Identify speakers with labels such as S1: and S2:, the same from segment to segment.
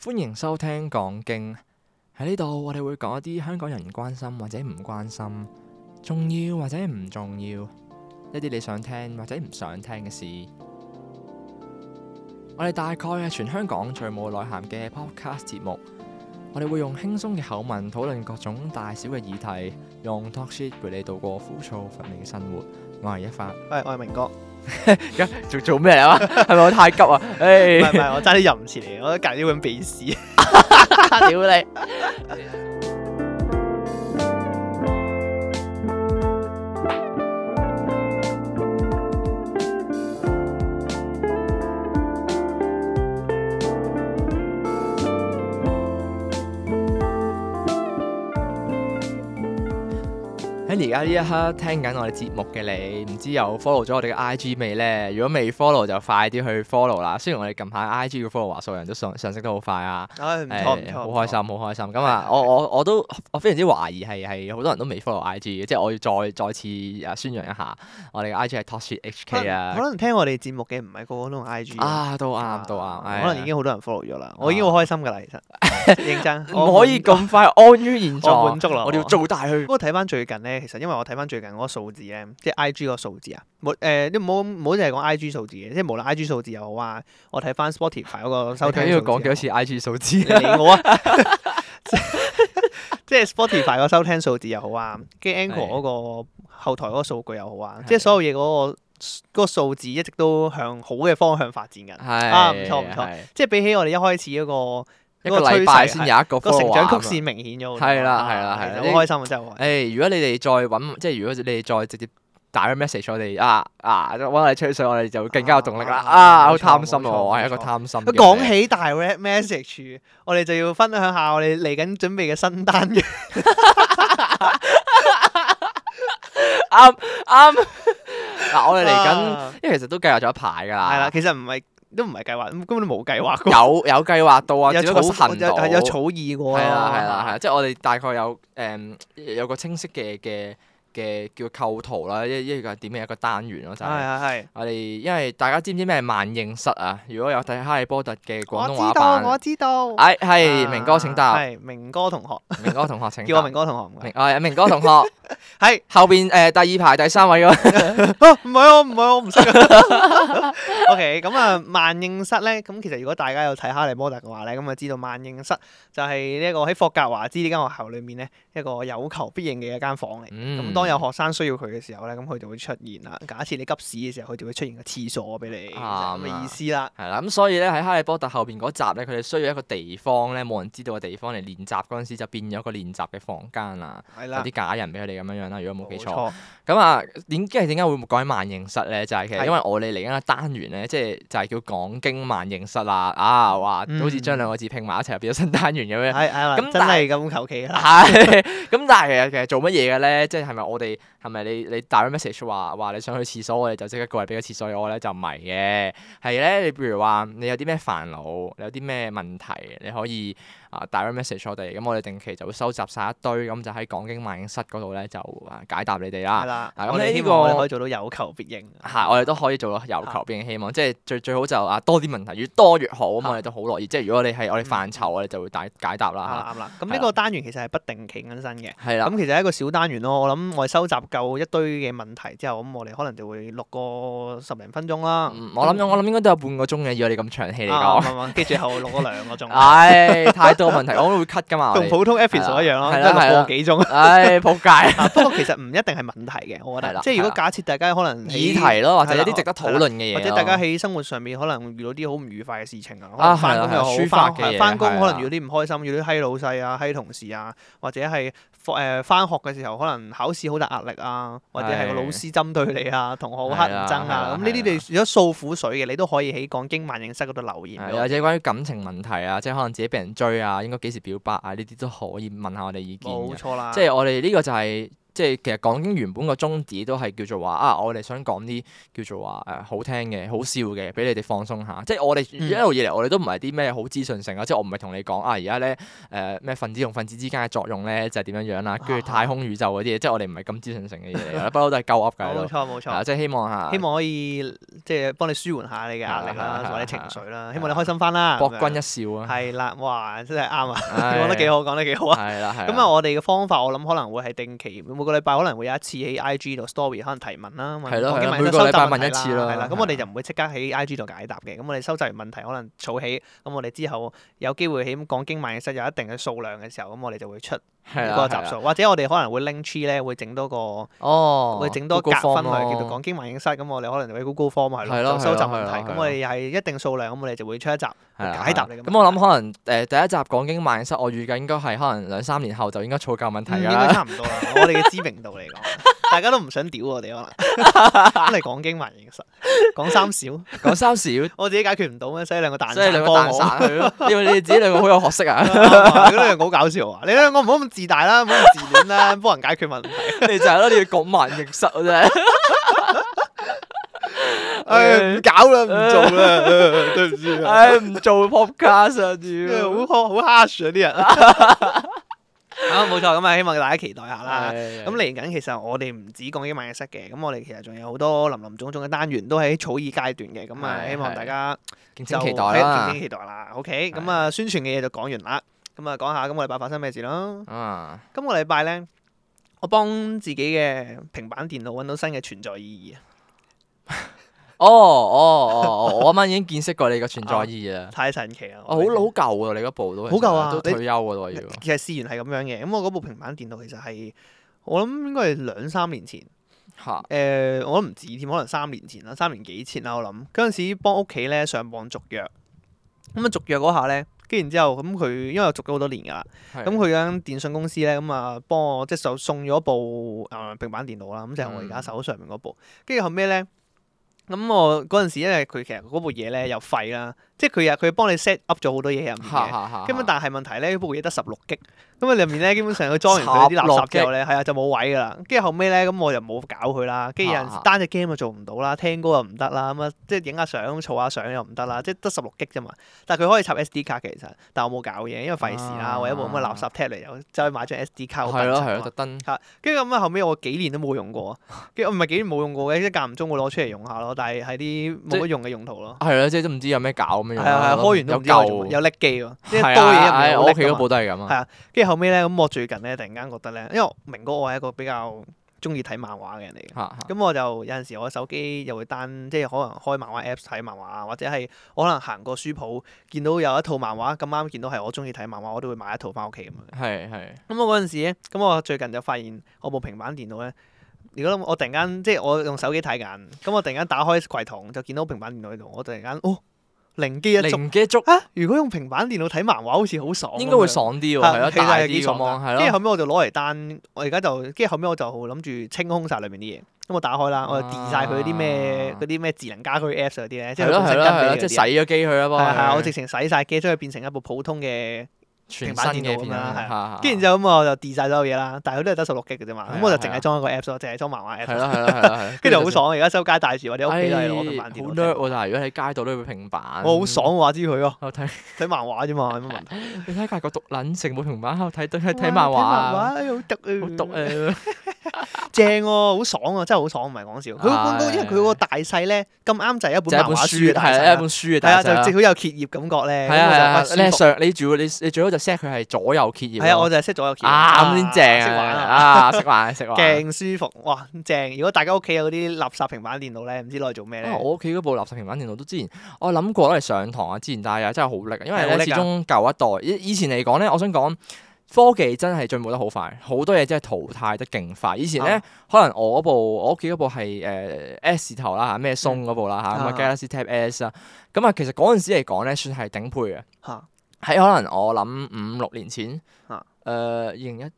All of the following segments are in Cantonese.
S1: 歡迎收聽講經喺呢度，我哋會講一啲香港人關心或者唔關心，重要或者唔重要，一啲你想聽或者唔想聽嘅事。我哋大概係全香港最冇內涵嘅 podcast 節目。我哋會用輕鬆嘅口吻討論各種大小嘅議題，用 talk shit 陪你度過枯燥乏味嘅生活。我係一發，
S2: 喂，我 係明哥，唔
S1: 做做咩啊？係咪我太急啊？誒
S2: 係唔係，我爭啲入唔切嚟，我隔咗本 鼻屎。
S1: 屌你！喺而家呢一刻聽緊我哋節目嘅你，唔知有 follow 咗我哋嘅 IG 未呢？如果未 follow 就快啲去 follow 啦。雖然我哋近排 IG 嘅 follow 話數人都上上升得好快啊，
S2: 唉，唔
S1: 誒
S2: 錯唔錯，
S1: 好
S2: 唔
S1: 開
S2: 錯。
S1: 心，好開心。咁啊，
S2: 係係
S1: 我我我都我非常之懷疑係係好多人都未 follow I G 嘅，即係我要再再次誒宣揚一下，我哋嘅 I G 係 Talk Shit H
S2: 可
S1: K
S2: 能
S1: 啊
S2: 可，能聽我哋節目嘅唔係個個都用 I G。
S1: 啊都啱都啱，
S2: 啊
S1: 係啊
S2: 可能已經好多人 follow 咗啦，我已經好開心噶啦，其實認真
S1: 唔可以。咁快安於現
S2: 我
S1: 狀，
S2: 滿足啦，
S1: 我哋要做大
S2: 不
S1: 佢。
S2: 過睇翻最近咧，其實因為我睇翻最近嗰個數字咧，即係 I G 個數字啊，冇誒，你唔好唔好淨係講 I G 數字嘅，即係無論 I G 數字又好啊，我睇翻 Spotify 嗰個收 聽
S1: 你究竟要
S2: 數字
S1: 講幾多
S2: 又好啊
S1: 次 I G 數字
S2: 你理我啊！ 即係 Spotify 個收聽數字又好啊，跟住 Anchor
S1: 係
S2: 嗰個後台嗰個數據又好啊，
S1: 係
S2: 即係所有嘢嗰、個嗰、個數字一直都向好嘅方向發展緊。
S1: 係
S2: 啊唔錯唔錯
S1: 係
S2: 即係比起我哋一開始嗰、個
S1: 一個
S2: 嗰個趨勢
S1: 禮拜先有一個
S2: 個成
S1: follow
S2: 長曲
S1: 啊嘛。
S2: 線明顯咗好多。
S1: 係啦
S2: 啊
S1: 係啦係啦
S2: 其實好開心啊！真係好開心
S1: 誒，如果你哋再揾，即係如果你哋再直接打 message 我哋啊啊揾我哋吹水，我哋就更加有動力啦。
S2: 啊啊
S1: 啊，好
S2: 冇錯
S1: 貪心
S2: 冇
S1: 啊！
S2: 錯
S1: 我係一個
S2: 冇錯
S1: 貪心嘅人嚟。
S2: 講起 direct message，我哋就要分享下我哋嚟緊準備嘅新單元。
S1: 啱啱 嗱，我哋嚟緊，
S2: 啊
S1: 因為其實都計劃咗一排㗎
S2: 係啦，
S1: 啦，
S2: 其實唔係都唔係計劃，根本都冇計劃過。
S1: 有有計劃到啊，
S2: 有
S1: 只不過
S2: 草
S1: 行到
S2: 有有草啊擬過
S1: 係啦係啦係啦，即係我哋大概有誒有個清晰嘅嘅嘅叫構圖啦，一一個點嘅一個單元咯，就係。
S2: 係係係。
S1: 我哋因為大家知唔知咩係萬應室啊？如果有睇《哈利波特》嘅
S2: 我
S1: 廣東話
S2: 知道，我
S1: 版，
S2: 知道。啊
S1: 誒係明哥請答，
S2: 係明哥同學，
S1: 明哥同學請答，
S2: 叫我明哥同學唔
S1: 明
S2: 該。
S1: 誒明哥同學
S2: 係
S1: 後邊誒第二排第三位嗰個
S2: 啊唔係我唔係我唔識啊。OK，咁 啊萬應室咧，咁其實如果大家有睇《哈利波特》嘅話咧，咁就知道萬應室就係呢一個喺霍格華茲呢間學校裏面咧一個有求必應嘅一間房嚟。咁
S1: 嗯
S2: 當有學生需要佢嘅時候咧，咁佢就會出現啦。假設你急屎嘅時候，佢就會出現個廁所俾你，就係
S1: 啱
S2: 咁
S1: 啊
S2: 嘅意思啦。
S1: 係啦，咁所以咧喺《哈利波特》後邊嗰集咧，佢哋需要一個地方咧，冇人知道嘅地方嚟練習嗰陣時，就變咗一個練習嘅房間啦，
S2: 係
S1: 有
S2: 啦，
S1: 啲假人俾佢哋咁樣樣啦，如果冇記錯。，咁啊，點即係點解會講起萬應室咧？就係、其實
S2: 係
S1: 因為我哋嚟緊嘅單元咧，即係就係、叫講經萬應室啦。啊，哇，
S2: 嗯
S1: 好似將兩個字拼埋一齊，變咗新單元咁樣。
S2: 係係啦，
S1: 咁
S2: 真
S1: 但係
S2: 係咁求其啦。
S1: 係，咁但係其實其實做乜嘢嘅咧？即係係咪我哋係咪你你 direct message 話話你想去廁所，我哋就即刻過嚟俾個廁所我咧？就唔係嘅，係咧你譬如話你有啲咩煩惱，你有啲咩問題，你可以啊 direct message 我哋，咁我哋定期就會收集晒一堆，咁就喺講經萬應室嗰度咧就啊解答你哋
S2: 係
S1: 啦。
S2: 啦，
S1: 嗱咁
S2: 我
S1: 呢
S2: 哋希
S1: 個
S2: 望我哋可以做到有求必 應。啊
S1: 係，我哋都可以做到有求必應，希望即係最最好就啊多啲問題，越多越好。咁
S2: 嚇
S1: 我哋都好樂意。即係如果你係我哋
S2: 啊嗯
S1: 範疇，我哋就會解解答啦
S2: 啊啱啦。咁
S1: 係
S2: 呢
S1: 啦
S2: 個單元其實係不定期更新嘅。
S1: 嚇。係啦，
S2: 咁其實係一個小單元咯。我諗我哋收集夠一堆嘅問題之後，咁我哋可能就會錄個十零分鐘啦。
S1: 嗯我諗我諗應該都有半個鐘嘅，以我哋咁長氣嚟
S2: 啊
S1: 講。
S2: 啱啱跟住後錄咗兩 個鐘，
S1: 唉，太多 問題，我都會 cut 㗎嘛。我
S2: 同
S1: 哋
S2: 普通 episode 一樣咯，
S1: 係
S2: 都
S1: 啦
S2: 係
S1: 係
S2: 錄
S1: 啦
S2: 個 幾鐘。
S1: 唉，仆 街。
S2: 啊不過其實唔一定係問題嘅，我覺
S1: 係啦
S2: 得。即係如
S1: 係啦
S2: 果假設大家可能
S1: 議
S2: 喺
S1: 題咯，或者
S2: 係
S1: 有
S2: 啦
S1: 啲值得討論嘅嘢咯。啊
S2: 或者大家喺生活上面可能遇到啲好唔愉快嘅事情啊，可
S1: 啊
S2: 能
S1: 係
S2: 翻
S1: 啦
S2: 工又
S1: 係
S2: 好
S1: 抒，發
S2: 翻
S1: 嘅嘢
S2: 翻工
S1: 係啊
S2: 可
S1: 啦
S2: 能遇到啲唔開心，遇到啲閪老細啊、閪同事啊，或者係誒翻學嘅時候可能考試好大壓力啊，或者係個老師針對你啊，同學好乞人憎
S1: 係啦
S2: 啊，咁呢
S1: 係
S2: 啲
S1: 啦
S2: 你如果訴苦水嘅，你都可以喺講經萬應室嗰度留言
S1: 係啊
S2: 俾
S1: 或
S2: 我。
S1: 者關於感情問題啊，即係可能自己俾人追啊，應該幾時表白啊，呢啲都可以問下我哋意見嘅
S2: 冇錯啦，
S1: 即係我哋呢個就係、即係其實講經原本個宗旨都係叫做話啊，我哋想講啲叫做話誒、呃好聽嘅、好笑嘅，俾你哋放鬆下。即係我哋
S2: 嗯
S1: 一路以嚟，我哋都唔係啲咩好資訊性啊，即係我唔係同你講啊，而家咧誒咩分子同分子之間嘅作用咧就係點樣樣
S2: 啊
S1: 啦，跟住太空宇宙嗰啲嘢，即係我哋唔係咁資訊性嘅嘢嚟㗎啦，不嬲都係鳩噏㗎喺
S2: 哦冇
S1: 度。
S2: 錯冇
S1: 係啊，
S2: 錯，
S1: 即係希望下
S2: 希望可以即係幫你舒緩下你嘅壓力
S1: 係啊係
S2: 啦，
S1: 啊
S2: 或者情
S1: 係啊
S2: 緒
S1: 係
S2: 啦
S1: 啊，
S2: 希望你開心翻啦。
S1: 博
S2: 咁樣
S1: 君一笑 啊，
S2: 係啦，哇，真係啱啊！
S1: 唉
S2: 講得幾好，講得幾好啊！
S1: 係啦係啦。
S2: 咁啊，我哋嘅方法我諗可能會係定期每個禮拜可能會有一次喺 IG 度 story 可能提問啦，問
S1: 係咯
S2: 講
S1: 係咯
S2: 經萬應
S1: 每
S2: 室
S1: 個
S2: 收
S1: 禮
S2: 集
S1: 拜
S2: 問題
S1: 問一次啦
S2: 係啦，咁
S1: 係
S2: 我哋
S1: 啊
S2: 就唔會即刻喺 IG 度解答嘅，咁我哋收集完問題可能儲起，咁我哋之後有機會喺講經萬應室有一定嘅數量嘅時候，咁我哋就會出
S1: 係啦
S2: 嗰個
S1: 係
S2: 集
S1: 啦
S2: 數，或者我哋可能會 link tree 咧會整多個
S1: 哦，
S2: 會整多格
S1: Google
S2: 分
S1: Form 啊
S2: 類叫做
S1: 咯
S2: 講經萬應室，咁我哋可能就會 Google Form 係
S1: 係咯
S2: 咯，就收集
S1: 係咯
S2: 問
S1: 係
S2: 題，
S1: 咯
S2: 咁我哋係一定數量，咁我哋就會出一集。
S1: 係啦
S2: 解答你嘅問題
S1: 咁我諗可能誒第一集講經萬應室，我預計應該係可能兩三年後就應該儲夠問題
S2: 嗯，
S1: 㗎
S2: 應該
S1: 啦。
S2: 差唔多啦。我哋嘅知名度嚟 講，大家都唔想屌我哋可能，真係講經還形實，講三少，
S1: 講三少，即
S2: 我自己解決唔到咩，所以兩個蛋
S1: 係兩
S2: 散
S1: 個
S2: 幫
S1: 蛋
S2: 我。
S1: 散去咯。因為你哋自己兩個好有學識 啊，
S2: 你兩個好搞笑啊！你兩個唔好咁自大啦，唔好咁自戀啦，幫人解決 問題。
S1: 你就係咯，你要講萬應室啊真 係。哎
S2: 唉，哎唔搞啦，唔做 啦，唉對唔住啊，
S1: 唉，唔做 podcast 啊，
S2: 因 為
S1: 屌
S2: 好。好 harsh 啊啲人。啊，冇錯，咁啊，希望大家期待下啦。咁
S1: 咁
S2: 嚟緊其實我哋唔止講英文嘅室嘅，咁我哋其實仲有好多林林種種嘅單元都喺草擬階段嘅，咁啊
S1: 係
S2: 希望大家
S1: 敬
S2: 就
S1: 請期待
S2: 係敬
S1: 啦
S2: 請。期待啦。OK，
S1: 係
S2: 咁啊宣傳嘅嘢就講完啦，咁啊講下今個禮拜發生咩事啦。
S1: 啊，
S2: 今個禮拜咧，我幫自己嘅平板電腦揾到新嘅存在意義啊！
S1: 哦哦哦哦，我啱啱已經見識過你個存在意義啦。
S2: 太神奇啦！
S1: 哦，好好舊啊，你嗰部都其實
S2: 好舊啊
S1: 都
S2: 你
S1: 退休㗎咯要。
S2: 其實事源係咁樣嘅，咁我嗰部平板電腦其實係我諗應該係兩三年前。
S1: 嚇
S2: 誒、我都唔止添，可能三年前啦，三年幾前啦，我諗嗰陣時幫屋企咧上網續約，咁啊續約嗰下咧，跟然之後咁佢因為我續咗好多年㗎啦，
S1: 係
S2: 咁佢間電信公司咧咁啊幫我即係就送咗部誒、呃平板電腦啦，咁就係我而家
S1: 嗯
S2: 手上面嗰部，跟住後尾咧。咁我嗰陣時，因為佢其實嗰部嘢咧又廢啦，即係佢又佢幫你 set up 咗好多嘢喺入面
S1: 嚇
S2: 嘅，
S1: 嚇嚇。
S2: 根本但係問題咧，部嘢得十六 G，咁啊入面咧基本上佢裝完佢啲垃圾之後咧，係啊就冇位㗎啦。跟住後尾咧，咁我就冇搞佢啦。跟住有陣時
S1: 啊
S2: 單隻 game 又做唔到啦，聽歌又唔得啦，咁啊即係影下相、儲下相又唔得啦，即係得十六 G 啫嘛。但係佢可以插 SD 卡嘅其實，但我冇搞嘢，因為費事啦，
S1: 啊
S2: 或者冇乜垃圾 tab 嚟，又走去買張 SD 卡好
S1: 係咯係咯，
S2: 笨柒啊
S1: 特登。
S2: 跟住咁啊，後尾我幾年都冇用過，跟住我唔係幾年冇用過嘅，即係間唔中會攞出嚟用下咯，但係係啲冇乜用嘅用途咯。
S1: 係啊啦，即係都唔知有咩搞咁樣樣
S2: 係啊係啊，
S1: 咯
S2: 開完都唔知我做乜
S1: 有
S2: 有
S1: 舊
S2: 叻機喎，即係
S1: 係
S2: 多
S1: 啊
S2: 嘢入
S1: 唉
S2: 面好
S1: 我
S2: 叻
S1: 屋企
S2: 㗎
S1: 嗰
S2: 嘛
S1: 部都係咁
S2: 係
S1: 啊。
S2: 啊跟住後尾咧，咁我最近咧突然間覺得咧，因為我明哥我係一個比較中意睇漫畫嘅人嚟嘅，
S1: 嚇嚇
S2: 咁我就有陣時我手機又會單，即係可能開漫畫 Apps 睇漫畫啊，或者係我可能行過書鋪見到有一套漫畫，咁啱見到係我中意睇漫畫，我都會買一套翻屋企咁樣。
S1: 係係
S2: 咁我嗰陣時咧，咁我最近就發現我部平板電腦咧，如果我突然間即係我用手機睇緊，咁我突然間打開櫃桶就見到平板電腦喺度，我突然間哦靈機一觸
S1: 零機足
S2: 啊！如果用平板電腦睇漫畫好似好爽咁樣，
S1: 應該會爽啲喎，係咯，
S2: 係其實
S1: 大
S2: 係
S1: 啲
S2: 幾
S1: 咁
S2: 爽
S1: 咯，
S2: 㗎
S1: 係
S2: 跟住
S1: 咯。
S2: 後尾我就攞嚟單，我而家就跟住後尾我就諗住清空晒裏面啲嘢。咁我打開啦，我就 delete 晒佢啲咩
S1: 啊
S2: 嗰啲咩智能家居 Apps 嗰啲咧，即
S1: 係
S2: 係
S1: 咯
S2: 本
S1: 係
S2: 身
S1: 咯
S2: 跟
S1: 係咯，
S2: 俾
S1: 即係
S2: 你
S1: 洗
S2: 嗰啲。
S1: 咗機佢啦
S2: 係
S1: 噃。
S2: 啊係啊，我直情洗晒機，將佢變成一部普通嘅，
S1: 全新
S2: 平板電
S1: 嘅
S2: 腦咁
S1: 片啊
S2: 樣啦係啊
S1: 啦，
S2: 跟住之後咁我就 delete 晒所有嘢啦，但係佢都係得十六 G 嘅啫嘛，
S1: 係啊
S2: 咁我就淨
S1: 係
S2: 係
S1: 啊
S2: 裝一個 Apps 咯，淨係裝漫畫
S1: 係啦
S2: Apps，
S1: 係啦係啦係啦，
S2: 跟住就好爽，而家周街帶住或者屋
S1: 唉。
S2: 企都係攞平板電
S1: 好 nerd 喎！
S2: 腦睇。
S1: 但係如果喺街度都會平板，
S2: 我好。爽話知佢咯，
S1: 我睇
S2: 睇漫畫啫嘛，有乜問題？
S1: 你睇法國獨撚成部平板喺度睇睇 睇漫畫 啊，
S2: 漫畫哎好毒
S1: 好毒啊！
S2: 正喎，好爽啊，真係好爽，唔係講笑。佢
S1: 係
S2: 嗰本高，因為佢嗰個大細咧咁啱就係一
S1: 就
S2: 本
S1: 係
S2: 漫
S1: 一本
S2: 畫書
S1: 書，
S2: 嘅大
S1: 係
S2: 細
S1: 啊一
S2: 啦，
S1: 本書嘅
S2: 係
S1: 大
S2: 啊，
S1: 細
S2: 就
S1: 啦。
S2: 正好有揭頁感覺咧，
S1: 係啊係啊，
S2: 咁我就
S1: 你
S2: 覺得
S1: 係
S2: 舒服
S1: 上你主要你你最好就 set 佢係左右揭頁咯。
S2: 係啊，我就係識咗有揭頁
S1: 啊咁先正
S2: 識玩
S1: 啊！
S2: 啊！
S1: 啊識玩識玩。
S2: 勁舒服，哇正！如果大家屋企有嗰啲垃圾平板電腦咧，唔知攞嚟做咩咧
S1: 啊！？我屋企嗰部垃圾平板電腦都之前我諗過攞嚟上堂啊，之前但係又真係好叻啊，因
S2: 係
S1: 為
S2: 好叻
S1: 咧始
S2: 㗎
S1: 終舊一代，以以前嚟講咧，我想講科技真係進步得好快，好多嘢真係淘汰得勁快。以前咧、
S2: 啊
S1: 可能我嗰部我屋企嗰部係誒、呃 S 字頭啦嚇，咩松嗰部啦嚇，咁啊
S2: 啊
S1: Galaxy Tab S 啦，咁啊其實嗰陣時嚟講咧算係頂配啊嘅，
S2: 嚇
S1: 喺可能我諗五六年前，誒呃
S2: 啊
S1: 二零一。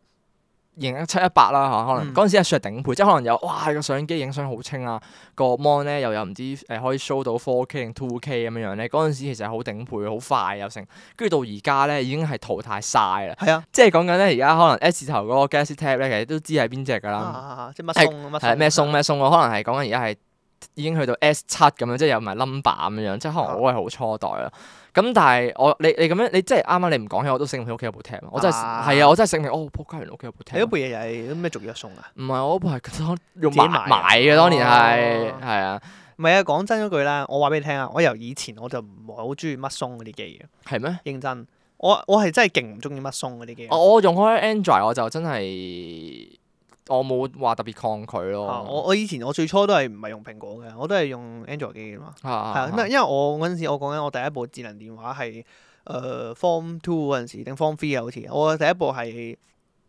S1: 二型七一八啦嚇，可能
S2: 嗯
S1: 嗰陣時係算係頂配，即係可能有哇個相機影相好清啊，個 mon 咧又有唔知誒可以 show 到 4K 定 2K 咁樣樣咧，嗰陣時其實係好頂配，好快又啊成，跟住到而家咧已經係淘汰晒啦，
S2: 係啊
S1: 即係講緊咧而家可能 S 字頭嗰個 Galaxy Tab 咧，其實都知係邊只㗎
S2: 啊
S1: 啦。
S2: 啊啊即係乜鬆乜
S1: 嗯係
S2: 鬆
S1: 咩鬆咩鬆咯，可能係講緊而家係已經去到 S 七咁樣，即係有埋 number 咁樣，即係
S2: 啊
S1: 可能我係好初代啦。咁但係我你你咁樣，你真係啱啱你唔講起，我都醒唔起屋企有部 tab 啊我真係
S2: 啊
S1: 係啊，我真係醒唔起，哦，仆街原來屋企有部
S2: 你嗰
S1: tab。
S2: 部嘢又係咩續約送啊？
S1: 唔係我嗰部係用
S2: 自己
S1: 買
S2: 買啊
S1: 買嘅，當年係
S2: 哦
S1: 係啊，
S2: 唔係啊，講真嗰句啦，我話俾你聽啊，我由以前我就唔係好中意乜鬆嗰啲機嘅，
S1: 係咩？
S2: 認真，我我係真係勁唔中意乜鬆嗰啲機。
S1: 我我用開 Android 我就真係我冇話特別抗拒
S2: 啊我
S1: 咯。
S2: 我以前我最初都係唔係用蘋果嘅，我都係用 Android 機嘅嘛。
S1: 係啊係
S2: 係啊
S1: 啊，
S2: 因為因為我嗰陣時我講緊我第一部智能電話係誒、呃 Form Two 嗰陣時定 Form Three 啊，好似我第一部係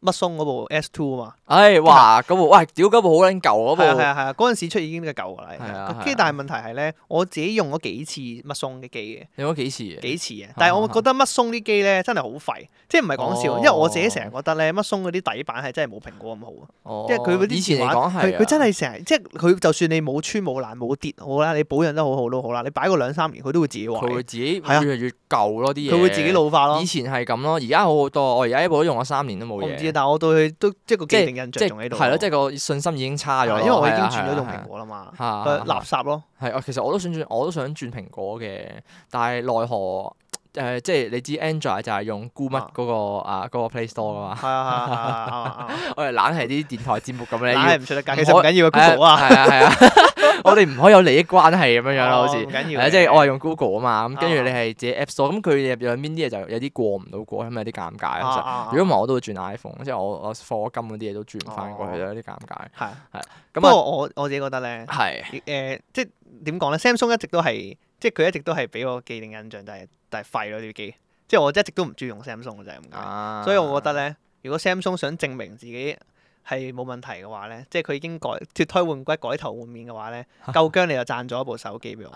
S2: 乜松嗰部 S Two 啊嘛。
S1: 唉哇嗰部喂屌嗰部好撚舊嗰
S2: 係啊係
S1: 部
S2: 啊係啊，嗰陣時出已經嘅舊㗎啦已經
S1: 係啊係啊。
S2: 跟住但係問題係咧，我自己用咗幾次乜松嘅機嘅。
S1: 用咗幾次嘅？
S2: 幾次嘅，但係我覺得乜松啲機咧真係好廢，即係唔係講笑，
S1: 哦
S2: 因為我自己成日覺得咧乜松嗰啲底板係真係冇蘋果咁好啊，
S1: 哦
S2: 即係佢嗰
S1: 以
S2: 啲
S1: 前
S2: 電
S1: 嚟
S2: 話
S1: 講係啊
S2: 佢佢真係成日，即係佢就算你冇穿冇爛冇跌好啦，你保養得好好都好啦，你擺個兩三年佢都會自己
S1: 佢會
S2: 壞，
S1: 自己越
S2: 係啊
S1: 嚟越舊咯啲嘢，
S2: 佢會自己。老化咯
S1: 以。前係咁咯，而家好好多。我而家呢部都用咗三年都冇
S2: 我唔
S1: 嘢，
S2: 知，但係我對佢都即係個
S1: 即
S2: 既
S1: 係
S2: 定印
S1: 即係
S2: 象仲喺度。
S1: 係咯，即係個信心已經差咗
S2: 係
S1: 咯。
S2: 因為我已經
S1: 係啊
S2: 轉咗用
S1: 係啊
S2: 蘋果啦嘛，
S1: 係啊
S2: 佢垃圾咯。
S1: 係啊，其實我都想轉，我都想轉蘋果嘅，但係奈何誒，即係你知 Android 就係用 g o 乜
S2: 啊
S1: 嗰個啊嗰個 Play Store 噶嘛，
S2: 係啊係啊係 啊係啊
S1: 我哋懶係啲電台節目咁 咧，
S2: 係
S1: 要
S2: 啊，
S1: 係
S2: 係唔出得街。其實唔緊要嘅，Google
S1: 啊
S2: 啊，
S1: 係啊係啊， 我哋唔可以有利益關係咁樣樣啦，好似
S2: 哦。唔緊
S1: 係
S2: 要
S1: 啊，
S2: 嘅。
S1: 即係我係用 Google 啊嘛，咁跟住你
S2: 啊
S1: 係自己 App Store，咁佢入入邊啲嘢就有啲過唔到過，咁有啲尷尬
S2: 啊
S1: 其實。
S2: 啊啊
S1: 如果唔係我都會轉 iPhone，即係我我課金嗰啲嘢都轉唔翻過去，
S2: 哦
S1: 有啲尷尬。
S2: 係啊不過
S1: 咁啊，
S2: 我我自己覺得咧。
S1: 係
S2: 誒、即係點講咧？Samsung 一直都係，即係佢一直都係俾我既定印象就係、就係廢咯呢啲機，即係我一直都唔中意用 Samsung 嘅就係咁解。
S1: 啊
S2: 所以我覺得咧，如果 Samsung 想證明自己係冇問題嘅話咧，即係佢已經改脱胎換骨、改頭換面 嘅話咧，夠姜你就贊咗一部手機俾我，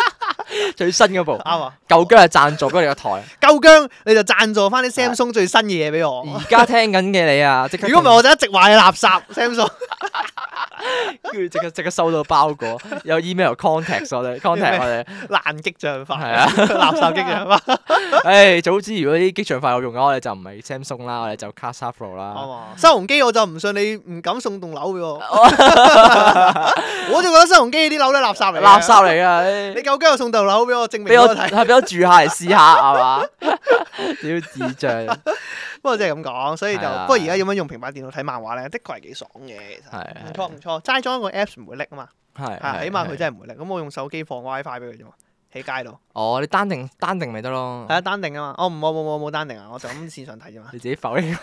S1: 最新嗰部
S2: 啱啊！
S1: 舊姜係贊助俾你個 台，
S2: 夠姜你就贊助翻啲
S1: 啊
S2: Samsung 最新嘅嘢俾我。
S1: 而家聽緊嘅你啊，即刻
S2: 哦 如果唔係，我就一直話你垃圾 Samsung。
S1: 跟住即刻即刻收到包裹，有 email contact 我哋 contact 我哋，
S2: 爛激將法，
S1: 係啊
S2: 垃圾激將法，
S1: 唉，早知如果啲激像快有用嘅話，我哋就唔係 Samsung 啦，我哋就 Casa Pro 啦。
S2: 啱啊！收容機我就唔信你唔敢送棟樓俾我。
S1: 哦
S2: 我就覺得新鴻基啲樓都係垃圾嚟嘅，
S1: 垃圾嚟啊 㗎，
S2: 你夠姜我送棟樓俾我證明俾
S1: 俾我
S2: 我睇。
S1: 係俾我住下嚟試下係 嘛？屌智障
S2: 不過即係咁講，所以就
S1: 係啊
S2: 不過而家咁樣用平板電腦睇漫畫咧，的確係幾爽嘅。其實
S1: 係係
S2: 唔錯唔錯，齋裝一個 Apps 唔會 lag 啊嘛，
S1: 係
S2: 係起碼佢真係唔會 lag。咁我用手機放 WiFi 俾佢啫嘛，喺街度
S1: 哦，你單定單定咪得咯
S2: 係？啊單定啊嘛。哦唔冇冇冇冇單定啊，我就咁線上睇啫 嘛，
S1: 你自己否認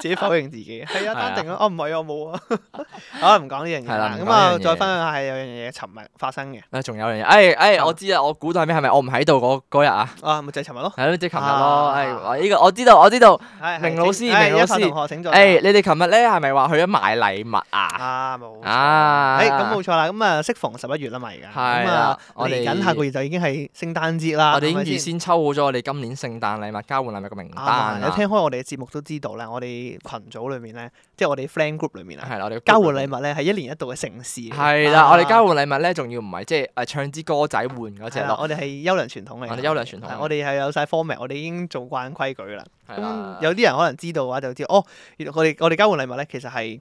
S2: 自己否認自己。係
S1: 係
S2: 啊
S1: 啊
S2: 單定啊，哦唔係啊冇啊。 好啦唔講呢樣嘢
S1: 係啦
S2: 啦，
S1: 唔講
S2: 咁啊
S1: 呢樣嘢
S2: 再分享下有樣嘢尋日發生嘅
S1: 啊，仲有樣嘢，哎哎，
S2: 啊
S1: 我知啊，我估到係咩？係咪我唔喺度嗰嗰日啊？
S2: 啊，咪就係尋日咯。
S1: 係咯，即係琴日咯。
S2: 啊
S1: 哎，我呢個我知道，我知道。
S2: 係係
S1: 明老師
S2: 請係
S1: 明老
S2: 一發
S1: 師
S2: 同學請坐
S1: 哎，你哋琴日咧係咪話去咗買禮物啊？
S2: 啊冇錯。
S1: 啊，
S2: 誒咁冇錯啦，咁啊適逢十一月啦嘛而家，
S1: 係
S2: 咁
S1: 啦
S2: 啊
S1: 我
S2: 嚟
S1: 哋
S2: 緊下個月就已經係聖誕節啦，
S1: 我哋已
S2: 啊係咪
S1: 經預
S2: 先
S1: 先抽好咗我哋今年聖誕禮物交換禮物嘅名
S2: 啱
S1: 單
S2: 啊！
S1: 啦。
S2: 有聽開我哋嘅節目都知道啦，我哋群組裏面咧，即係我哋 friend group 裏面啊，
S1: 係啦，我哋
S2: 交換禮物咧係一年一度嘅盛事嚟嘅。啊
S1: 係啦，我哋交
S2: 換
S1: 換禮物咧，仲要唔係即係誒唱支歌仔換嗰只咯。
S2: 我哋係優良傳統嚟嘅。
S1: 我哋優良傳統
S2: 係我哋係有晒 format，我哋已經做慣規矩啦。
S1: 係啦
S2: 啊咁，有啲人可能知道嘅話就知，哦，原來我哋我哋交換禮物咧其實係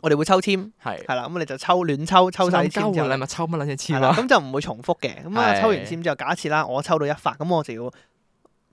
S2: 我哋會抽籤，
S1: 係
S2: 係啦，咁你就抽亂抽抽晒啲
S1: 交
S2: 籤
S1: 換
S2: 之後
S1: 禮物抽乜撚嘢
S2: 係
S1: 簽
S2: 啦，
S1: 啊？
S2: 咁就唔會重複嘅。咁啊，
S1: 係
S2: 抽完籤之後，假設啦，我抽到一發，咁我就要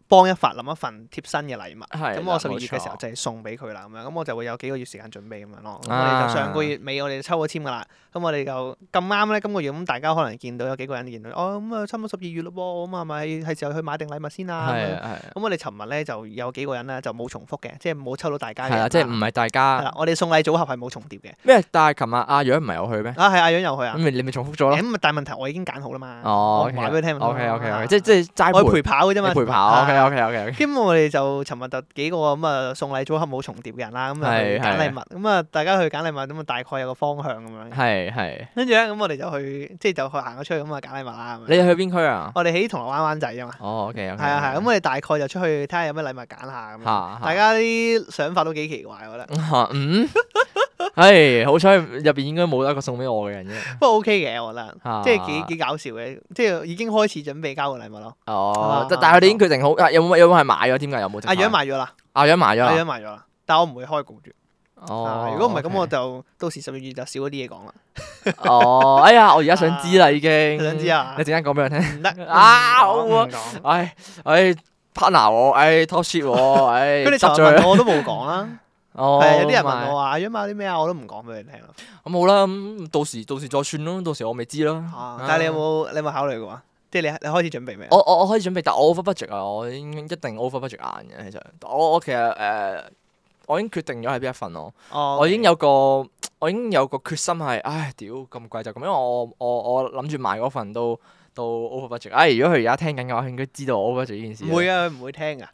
S2: 幫一發諗一份貼身嘅禮物。
S1: 係
S2: 咁
S1: 啦
S2: 我十二月
S1: 冇
S2: 嘅
S1: 錯
S2: 時候就係送俾佢啦，咁樣咁我就會有幾個月時間準備咁樣咯。咁
S1: 啊
S2: 我哋就上個月尾我哋就抽咗籤噶啦，咁我哋就咁啱咧，今個月咁大家可能見到有幾個人見到，哦咁啊，差唔多十二月咯噃，咁係啊咪係時候去買定禮物先啊？咁
S1: 係
S2: 樣
S1: 啊係啊
S2: 咁我哋尋日咧就有幾個人咧就冇重複嘅，即係冇抽到大家嘅
S1: 係
S2: 人
S1: 啦，
S2: 啦。
S1: 即係唔係大
S2: 係
S1: 家
S2: 啦，我哋送禮組合係冇重疊嘅。
S1: 咩？但係琴日啊阿楊唔係有去咩？
S2: 啊，係阿楊又去啊
S1: 咁，咪你咪重複咗咯。
S2: 咁但係問題我已經揀好啦嘛。
S1: 哦
S2: 我話俾佢聽
S1: O K O K
S2: 啊
S1: K，即係即係齋
S2: 我係
S1: 陪
S2: 陪跑嘅啫嘛，啊
S1: 你陪跑，OK， OK OK OK OK。
S2: 咁我哋就尋日就幾個咁啊送禮組合冇重疊嘅人啦，咁啊
S1: 係
S2: 去揀
S1: 係
S2: 禮物，咁啊大家去揀禮物，咁啊大概有個方向咁 樣。
S1: 係係。
S2: 跟住咧，咁我哋就去即係就去行咗出去咁啊揀禮物啦。咁
S1: 你
S2: 樣
S1: 哋去邊區啊？
S2: 我哋喺銅鑼灣灣仔啊嘛，
S1: 哦，OK OK。
S2: 係啊係啊，咁我哋大概就出去睇下有咩禮物揀下咁樣。啊
S1: 嚇
S2: 大家啲想法都幾奇怪，我覺得。
S1: 嚇嗯。 唉，好彩入邊應該冇一個送俾我嘅人啫。
S2: 不過 OK 嘅，我覺得。
S1: 嚇
S2: 即係幾幾搞笑嘅，即係已經開始準備交個禮物咯。
S1: 哦
S2: 啊，
S1: 但但係佢哋已經決定好，啊有冇有冇係買咗添㗎？有冇？
S2: 阿楊，埋咗啦，
S1: 阿楊買咗
S2: 阿
S1: 啦。
S2: 楊埋咗啦，但我唔會開局住。啊
S1: 哦，
S2: 如果唔係咁，我
S1: OK
S2: 就到時十二月就少咗啲嘢講啦。
S1: 哦，哎呀，我而家想知啦，已經。
S2: 想知啊
S1: 你陣間講俾我聽。
S2: 唔得
S1: 啊好啊
S2: 唔講唔講
S1: 唉唉，partner 我，唉 talk shit 我，唉
S2: 佢哋
S1: 執
S2: 尋日
S1: 咗佢
S2: 問我我都冇講啦，
S1: 哦，
S2: 係啊有啲人問
S1: 咪
S2: 我話阿楊買啲咩啊，我都唔講俾佢聽咯。
S1: 咁好啦，咁到時到時再算咯，到時我未知啦。
S2: 啊但係你有？冇你有冇考慮過啊？即係你你開始準備未啊？
S1: 我哦我我可以準備，但我 over budget 啊，我應一定 over budget 硬嘅。其實我我其實誒、呃我已經決定咗係邊一份咯。
S2: 哦
S1: 我已經有個我已經有個決心係，唉屌咁貴就咁，因為我我我諗住買嗰份都都 over budget。唉，如果佢而家聽緊嘅話，佢應該知道我 over budget 呢件事。
S2: 唔會啊，佢唔會聽噶。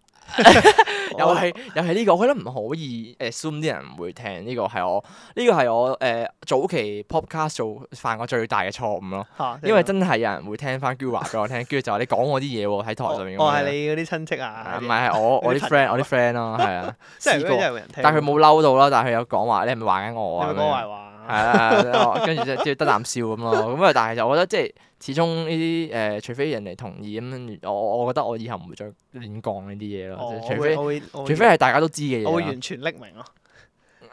S1: 又係又係呢個，我覺得唔可以 assume 啲人唔會聽呢個係我呢個係我誒、呃早期 podcast 做犯過最大嘅錯誤咯，
S2: 嚇
S1: 因為真係有人會聽翻 Gura 俾我聽，跟住就話你講我啲嘢喎喺台上面咁樣。
S2: 我哦係你嗰啲親戚
S1: 啊
S2: 啊，
S1: 唔係係我我啲
S2: 你啲朋
S1: friend 我啲 friend 咯，係啊，
S2: 即係
S1: 試
S2: 真係
S1: 過，
S2: 有人聽。
S1: 但佢冇嬲到啦，但係佢有講話你係咪話緊我啊？
S2: 你咪
S1: 咁
S2: 講
S1: 樣
S2: 壞話。
S1: 係啦，係啦跟住即係即係得啖笑咁咯。咁啊，但係就我覺得即係始終呢啲呃誒，除非人哋同意咁，我我覺得我以後唔會再亂講呢啲嘢
S2: 哦
S1: 咯。即
S2: 我
S1: 係除
S2: 會
S1: 非
S2: 我會我
S1: 除
S2: 會
S1: 非係大家都知嘅
S2: 我會
S1: 嘢啦，啊
S2: 完全匿名咯。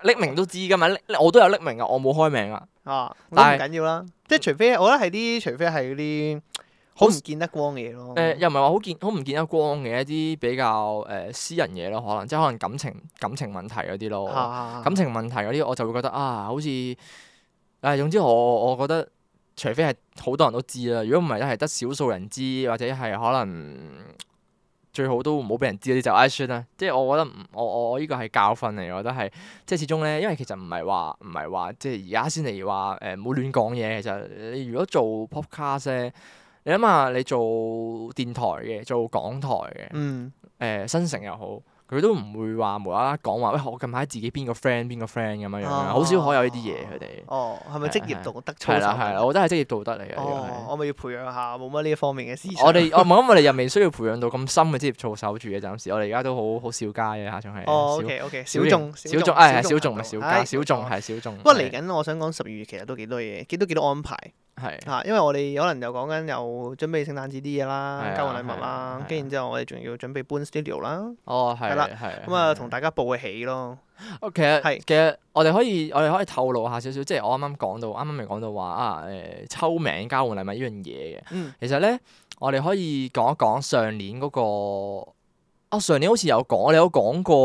S1: 匿名都知㗎嘛。匿我都有匿名㗎，我冇開名啊。
S2: 啊，咁
S1: 但
S2: 唔
S1: 係
S2: 緊要啦，即係除非我覺得係啲，除非係嗰啲好唔見得光嘅嘢咯。啊
S1: 誒又唔係話好見好唔見得光嘅一啲比較誒私人嘢咯，可能即係可能感情感情問題嗰啲咯。
S2: 啊
S1: 感情問題嗰啲，我就會覺得啊，好似誒、唉總之我我覺得，除非係好多人都知啦，如果唔係一係得少數人知，或者係可能最好都唔好俾人知嗰啲就唉算啦。即係我覺得唔我我我呢個係教訓嚟，我覺得係即係始終咧，因為其實唔係話唔係話即係而家先嚟話誒唔好亂講嘢。其實你如果做 podcast 咧，你諗下你做電台嘅，做港台嘅。
S2: 嗯
S1: 誒、呃新城又好，佢都唔會話無啦啦講話，喂，我近排自己邊個 friend 邊個 friend 咁樣樣，好少可有呢啲嘢佢哋。
S2: 啊哦，係咪
S1: 係
S2: 職
S1: 係
S2: 業道德哦操
S1: 係
S2: 守？
S1: 啦係啦，我覺得係職業道德嚟嘅。呢個係
S2: 哦，我咪要培養下冇乜呢一方面嘅思想。
S1: 我哋我哦唔係咁，我哋又未需要培養到咁深嘅職業操守住嘅，暫時我哋而家都好好少家嘅，下仲係
S2: 哦
S1: 少
S2: ，OK OK，
S1: 小
S2: 小眾
S1: 小眾，誒係小眾
S2: 眾
S1: 唔係
S2: 行
S1: 小
S2: 動
S1: 家，
S2: 唉
S1: 小眾係小眾。
S2: 不過嚟緊，我想講十二月其實都幾多嘢，幾多幾多安排
S1: 係係
S2: 嚇，因為我哋可能又講緊又準備聖誕節啲嘢
S1: 係
S2: 啦
S1: 啊，
S2: 交換禮物
S1: 係啊係
S2: 啦
S1: 啊，
S2: 跟住然之後我哋仲要準備搬 studio 啦，
S1: 哦係
S2: 係啦
S1: 係
S2: 咁啊同大家報個喜咯，
S1: 哦，其實
S2: 係
S1: 其實我哋可以我哋可以透露下少少，即係我啱啱講到，啱啱咪講到話啊誒抽名交換禮物呢樣嘢嘅。
S2: 嗯
S1: 其實咧，我哋可以講一講上年嗰、個啊，上年好似有講，我哋有講過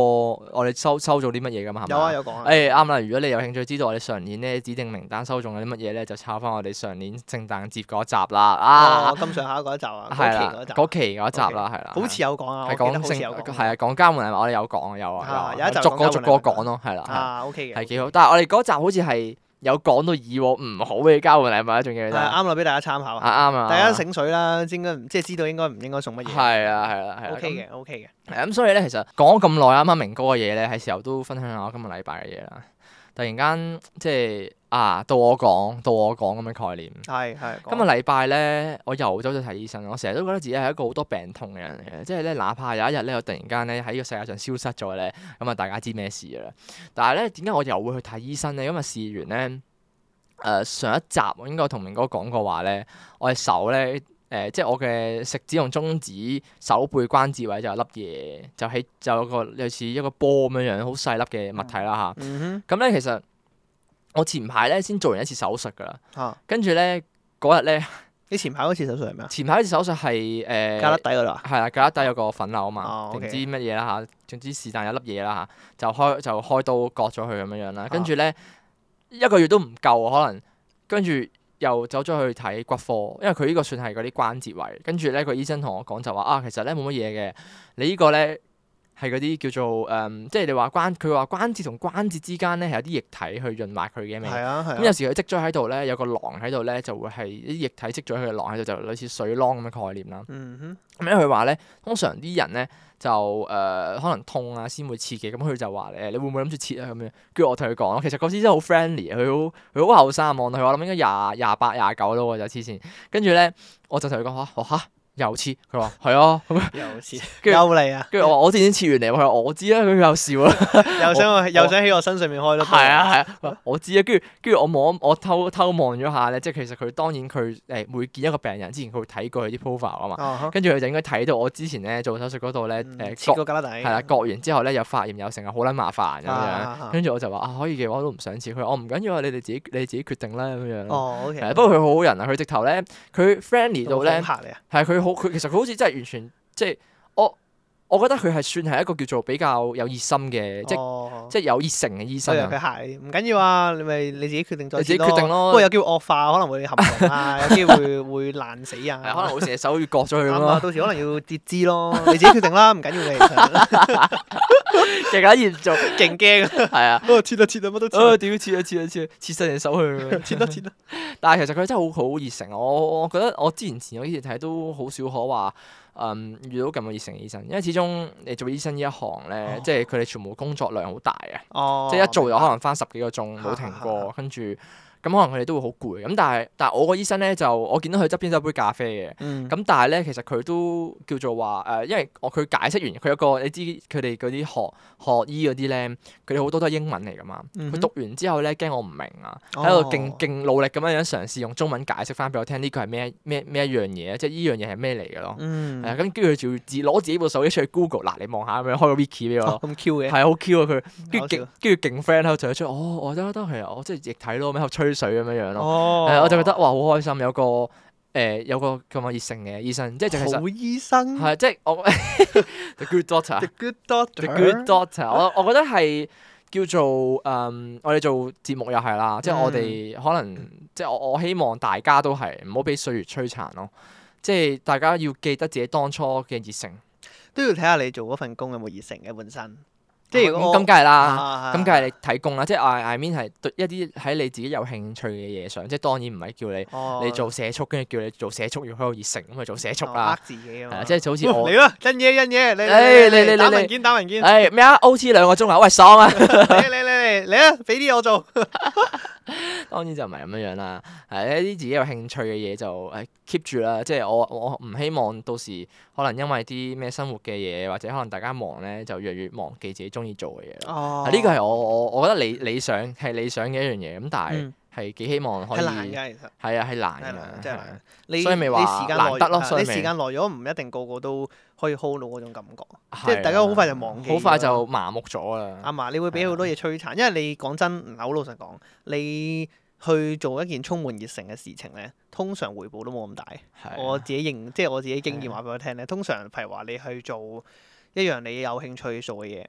S1: 我哋收收咗啲乜嘢噶嘛？係咪
S2: 有啊有講啊。
S1: 誒啱啦！如果你有興趣知道我哋上年咧指定名單收中咗啲乜嘢咧，就抄翻我哋上年聖誕節嗰集啦啊
S2: 哦，，咁上下嗰一集啊，嗰
S1: 係
S2: 期
S1: 啦
S2: 嗰，集，
S1: 嗰期嗰集啦，係啦，
S2: 好似有講啊，
S1: 係
S2: 我記得
S1: 講
S2: 好似有
S1: 聖
S2: 講，
S1: 係啊講交換禮物，我哋有講有
S2: 啊
S1: 啊，
S2: 有一集
S1: 逐個
S2: 講交
S1: 逐
S2: 換
S1: 個
S2: 禮物
S1: 講咯，係啦，係啦
S2: 啊，OK
S1: 係
S2: 嘅，
S1: 幾好。但係我哋嗰集好似係有講到以往唔好嘅交換禮物，仲記唔記
S2: 係
S1: 得啊
S2: 啱啦，俾大家參考啊，
S1: 啱啊，
S2: 大家
S1: 啱啊
S2: 醒水啦，應該唔即係知道應該唔應該送乜嘢，
S1: 係啊係啦係啦
S2: OK 嘅，OK 嘅，
S1: 係咁所以咧，其實講咗咁耐，啱啱明哥嘅嘢咧，係時候都分享下我今個禮拜嘅嘢啦。突然間即係啊，到我講，到我講咁嘅概念。
S2: 係係，
S1: 今個
S2: 日
S1: 禮拜咧，我游走咗睇醫生。我成日都覺得自己係一個好多病痛嘅人嚟嘅，即係咧，哪怕有一日咧，我突然間咧喺呢個世界上消失咗咧，咁啊大家知咩事㗎啦。但係咧，點解我又會去睇醫生咧？啊因為試完咧，誒、呃上一集我應該同明哥講過話咧，我隻手咧誒、即係我嘅食指同中指手背關節位就有粒嘢，就喺就有個類似一個波咁樣樣，好細粒嘅物體啦吓。
S2: 嗯
S1: 咁咧、其實我前排咧先做完一次手術㗎啦，
S2: 哼，嚇，
S1: 跟住咧嗰日咧。
S2: 你前排嗰次手術係咩啊？
S1: 前排嗰次手術係誒，
S2: 加粒底嗰度啊？
S1: 係啦，旮旯底有個粉瘤啊嘛
S2: 哦，
S1: 定唔
S2: OK
S1: 知乜嘢啦嚇，總之是但有粒嘢啦嚇，就開就開刀割咗佢咁樣
S2: 啊
S1: 樣啦，跟住咧一個月都唔夠啊可能，跟住又走咗去睇骨科，因為佢呢個算係嗰啲關節位，跟住咧個醫生同我講就話啊，其實咧冇乜嘢嘅，你呢個咧係嗰啲叫做誒、嗯即係你話關佢話關節同關節之間咧係有啲液體去潤滑佢嘅嘛。
S2: 係啊
S1: 咁
S2: 係
S1: 有
S2: 啊，
S1: 時佢積咗喺度咧，有個囊喺度咧，就會係啲液體積咗佢嘅囊喺度，就類似水囊咁嘅概念啦。
S2: 嗯哼，
S1: 咁咧佢話咧，通常啲人咧就誒、呃可能痛啊先會切嘅，咁佢就話誒你會唔會諗住切啊咁樣？跟住我同佢講，其實嗰時真係好 friendly，佢啊好佢好後生，望到佢我諗應該廿廿八廿九咯喎，就黐線。跟住咧我就同佢講嚇，我嚇又切，佢話係啊，咁樣
S2: 又似
S1: 跟住
S2: 又嚟啊，
S1: 跟住我話我之前切完嚟，佢話我知啊，佢又笑啊，
S2: 又想我又想喺我身上面開咯，
S1: 係啊係啊佢話，我知啊，跟住跟住我望我偷偷望咗下咧，即係其實佢當然佢誒每見一個病人之前，佢會睇過佢啲 profile 啊嘛，
S2: 啊哈，
S1: 跟住佢就應該睇到我之前咧做手術嗰度咧
S2: 嗯
S1: 誒
S2: 切
S1: 割
S2: 個旮旯底，
S1: 係啦，割完之後咧又發炎又成日好撚麻煩咁
S2: 啊啊
S1: 樣，
S2: 啊
S1: 跟住我就話啊可以嘅話我都唔想切佢，我唔緊要啊，你哋自己你哋自己決定啦咁樣咯。
S2: 哦
S1: 係啊
S2: ，OK，
S1: 不過佢好好人啊，佢直頭咧佢 friendly 到咧，
S2: 嚇你啊，
S1: 係佢好佢其實佢好似真係完全即係我我覺得佢係算係一個叫做比較有熱心嘅，即係
S2: 哦
S1: 即係有熱誠嘅醫
S2: 所以
S1: 生啊。
S2: 佢嚇你，唔緊要啊，你咪你自己決定再
S1: 你自己
S2: 切咯
S1: 決定咯
S2: 不過有機會惡化，可能會含膿啊，有機會會爛死啊，
S1: 係可能好似隻手要割咗佢咁
S2: 啱啊，
S1: 咯，
S2: 到時可能要截肢咯，你自己決定啦，唔緊要嘅，其實
S1: 更加嚴 重，
S2: 勁驚啊，
S1: 係啊！
S2: 哦切啦切啦，乜都切啦
S1: 啊屌切啊切啊切啊，切晒隻手去咁樣。
S2: 切啦切啦，
S1: 但係其實佢真係好好熱誠，啊我我覺得我之前前嗰幾次睇都好少可話，嗯遇到咁嘅熱誠嘅醫生，因為始終你做醫生呢一行咧，
S2: 哦
S1: 即係佢哋全部工作量好大啊，
S2: 哦，
S1: 即係一做就可能翻十幾個鐘冇停
S2: 啊啊
S1: 過，跟住咁可能佢哋都會好攰。咁但係但係我個醫生咧就我見到佢側邊都有杯咖啡嘅。
S2: 嗯，
S1: 咁但係咧，其實佢都叫做話誒、因為我佢解釋完，佢有個你知佢哋嗰啲學學醫嗰啲咧，佢哋好多都係英文嚟噶嘛。佢
S2: 嗯哼
S1: 讀完之後咧，驚我唔明啊，喺度勁
S2: 哦
S1: 勁努力咁樣樣嘗試用中文解釋翻俾我聽呢個係咩咩咩一樣嘢，即係呢樣嘢係咩嚟嘅咯。
S2: 嗯
S1: 係啊，咁跟住佢仲要自攞自己部手機出去 Google 嗱，你望下咁樣開個 wiki 俾我
S2: 哦
S1: 咯。
S2: 咁 Q 嘅，
S1: 係好 Q 啊佢，跟住
S2: 搞笑
S1: 勁跟住勁 friend 喺度就出，哦，我得得係啊，我即係液體咯，咁喺度吹水咁樣樣咯。
S2: 哦
S1: 係啊我就覺得哇，好開心，有個誒、有個咁有熱誠嘅醫生，即係就其實
S2: 好醫生
S1: 係即係我 the good doctor
S2: ，the。good
S1: The
S2: doctor，
S1: Good Doctor，我我覺得係叫做嗯，我哋做節目又係啦，即係我哋
S2: 嗯
S1: 可能即係我我希望大家都係唔好俾歲月摧殘咯，即係大家要記得自己當初嘅熱誠，
S2: 都要睇下你做嗰份工有冇熱誠嘅本身，即係如果
S1: 咁
S2: 我
S1: 咁梗係啦。
S2: 啊
S1: 咁梗係你睇工啦，即係 I I mean 係對一啲喺你自己有興趣嘅嘢上，即係當然唔係叫你
S2: 哦
S1: 你做社畜，跟住叫你做社畜要喺度熱誠咁去做社畜
S2: 哦
S1: 啦
S2: 呃，自己啊
S1: 係啊
S2: 嘛，
S1: 即係就好似我
S2: 你啦，真嘢真嘢，你
S1: 哎
S2: 你
S1: 你你
S2: 打
S1: 你
S2: 文件打 文件，
S1: 誒咩啊 OT 兩個鐘啊，喂爽啊！
S2: 你你你你嚟啊，俾啲我做，
S1: 當然就唔係咁樣樣啦，係一啲自己有興趣嘅嘢就誒 keep 住啦。即係我我唔希望到時可能因為啲咩生活嘅嘢，或者可能大家忙咧，就越嚟越忘記自己中意做嘅嘢咯。
S2: 哦
S1: 啊呢個係我我我覺得理理想係理想嘅一樣嘢，咁但係
S2: 嗯
S1: 係幾希望可以
S2: 係難㗎，其實。
S1: 係啊係難
S2: 係難，
S1: 㗎，
S2: 真係
S1: 係啊
S2: 難。你
S1: 所以咪話
S2: 你時間耐
S1: 難得咯
S2: 咗
S1: 所以
S2: 你
S1: 咪
S2: 時間耐咗，唔一定個個都可以 hold 到嗰種感覺。即係大家好快就忘記
S1: 好
S2: 咗
S1: 快
S2: 啦
S1: 就麻木咗啦。
S2: 啱啊，你會俾好多嘢摧殘，因為你講真，好老實講，你去做一件充滿熱誠嘅事情咧，通常回報都冇咁大。
S1: 係
S2: 我
S1: 啊
S2: 自己認，即係我自己經驗
S1: 係啊
S2: 話俾我聽咧，通常譬如話你去做一樣你有興趣做嘅嘢，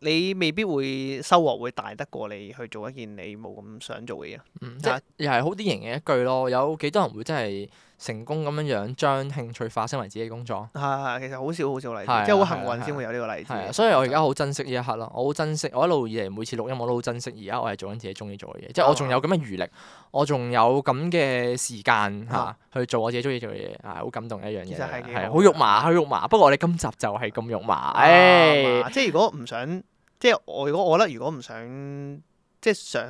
S2: 你未必會收穫會大得過你去做一件你冇咁想做嘅嘢。
S1: 嗯即係又係好典型嘅一句咯。有幾多人會真係成功咁樣樣將興趣化身為自己工作？
S2: 啊，其實好少好少例子
S1: 係啊，
S2: 即係好幸
S1: 係啊
S2: 運先會有呢個例子
S1: 係。啊，所以我而家好珍惜呢一刻咯，我好珍惜，我一路以嚟每次錄音我都好珍惜，而家我係做緊自己中意做嘅嘢，即係我仲有咁嘅餘力，我仲有咁嘅時間嚇
S2: 啊
S1: 去做我自己中意做嘅嘢，係好感動嘅一樣嘢
S2: 其實係
S1: 嚟
S2: 幾
S1: 嘅，係啊
S2: 好
S1: 好肉麻，好肉麻。不過我哋今集就係咁肉麻，
S2: 啱
S1: 唉
S2: 啊，即係如果唔想，即係我如果我覺得如果唔想，即係想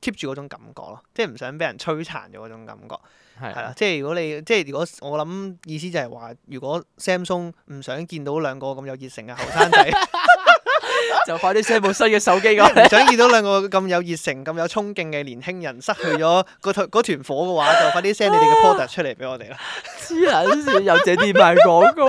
S2: keep 住嗰種感覺咯，即係唔想俾人摧殘咗嗰種感覺，
S1: 係
S2: 係啦
S1: 啊。
S2: 即係如果你即係如果我諗意思就係話，如果 Samsung 唔想見到兩個咁有熱誠嘅後生仔，
S1: 就快啲 send 部新嘅手機
S2: 即係
S1: 過
S2: 唔
S1: 嚟。
S2: 想見到兩個咁有熱誠、咁有衝勁嘅年輕人失去咗嗰團嗰團火嘅話，就快啲 send 你哋嘅 product 出嚟 俾我哋啦。
S1: 黐撚線，又借啲賣廣告，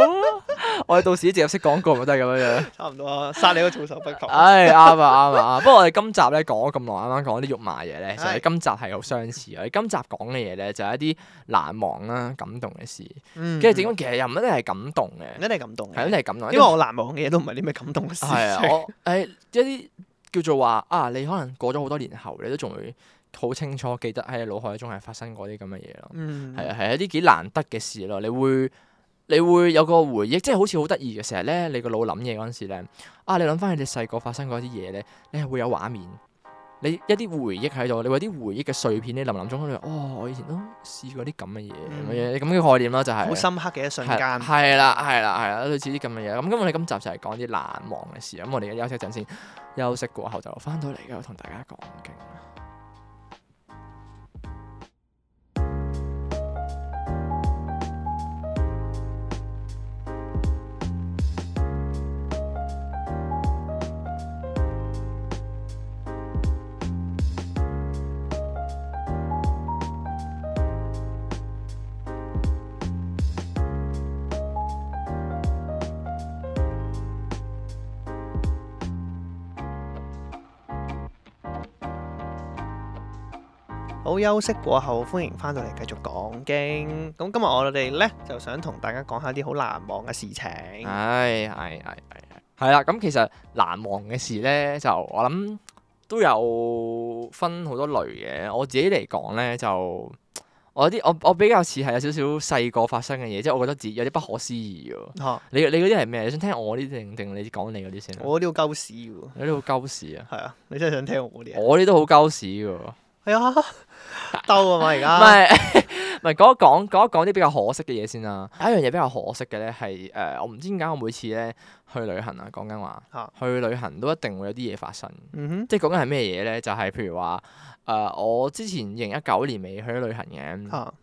S1: 我哋到時直接識廣告咪都係咁樣樣。
S2: 差唔多啊，殺你都措手不及。
S1: 唉，啱啊，啱啊！不過我哋今集咧講咗咁耐，啱啱講啲肉麻嘢咧，其實我哋
S2: 係
S1: 今集係好相似嘅。我哋今集講嘅嘢咧，就係一啲難忘啦、感動嘅事。
S2: 嗯
S1: 跟住點講？其實又唔一定係感動嘅，
S2: 一定感動
S1: 係一
S2: 嘅，
S1: 定係感動。
S2: 因為我難忘嘅嘢都唔係啲咩感動嘅事
S1: 係 啊，
S2: 情。
S1: 我誒一啲叫做話啊，你可能過咗好多年後，你都仲會好清楚記哎得喺你腦海中係發生過啲咁嘅嘢咯。
S2: 嗯
S1: 係啊，係一啲幾難得嘅事咯，你會你會有個回憶，即係好似好得意嘅。成日咧，你個腦諗嘢嗰陣時咧，啊，你諗翻你哋細個發生過一啲嘢咧，你係會有畫面，你一啲回憶喺度，你會有啲回憶嘅碎片，你臨臨中你話哦，我以前都試過啲咁嘅嘢咁嘅嘢，咁嘅概念啦，就係
S2: 嗯好深刻嘅一瞬
S1: 係啦
S2: 間。
S1: 係啦，係啦，係啦，類似啲咁嘅嘢。咁咁我哋今集就係講啲難忘嘅事。咁我哋而家休息陣先，休息過後就翻到嚟嘅，同大家講經。
S2: 好休息過後，歡迎翻到嚟繼續講經。咁今日我哋咧就想同大家講下啲好難忘嘅事情。
S1: 唉，係係係係係啦。咁其實難忘嘅事咧，就我諗都有分好多類嘅。我自己嚟講咧，就我有啲我我比較似係有少少細個發生嘅嘢，即係我覺得自己有啲不可思議喎。
S2: 嚇，
S1: 你你嗰啲係咩？你想聽我呢啲定定你講你嗰啲先啊？
S2: 我啲好鳩 屎喎。
S1: 你都好鳩屎啊！
S2: 係啊，你真係想聽我啲啊？
S1: 我呢都好鳩屎㗎喎。
S2: 係啊，兜啊嘛而
S1: 唔
S2: 家。
S1: 係 唔係講一講講一講啲比較可惜嘅嘢先啦。有一樣嘢比較可惜嘅咧係呃誒，我唔知點解我每次咧去旅行啊，講緊話
S2: 啊
S1: 去旅行都一定會有啲嘢發生。
S2: 嗯哼。
S1: 即係講緊係咩嘢咧？就係、譬如話誒、我之前二零一九年尾去咗旅行嘅。
S2: 嚇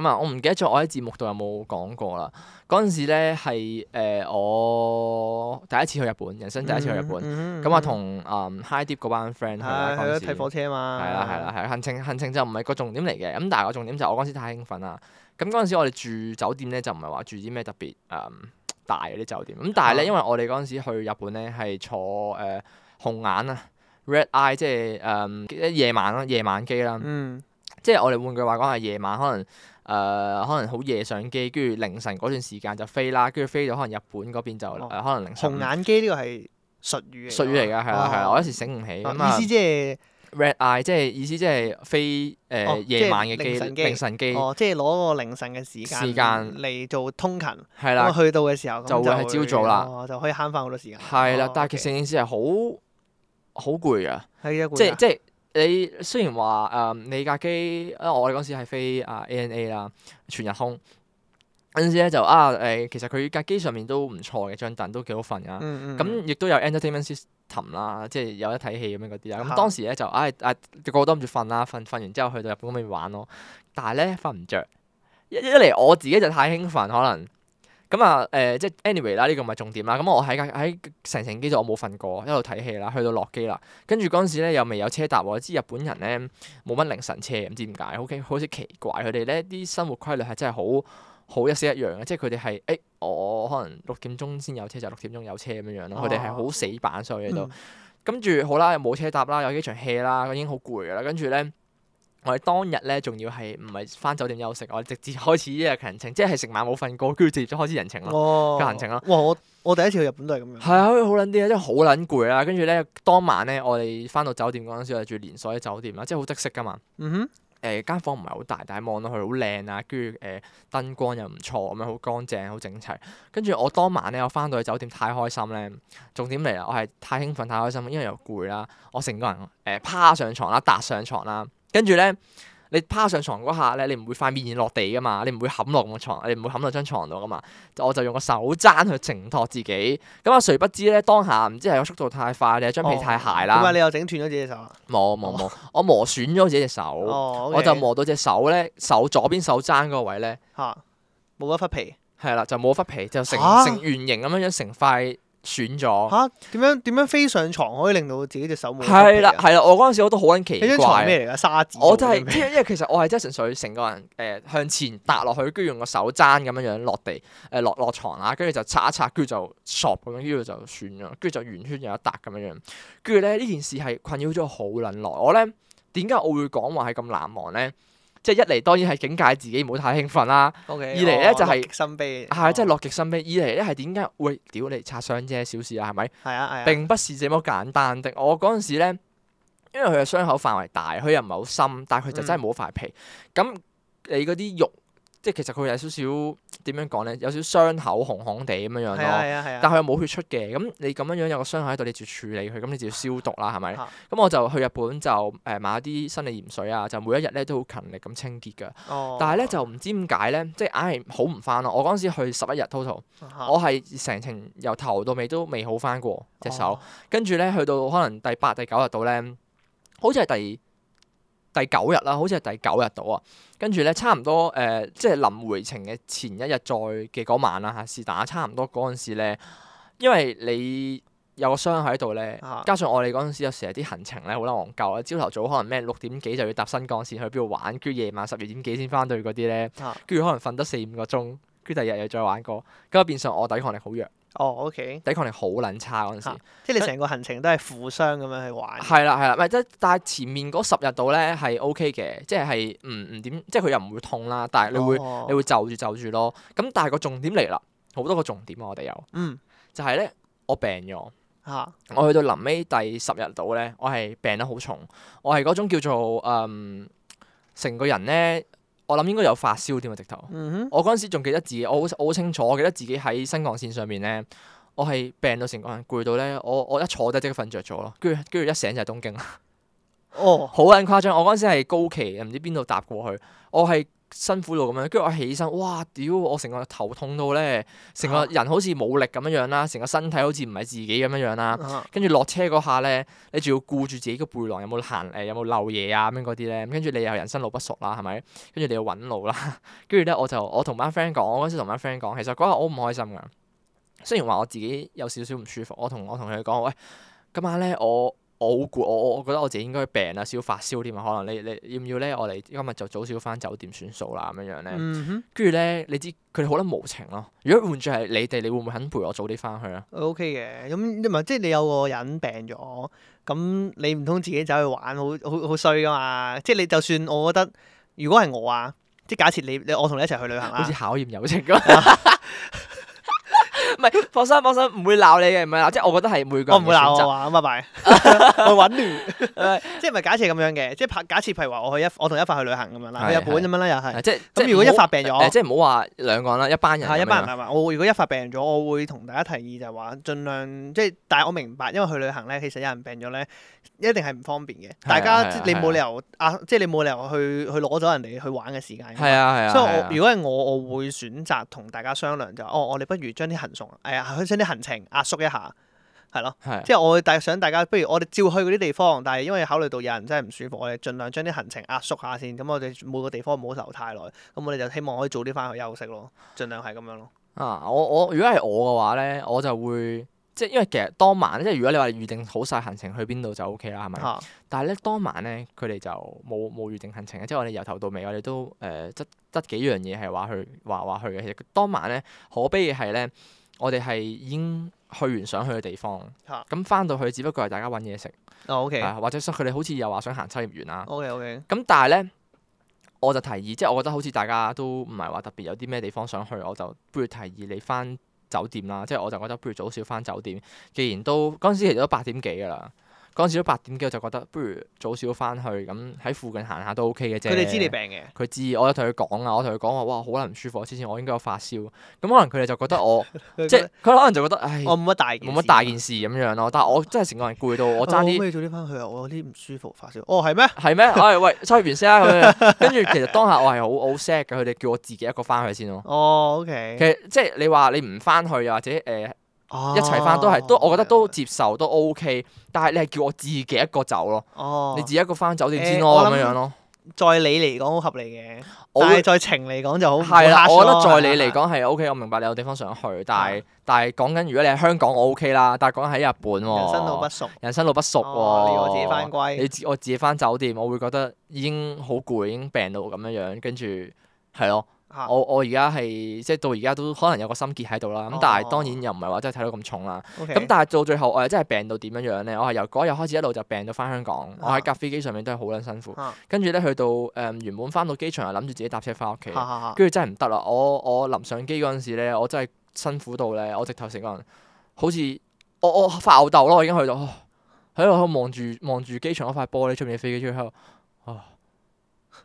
S1: 咁啊，我唔記得咗我喺節目度有冇講過啦。嗰陣時咧係誒我第一次去日本，人生第一次去日本。
S2: 本
S1: 咁啊，同誒 High Deep 嗰班 friend 去啦
S2: 嗯係去
S1: 嗰
S2: 咗
S1: 陣時
S2: 睇。火車嘛。
S1: 係啦係啦係啦，行程行程就唔係個重點嚟嘅，咁但係個重點就係我嗰陣時太興奮啦。咁嗰陣時我哋住酒店咧就唔係話住啲咩特別誒、嗯大嗰啲酒店，咁但係
S2: 啊
S1: 咧因為我哋嗰陣時去日本咧係坐誒、呃、紅眼啊 red eye，即係誒、嗯夜晚啦，夜晚機啦，
S2: 嗯。
S1: 即係我哋換句話講係夜晚可能。誒、可能好夜上機，跟住凌晨嗰段時間就飛啦，跟住飛到可能日本嗰邊就誒、
S2: 哦
S1: 可能凌晨
S2: 紅眼機呢個係術語嚟㗎。
S1: 術語嚟㗎，係啦係啦，
S2: 哦
S1: 我一時醒唔起咁啊
S2: 啊。意思即係
S1: red eye 即係意思即係飛
S2: 哦
S1: 誒
S2: 即
S1: 夜
S2: 係
S1: 晚嘅
S2: 凌
S1: 機
S2: 晨機
S1: 凌晨機
S2: 哦，即係攞個凌晨嘅時間
S1: 時間
S2: 嚟做通勤。
S1: 係
S2: 咁啊
S1: 啦
S2: 去到嘅時候咁
S1: 就會係朝早啦
S2: 哦就可以慳翻好多時間。
S1: 係啦
S2: 哦，
S1: 但係其實
S2: OK
S1: 成件事係好好攰啊！
S2: 係啊，
S1: 即
S2: 即
S1: 係即係你雖然話誒你架機，啊我哋嗰時係飛啊 ANA 啦，全日空嗰陣時咧就啊誒，其實佢架機上面都唔錯嘅張凳都幾好瞓啊㗎。
S2: 嗯嗯
S1: 咁亦都有 entertainment system 啦，即係有得睇戲咁樣嗰啲啦。
S2: 嚇
S1: 咁當時咧就唉啊，個個都諗住瞓啦，瞓瞓完之後去到日本嗰邊玩咯。但係咧瞓唔着，一一嚟我自己就太興奮可能。咁啊，誒、即係 anyway 啦，呢個唔係重點啦。咁我喺架喺成程機就我冇瞓過，一路睇戲啦，去到落機啦。跟住嗰陣時咧又未有車搭喎，知日本人咧冇乜凌晨車，唔知點解，好奇好似奇怪，佢哋咧啲生活規律係真係好好一式一樣嘅，即係佢哋係誒我可能六點鐘先有車就六點鐘有車咁樣樣咯，佢哋係
S2: 哦
S1: 好死板所有嘢都
S2: 嗯。
S1: 跟住好啦，又冇車搭啦，有機場 hea 啦，已經好攰噶啦。跟住咧，我哋當日咧仲要係唔係翻酒店休息，我哋直接開始一日行程，即係食晚冇瞓過，跟住直接開始人情咯。
S2: 哦
S1: 嘅行程啦。
S2: 哇！我我第一次去日本都係咁樣。
S1: 係啊，好撚啲啊，真係好撚攰啦。跟住咧，當晚咧，我哋翻到酒店嗰陣時，我哋住連鎖嘅酒店啦，啊即係好即式噶嘛。
S2: 嗯哼，
S1: 誒間房唔係好大，但係望落去好靚啊，跟住誒燈光又唔錯咁樣，好乾淨，好整齊。跟住我當晚咧，我翻到去酒店太開心咧，重點嚟啦，我係太興奮太開心，因為又攰啦，我成個人誒、趴上床啦，搭上床啦，跟住咧。你趴上床嗰下咧，你唔會塊面落地噶嘛，你唔會冚落個床，你唔會冚落張床度噶嘛。我就用個手踭去承托自己。咁啊，誰不知咧，當下唔知係個速度太快定係張被太鞋
S2: 點解
S1: 啦，
S2: 哦啊你又整斷咗自己手啊？
S1: 冇冇冇，我磨損咗自己隻手。
S2: 哦，OK，
S1: 我就磨到隻手咧，手左邊手踭嗰個位咧，
S2: 嚇冇一忽皮
S1: 係啦，就冇忽皮，就成
S2: 嚇
S1: 成圓形咁樣樣，成塊損咗。
S2: 嚇點樣點樣飛上床可以令到自己隻手冇一忽皮啊？
S1: 係啦，係啦，我嗰陣時我都好撚奇
S2: 你張床
S1: 怪，啊
S2: 咩嚟㗎？沙子做嘅咩。
S1: 我就係 因為因為其實我係真係純粹成個人誒、呃向前搭落去，跟住用個手踭咁樣樣落地誒、呃落落床啦，跟住就擦一擦，跟住就索咁樣，跟住就損咗，跟住就圓圈有一笪咁樣樣。跟住咧呢件事係困擾咗我好撚耐。我咧點解我會講話係咁難忘咧？即係一嚟當然係警戒自己唔好太興奮啦。
S2: OK，
S1: 二嚟呢
S2: 哦
S1: 就係
S2: 樂極生悲。
S1: 係即係
S2: 哦
S1: 樂極生悲。二嚟咧係點解？喂，屌你擦傷啫，小事啊，係咪？
S2: 係啊係啊。
S1: 並不是這麼簡單的。我嗰陣時咧，因為佢嘅傷口範圍大，佢又唔係
S2: 嗯
S1: 好深，但係佢就真係冇塊皮。咁、你嗰啲肉，即係其實佢有少少點樣講咧，有少少傷口紅紅地咁樣樣咯。
S2: 係啊係啊係啊，
S1: 但佢又冇血出嘅，咁你咁樣樣有個傷口喺度，你就要處理佢，咁你就要消毒啦，係咪？
S2: 啊
S1: 咁我就去日本就誒買啲生理鹽水啊，就每一日咧都好勤力咁清潔㗎。
S2: 哦
S1: 但係咧就唔知點解咧，即係硬係好唔翻咯。我嗰陣時去十一日 total，
S2: 啊
S1: 我係成程由頭到尾都未好翻過隻手
S2: 哦，
S1: 跟住咧去到可能第八、第九日到咧，好似係第第九日啦，好似係第九日到啊。跟住咧差唔多誒、呃即係臨回程嘅前一日再嘅嗰晚啦嚇，是但差唔多嗰陣時咧，因為你。有個傷喺度咧
S2: 啊，
S1: 加上我哋嗰陣時有時有啲行程咧好撚戇鳩啊！朝頭早可能咩六點幾就要搭新幹線去邊度玩，跟住夜晚十二點幾先翻到去嗰啲咧
S2: 啊，
S1: 跟住可能瞓得四五個鐘，跟住第二日又再玩過，咁啊變相我抵抗力好弱，
S2: 哦 OK，
S1: 抵抗力好撚差嗰陣時
S2: 啊。即係你成個行程都係負傷咁樣去玩。
S1: 係啦係啦，咪即係但係前面嗰十日度咧係 O K 嘅，即係係唔唔點，即係佢又唔會痛啦，但係你會、
S2: 哦
S1: 你會就住就住咯。咁但係個重點嚟啦，好多個重點啊，我哋有
S2: 嗯
S1: 就係咧，我病咗。
S2: 嚇
S1: 我去到臨尾第十日度咧，我係病得好重，我係嗰種叫做嗯，成個人咧，我諗應該有發燒添啊，直頭。
S2: 嗯
S1: 我嗰陣時仲記得自己，我好我好清楚，我記得自己喺新幹線上面咧，我係病到成個人攰到咧，我我一坐低即刻瞓着咗咯，跟住跟住一醒就係東京啦，
S2: 哼哦
S1: 好撚誇張。我嗰陣時係高崎，唔知邊度搭過去，我係辛苦到咁樣，跟住我起身，哇屌！我成個頭痛到咧，成個人好似冇力咁樣樣啦，成個身體好似唔係自己咁樣樣啦。
S2: 啊
S1: 跟住落車嗰下咧，你仲要顧住自己個背囊有冇行誒，有冇漏嘢啊咁樣嗰啲咧，跟住你又人生路不熟啦，係咪？跟住你要揾路啦， 跟住咧我就我同班 friend 講，我嗰時同班 friend 講，其實嗰日我好唔開心噶。雖然話我自己有少少唔舒服，我同我同佢講，喂，今晚咧我我好攰，我我我覺得我自己應該病啦，少發燒添啊，可能你你要唔要咧？我哋今日就早少翻酒店算數啦，咁樣樣咧。
S2: 嗯哼
S1: 跟住咧，你知佢哋好撚無情咯。如果換住係你哋，你會唔會肯陪我早啲翻去啊？
S2: OK 嘅，咁唔係即係你有個人病咗，咁你唔通自己走去玩，好好好衰噶嘛？即係你就算我覺得，如果係我啊，即係假設你你我同你一齊去旅行
S1: 好似
S2: 啦，
S1: 考驗友情 咁。唔係，放心放心，唔會鬧你嘅，唔係鬧，即係我覺得係每個
S2: 我
S1: 人
S2: 唔
S1: 嘅
S2: 會鬧
S1: 選
S2: 我
S1: 擇。
S2: 話，拜拜， 我揾亂，即係咪假設咁樣嘅？即係拍假設譬如話我去一我同一發去旅行咁樣啦，
S1: 係啊
S2: 去日本咁樣啦又係，
S1: 係即係即係
S2: 咁如果一
S1: 唔好
S2: 發病
S1: 誒，
S2: 咗。
S1: 即係唔好話兩個人啦，一班人咁樣
S2: 係
S1: 啦。
S2: 啊一班人係嘛？我如果一發病咗，我會同大家提議就係話，盡量即係，但係我明白，因為去旅行咧，其實有人病咗咧，一定係唔方便嘅。大
S1: 係啊
S2: 家即
S1: 係啊
S2: 係你
S1: 係啊
S2: 冇理由啊，即係你冇理由去去攞咗人哋去玩嘅時間㗎嘛。
S1: 係啊係啊。
S2: 所以
S1: 係
S2: 我
S1: 啊
S2: 如果係我，我會選擇同大家商量就話哦，我哋不如將啲行程誒啊將啲行程壓縮一下，係咯。
S1: 係啊
S2: 即係我大想大家，不如我哋照去嗰啲地方，但係因為考慮到有人真係唔舒服，我哋盡量將啲行程壓縮下先。咁我哋每個地方唔好留太耐，咁我哋就希望可以早啲翻去休息咯，盡量係咁樣咯。
S1: 啊！我我如果係我嘅話咧，我就會即係因為其實當晚即係如果你話預定好晒行程去邊度就 O K 啦，係咪？
S2: 嚇
S1: 但係咧當晚咧，佢哋就冇冇預定行程嘅，即係我哋由頭到尾，我哋都誒得得幾樣嘢係話去話話去嘅。其實當晚咧，可悲嘅係咧，我哋係已經去完想去嘅地方
S2: 嚇，
S1: 咁翻到去只不過係大家揾嘢食，
S2: 哦，OK
S1: 啊或者佢哋好似又話想行秋葉原啊啦。
S2: OK OK，
S1: 咁但係咧，我就提議，即係我覺得好似大家都唔係話特別有啲咩地方想去，我就不如提議你翻酒店啦。即係我就覺得不如早少翻酒店，既然都嗰陣時其實都八點幾㗎啦。嗰陣時都八點幾，我就覺得不如早少翻去，咁喺附近行下都 OK 嘅啫。
S2: 佢哋知你病嘅，
S1: 佢知，我有同佢講啊，我同佢講話，哇，好撚唔舒服，我之前我應該有發燒。咁可能佢哋就覺得 我，即
S2: 即
S1: 係佢可能就覺得，唉，
S2: 我冇乜大
S1: 冇乜大件事咁樣咯。但係我真係成個人攰到，我
S2: 我
S1: 爭啲
S2: 可唔可以早啲翻去啊？我有啲唔舒服發燒。哦，係咩？
S1: 係 咩？哎喂，收完先啦咁樣。跟住其實當下我係好好 sad 嘅，佢哋叫我自己一個翻去先咯。
S2: 哦
S1: 其
S2: ，OK，哦
S1: 實即係你話你唔翻去又或者誒、呃
S2: 一
S1: 一齊翻都係都，我覺得都接受都 OK。但係你係叫我自己一個走咯，
S2: 哦
S1: 你，自己一個翻酒店先
S2: 誒我
S1: 咯
S2: 諗
S1: 咁樣樣咯。
S2: 在你嚟講好合理嘅，
S1: 我
S2: 但
S1: 會
S2: 係在情嚟講就好
S1: 係啦，
S2: 好
S1: 我覺
S2: harsh 咯
S1: 得在你嚟
S2: 係啊
S1: 講係 OK，我明白你有地方想去，但
S2: 係
S1: 係但係講緊如果你喺香港我 OK 啦，但係講緊喺日本
S2: 係係人生路
S1: 喎
S2: 不，熟，
S1: 人生路不熟喎，
S2: 哦你要我自己翻歸。
S1: 你自我自己翻酒店，我會覺得已經好攰，已經病到咁樣樣，跟住係咯。
S2: 嚇
S1: 我我而家係即係到而家都可能有個心結喺度啦，咁但係當
S2: 哦
S1: 然又唔係話真係睇到咁重啦。
S2: OK，
S1: 咁但係到最後我係真係病到點樣樣咧？我係由嗰日開始一路就病到翻香港，我
S2: 啊
S1: 喺架飛機上面都係好撚辛苦
S2: 啊。
S1: 跟住咧去到誒原本翻到機場又諗住自己搭車翻屋企，
S2: 嚇嚇嚇
S1: 跟住真係唔得啦！我我臨上機嗰陣時咧，我真係辛苦到咧，我直頭成個人好似我我發吽豆咯，我已經去到哦喺度喺度望住望住機場嗰塊玻璃出面嘅飛機，跟住喺度啊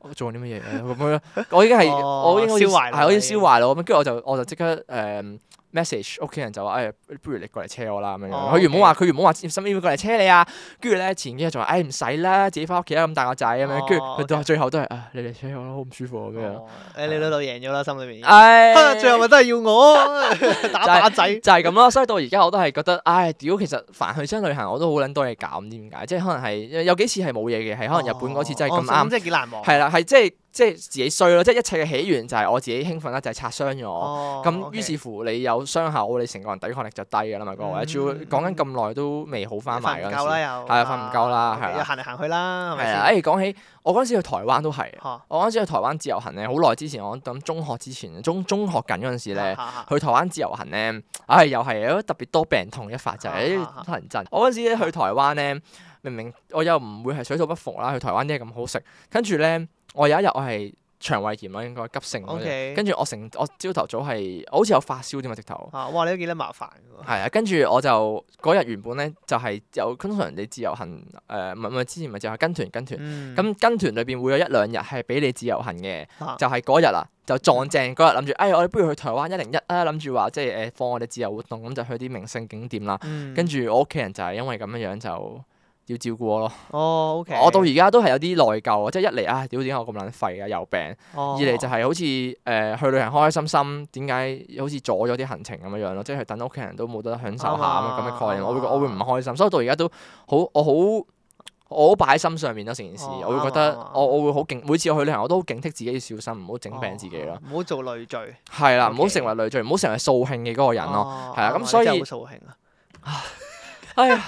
S1: 我做緊啲乜嘢咧咁樣？我已經係
S2: 哦
S1: 我已經好似
S2: 燒壞啦
S1: 係我已
S2: 已
S1: 經
S2: 經
S1: 燒壞啦咁樣，跟住我就我就即刻誒 message 屋企人就話誒，不如你過嚟車我啦咁樣。
S2: 哦
S1: 佢原本
S2: OK
S1: 話佢原本話使唔使要過嚟車你啊？跟住咧前幾日仲話哎誒唔使啦，自己翻屋企啊啦咁大個仔咁樣。跟住
S2: 哦
S1: 佢到最後都係啊，你嚟車我啦，好唔舒服啊咁樣。
S2: 哦誒你老豆贏咗啦，心裏面已經。啊
S1: 唉，
S2: 最後咪都係要我 打靶仔。
S1: 就係咁咯，所以到而家我都係覺得，唉，屌，其實凡去親旅行我都好撚多嘢搞，唔知點解，即係可能係有幾次係冇嘢嘅，係可能日本嗰次真係咁啱
S2: 哦咁，即係幾難忘。
S1: 係啊啦，係即係即係自己衰咯，即係一切嘅起源就係我自己興奮啦，就係擦傷咗。
S2: 哦
S1: 咁
S2: OK
S1: 於是乎你有傷口，你成個人抵抗力就低㗎啦嘛，各位。
S2: 嗯
S1: 主要講緊咁耐都未好翻埋
S2: 瞓
S1: 嗰
S2: 唔
S1: 陣
S2: 夠啦
S1: 時，
S2: 又。
S1: 係啊瞓唔夠啦
S2: 啊
S1: 係啦
S2: 又行嚟行去啦，係咪
S1: 係啊。誒
S2: 先？
S1: 講起我嗰陣時去台灣都係，
S2: 嚇
S1: 我嗰陣時去台灣自由行咧，好耐之前我諗中學之前，中中學緊嗰陣時咧。
S2: 嚇嚇
S1: 去台灣自由行咧，唉、又係有特別多病痛一發就係、
S2: 啊啊
S1: 誒
S2: 啊
S1: 乞人憎。我嗰陣時咧去台灣咧，明明我又唔會係水土不服啦，去台灣啲嘢咁好食，跟住咧我有一日我係腸胃炎啦，應該急性嗰隻
S2: OK
S1: 跟住我成我朝頭早係我好似有發燒添啊，直頭。
S2: 嚇哇！你都幾得麻煩㗎喎。
S1: 係啊，跟住我就嗰日原本咧就係、有通常你自由行誒，唔係唔係之前咪就係跟團跟團，
S2: 嗯
S1: 咁、跟團裏邊會有一兩日係俾你自由行嘅，
S2: 啊
S1: 就係嗰日啊，就撞正嗰日諗住，哎，我哋不如去台灣一零一啊，諗住話即係誒放我哋自由活動，咁就去啲名勝景點啦。
S2: 嗯
S1: 跟住我屋企人就係因為咁樣樣就要照顧我咯。
S2: 哦，OK。
S1: 我到而家都係有啲內疚啊，即係一嚟啊，屌點解我咁撚廢啊，有病；
S2: 哦
S1: 二嚟就係好似誒、呃去旅行開開心心，點解好似阻咗啲行程咁樣樣咯？即係等屋企人都冇得享受下咁
S2: 啱啊
S1: 樣咁嘅概念，我會
S2: 啱啊
S1: 我會唔開心，所以到而家都好我好。我好擺喺心上面咯，成件事，
S2: 哦
S1: 我會覺
S2: 啱啊啱
S1: 得
S2: 啊
S1: 我我會好警，每次我去旅行我都好警惕自己要小心，唔好整
S2: 哦
S1: 病自己咯。
S2: 唔好做累贅
S1: 係啦，唔好
S2: OK
S1: 成為累贅，唔好成為掃興嘅嗰個人咯。
S2: 咯
S1: 係啊咁所以
S2: 好掃興啊。
S1: 哎 呀，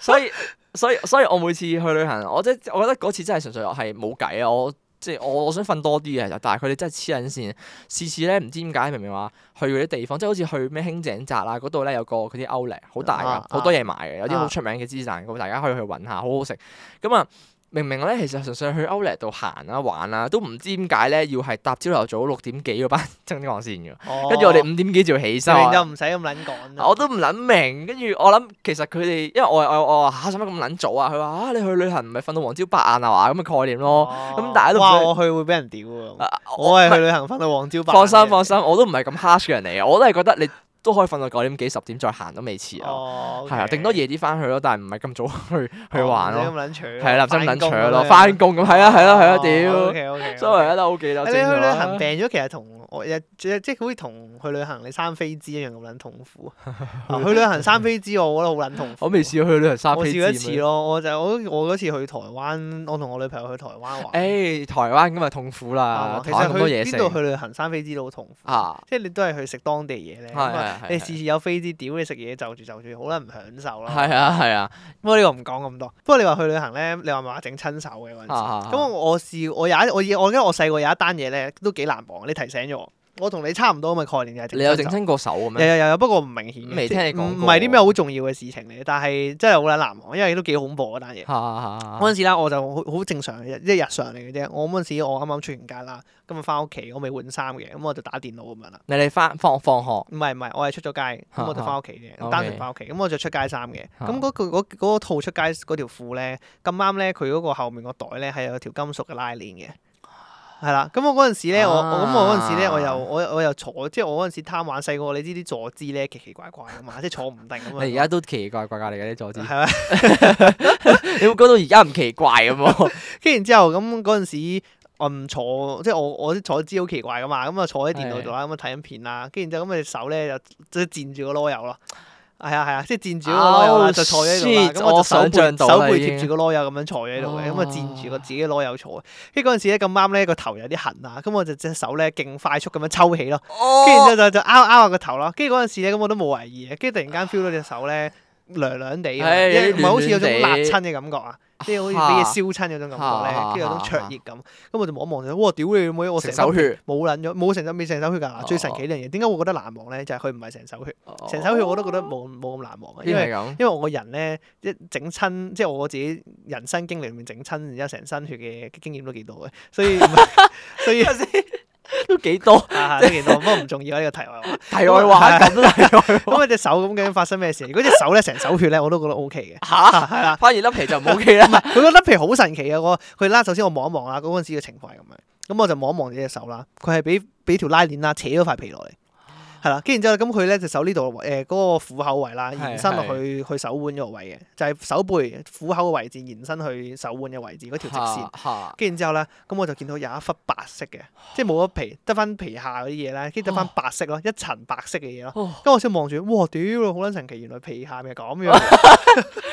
S1: 所以所以所以我每次去旅行，我即係我覺得嗰次真係純粹係冇計啊！我即係我我想瞓多啲嘅，但係佢哋真係黐撚線，次次咧唔知點解明明話去嗰啲地方，即係好似去咩輕井澤啊啦，嗰度咧有個嗰啲 Outlet 好大
S2: 啊
S1: 㗎，好多嘢賣嘅，有啲好出名嘅資產，咁大家可以去揾下，好好食。咁啊，明明咧其實純粹去 Outlet 度行啦玩啦，都唔知點解咧要係搭朝頭早六點幾嗰班正啲航線㗎，跟
S2: 跟
S1: 住我哋五點幾就要起身。
S2: 哦
S1: 啊
S2: 明哦就唔使咁撚講啦。
S1: 我都唔撚明，跟住我諗其實佢哋，因為我我我話嚇使乜咁撚早啊？佢話啊你去旅行唔係瞓到黃朝白晏啊嘛咁嘅概念咯。
S2: 哦
S1: 咁但係都唔
S2: 哇！
S1: 使
S2: 我去會俾人屌喎。
S1: 啊
S2: 我係
S1: 唔係
S2: 去旅行瞓到黃朝白。
S1: 放心放。心，我都唔係咁 harsh 嘅人嚟嘅，我都係覺得你都可以瞓到九點幾十點再行都未遲啊。
S2: 哦，
S1: 係啊，頂多夜啲翻去咯，但係唔係咁早去去玩
S2: 哦
S1: 咯。
S2: 唔使咁撚搶。
S1: 係啦，真撚
S2: 翻工
S1: 扯咯，
S2: 咁樣
S1: 翻工咁係啊係啊係啊，
S2: O
S1: 屌！
S2: K O K。
S1: 所以我而家都好記得。
S2: 你
S1: 正啊咗
S2: 去旅
S1: 啦
S2: 行病咗，其實同我日即即好似同去旅行你生飛滋一樣咁撚痛苦。 啊去旅行生飛滋，我覺得好撚痛苦。啊
S1: 我未試過去旅行三
S2: 我
S1: 飛
S2: 試
S1: 紙
S2: 過一
S1: 咁
S2: 次
S1: 樣
S2: 咯，我就我我嗰次去台灣，我同我女朋友去台灣玩。
S1: 誒，台灣咁咪痛苦啦
S2: 啊，
S1: 台
S2: 其
S1: 灣
S2: 實
S1: 咁多
S2: 去
S1: 嘢
S2: 邊度去
S1: 食
S2: 旅行生飛滋都好痛苦，
S1: 啊，
S2: 即係你都係去食當地嘢咧。
S1: 係
S2: 咁啊
S1: 係係
S2: 你
S1: 係
S2: 次次有飛滋屌你食嘢就住就住，好啦唔享受啦。
S1: 係啊係啊，
S2: 不過呢個唔講咁多。不過你話去旅行咧，你話咪話整親手嘅嗰陣時
S1: 啊啊啊
S2: 咁我試我有一我以我記得我細個有一單嘢咧都幾難忘，你提醒咗我。我同你差唔多咁嘅概念就係
S1: 你有
S2: 整
S1: 整
S2: 親
S1: 親
S2: 手
S1: 過手嘅
S2: 有
S1: 咩？
S2: 有有有，不過唔明顯嘅，
S1: 未
S2: 即
S1: 聽你
S2: 係唔
S1: 講
S2: 唔係啲咩
S1: 過
S2: 好重要嘅事情嚟，但係真係好撚難忘，因為都幾恐怖嗰單嘢。
S1: 嚇嚇嚇
S2: 嗰陣時啦，我就好好正常嘅，一日常嚟嘅啫。我嗰陣時我啱啱出完街啦，咁啊翻屋企，我未換衫嘅，咁我就打電腦咁樣啦。
S1: 你哋翻放放學
S2: 唔係唔係，我係出咗街，咁我就翻屋企
S1: 啊
S2: 嘅，
S1: 啊
S2: 單純翻屋企。咁我着出街衫嘅，
S1: 啊
S2: 咁嗰個嗰嗰套出街嗰條褲咧，咁啱咧，佢嗰個後面個袋咧係有條金屬嘅拉鏈嘅。係啦，咁我嗰陣時咧，我我咁我嗰陣時
S1: 啊
S2: 咧，我又我我又坐，即係我嗰陣時貪玩細個，你知啲坐姿咧奇奇怪怪噶嘛，即係坐唔定咁啊。
S1: 你而家都奇奇怪怪㗎，你嗰啲坐姿，
S2: 係啊咪？
S1: 你會覺得而家唔奇怪咁喎。
S2: 跟住然之後咁嗰陣時，我唔坐，即係我我啲坐姿好奇怪噶嘛，咁啊坐喺電腦度啦，咁啊睇緊片啦，跟住然之後咁啊隻手咧就即係攢住個籮柚咯。係啊係啊，即係攢住個籮柚啦，
S1: Oh
S2: 就坐喺度啦。咁
S1: shit，
S2: 我
S1: 我
S2: 就手
S1: 想像
S2: 背
S1: 到
S2: 手
S1: 啦
S2: 背
S1: 已經
S2: 貼住個籮柚咁樣坐咗喺度嘅，咁啊攢住個
S1: 啊
S2: 自己籮柚坐。跟住嗰陣時咧咁啱咧個頭有啲痕啊，咁我就隻手咧勁快速咁樣抽起咯，
S1: 哦
S2: 跟住然之後就就拗拗下個頭咯。跟住嗰陣時咧咁我都冇懷疑嘅，跟住突然間 feel 到隻手咧涼涼地咁
S1: 唉
S2: 樣，因為唔係好似有種
S1: 暖
S2: 辣
S1: 暖地
S2: 親嘅感覺啊。即係好似俾嘢燒親嗰種感覺咧，
S1: 嚇
S2: 跟住有種灼熱感。咁我就望一望就，哇！屌你老妹，我成
S1: 食手血，
S2: 冇撚咗，冇成手未成手血㗎。嗱，
S1: 哦
S2: 最神奇呢樣嘢，點解會覺得難忘咧？就係佢唔係成手血，成手血我都覺得冇冇咁難忘嘅，因
S1: 因
S2: 為
S1: 為哦咁
S2: 因為我個人咧一整親，即係我自己人 生經歷裏面整親，然之後成身血嘅經驗都幾多嘅，所以所以。
S1: 都幾多
S2: 啊，呢件我不過唔重要啊，呢個題外話。
S1: 題外話咁啦，題外話
S2: 咁啊隻手咁究竟發生咩事？如果隻手咧成手血咧，我都覺得 O K 嘅。
S1: 嚇，
S2: 係啦，
S1: 反而粒皮就唔 OK 啦。
S2: 佢個粒皮好神奇嘅，啊我佢啦，首先我望一望啦，嗰陣時嘅情況係咁樣，咁我就望一望呢隻手啦，佢係俾俾條拉鏈啦扯咗塊皮落嚟，係啦，跟住然之後咁佢咧隻手呢度誒嗰個虎口位啦，
S1: 係
S2: 延伸落去去手腕嗰個位嘅，就係手背虎口嘅位置延伸去手腕嘅位置嗰條直線。
S1: 嚇
S2: 跟住然之後咧，咁我就見到有一忽白 色嘅，即係冇咗皮，得翻皮下嗰啲嘢咧，跟住得翻白色咯，一層白色嘅嘢咯。
S1: 哦
S2: 跟住我先望住，哇屌，好撚神奇，原來皮下面係咁樣。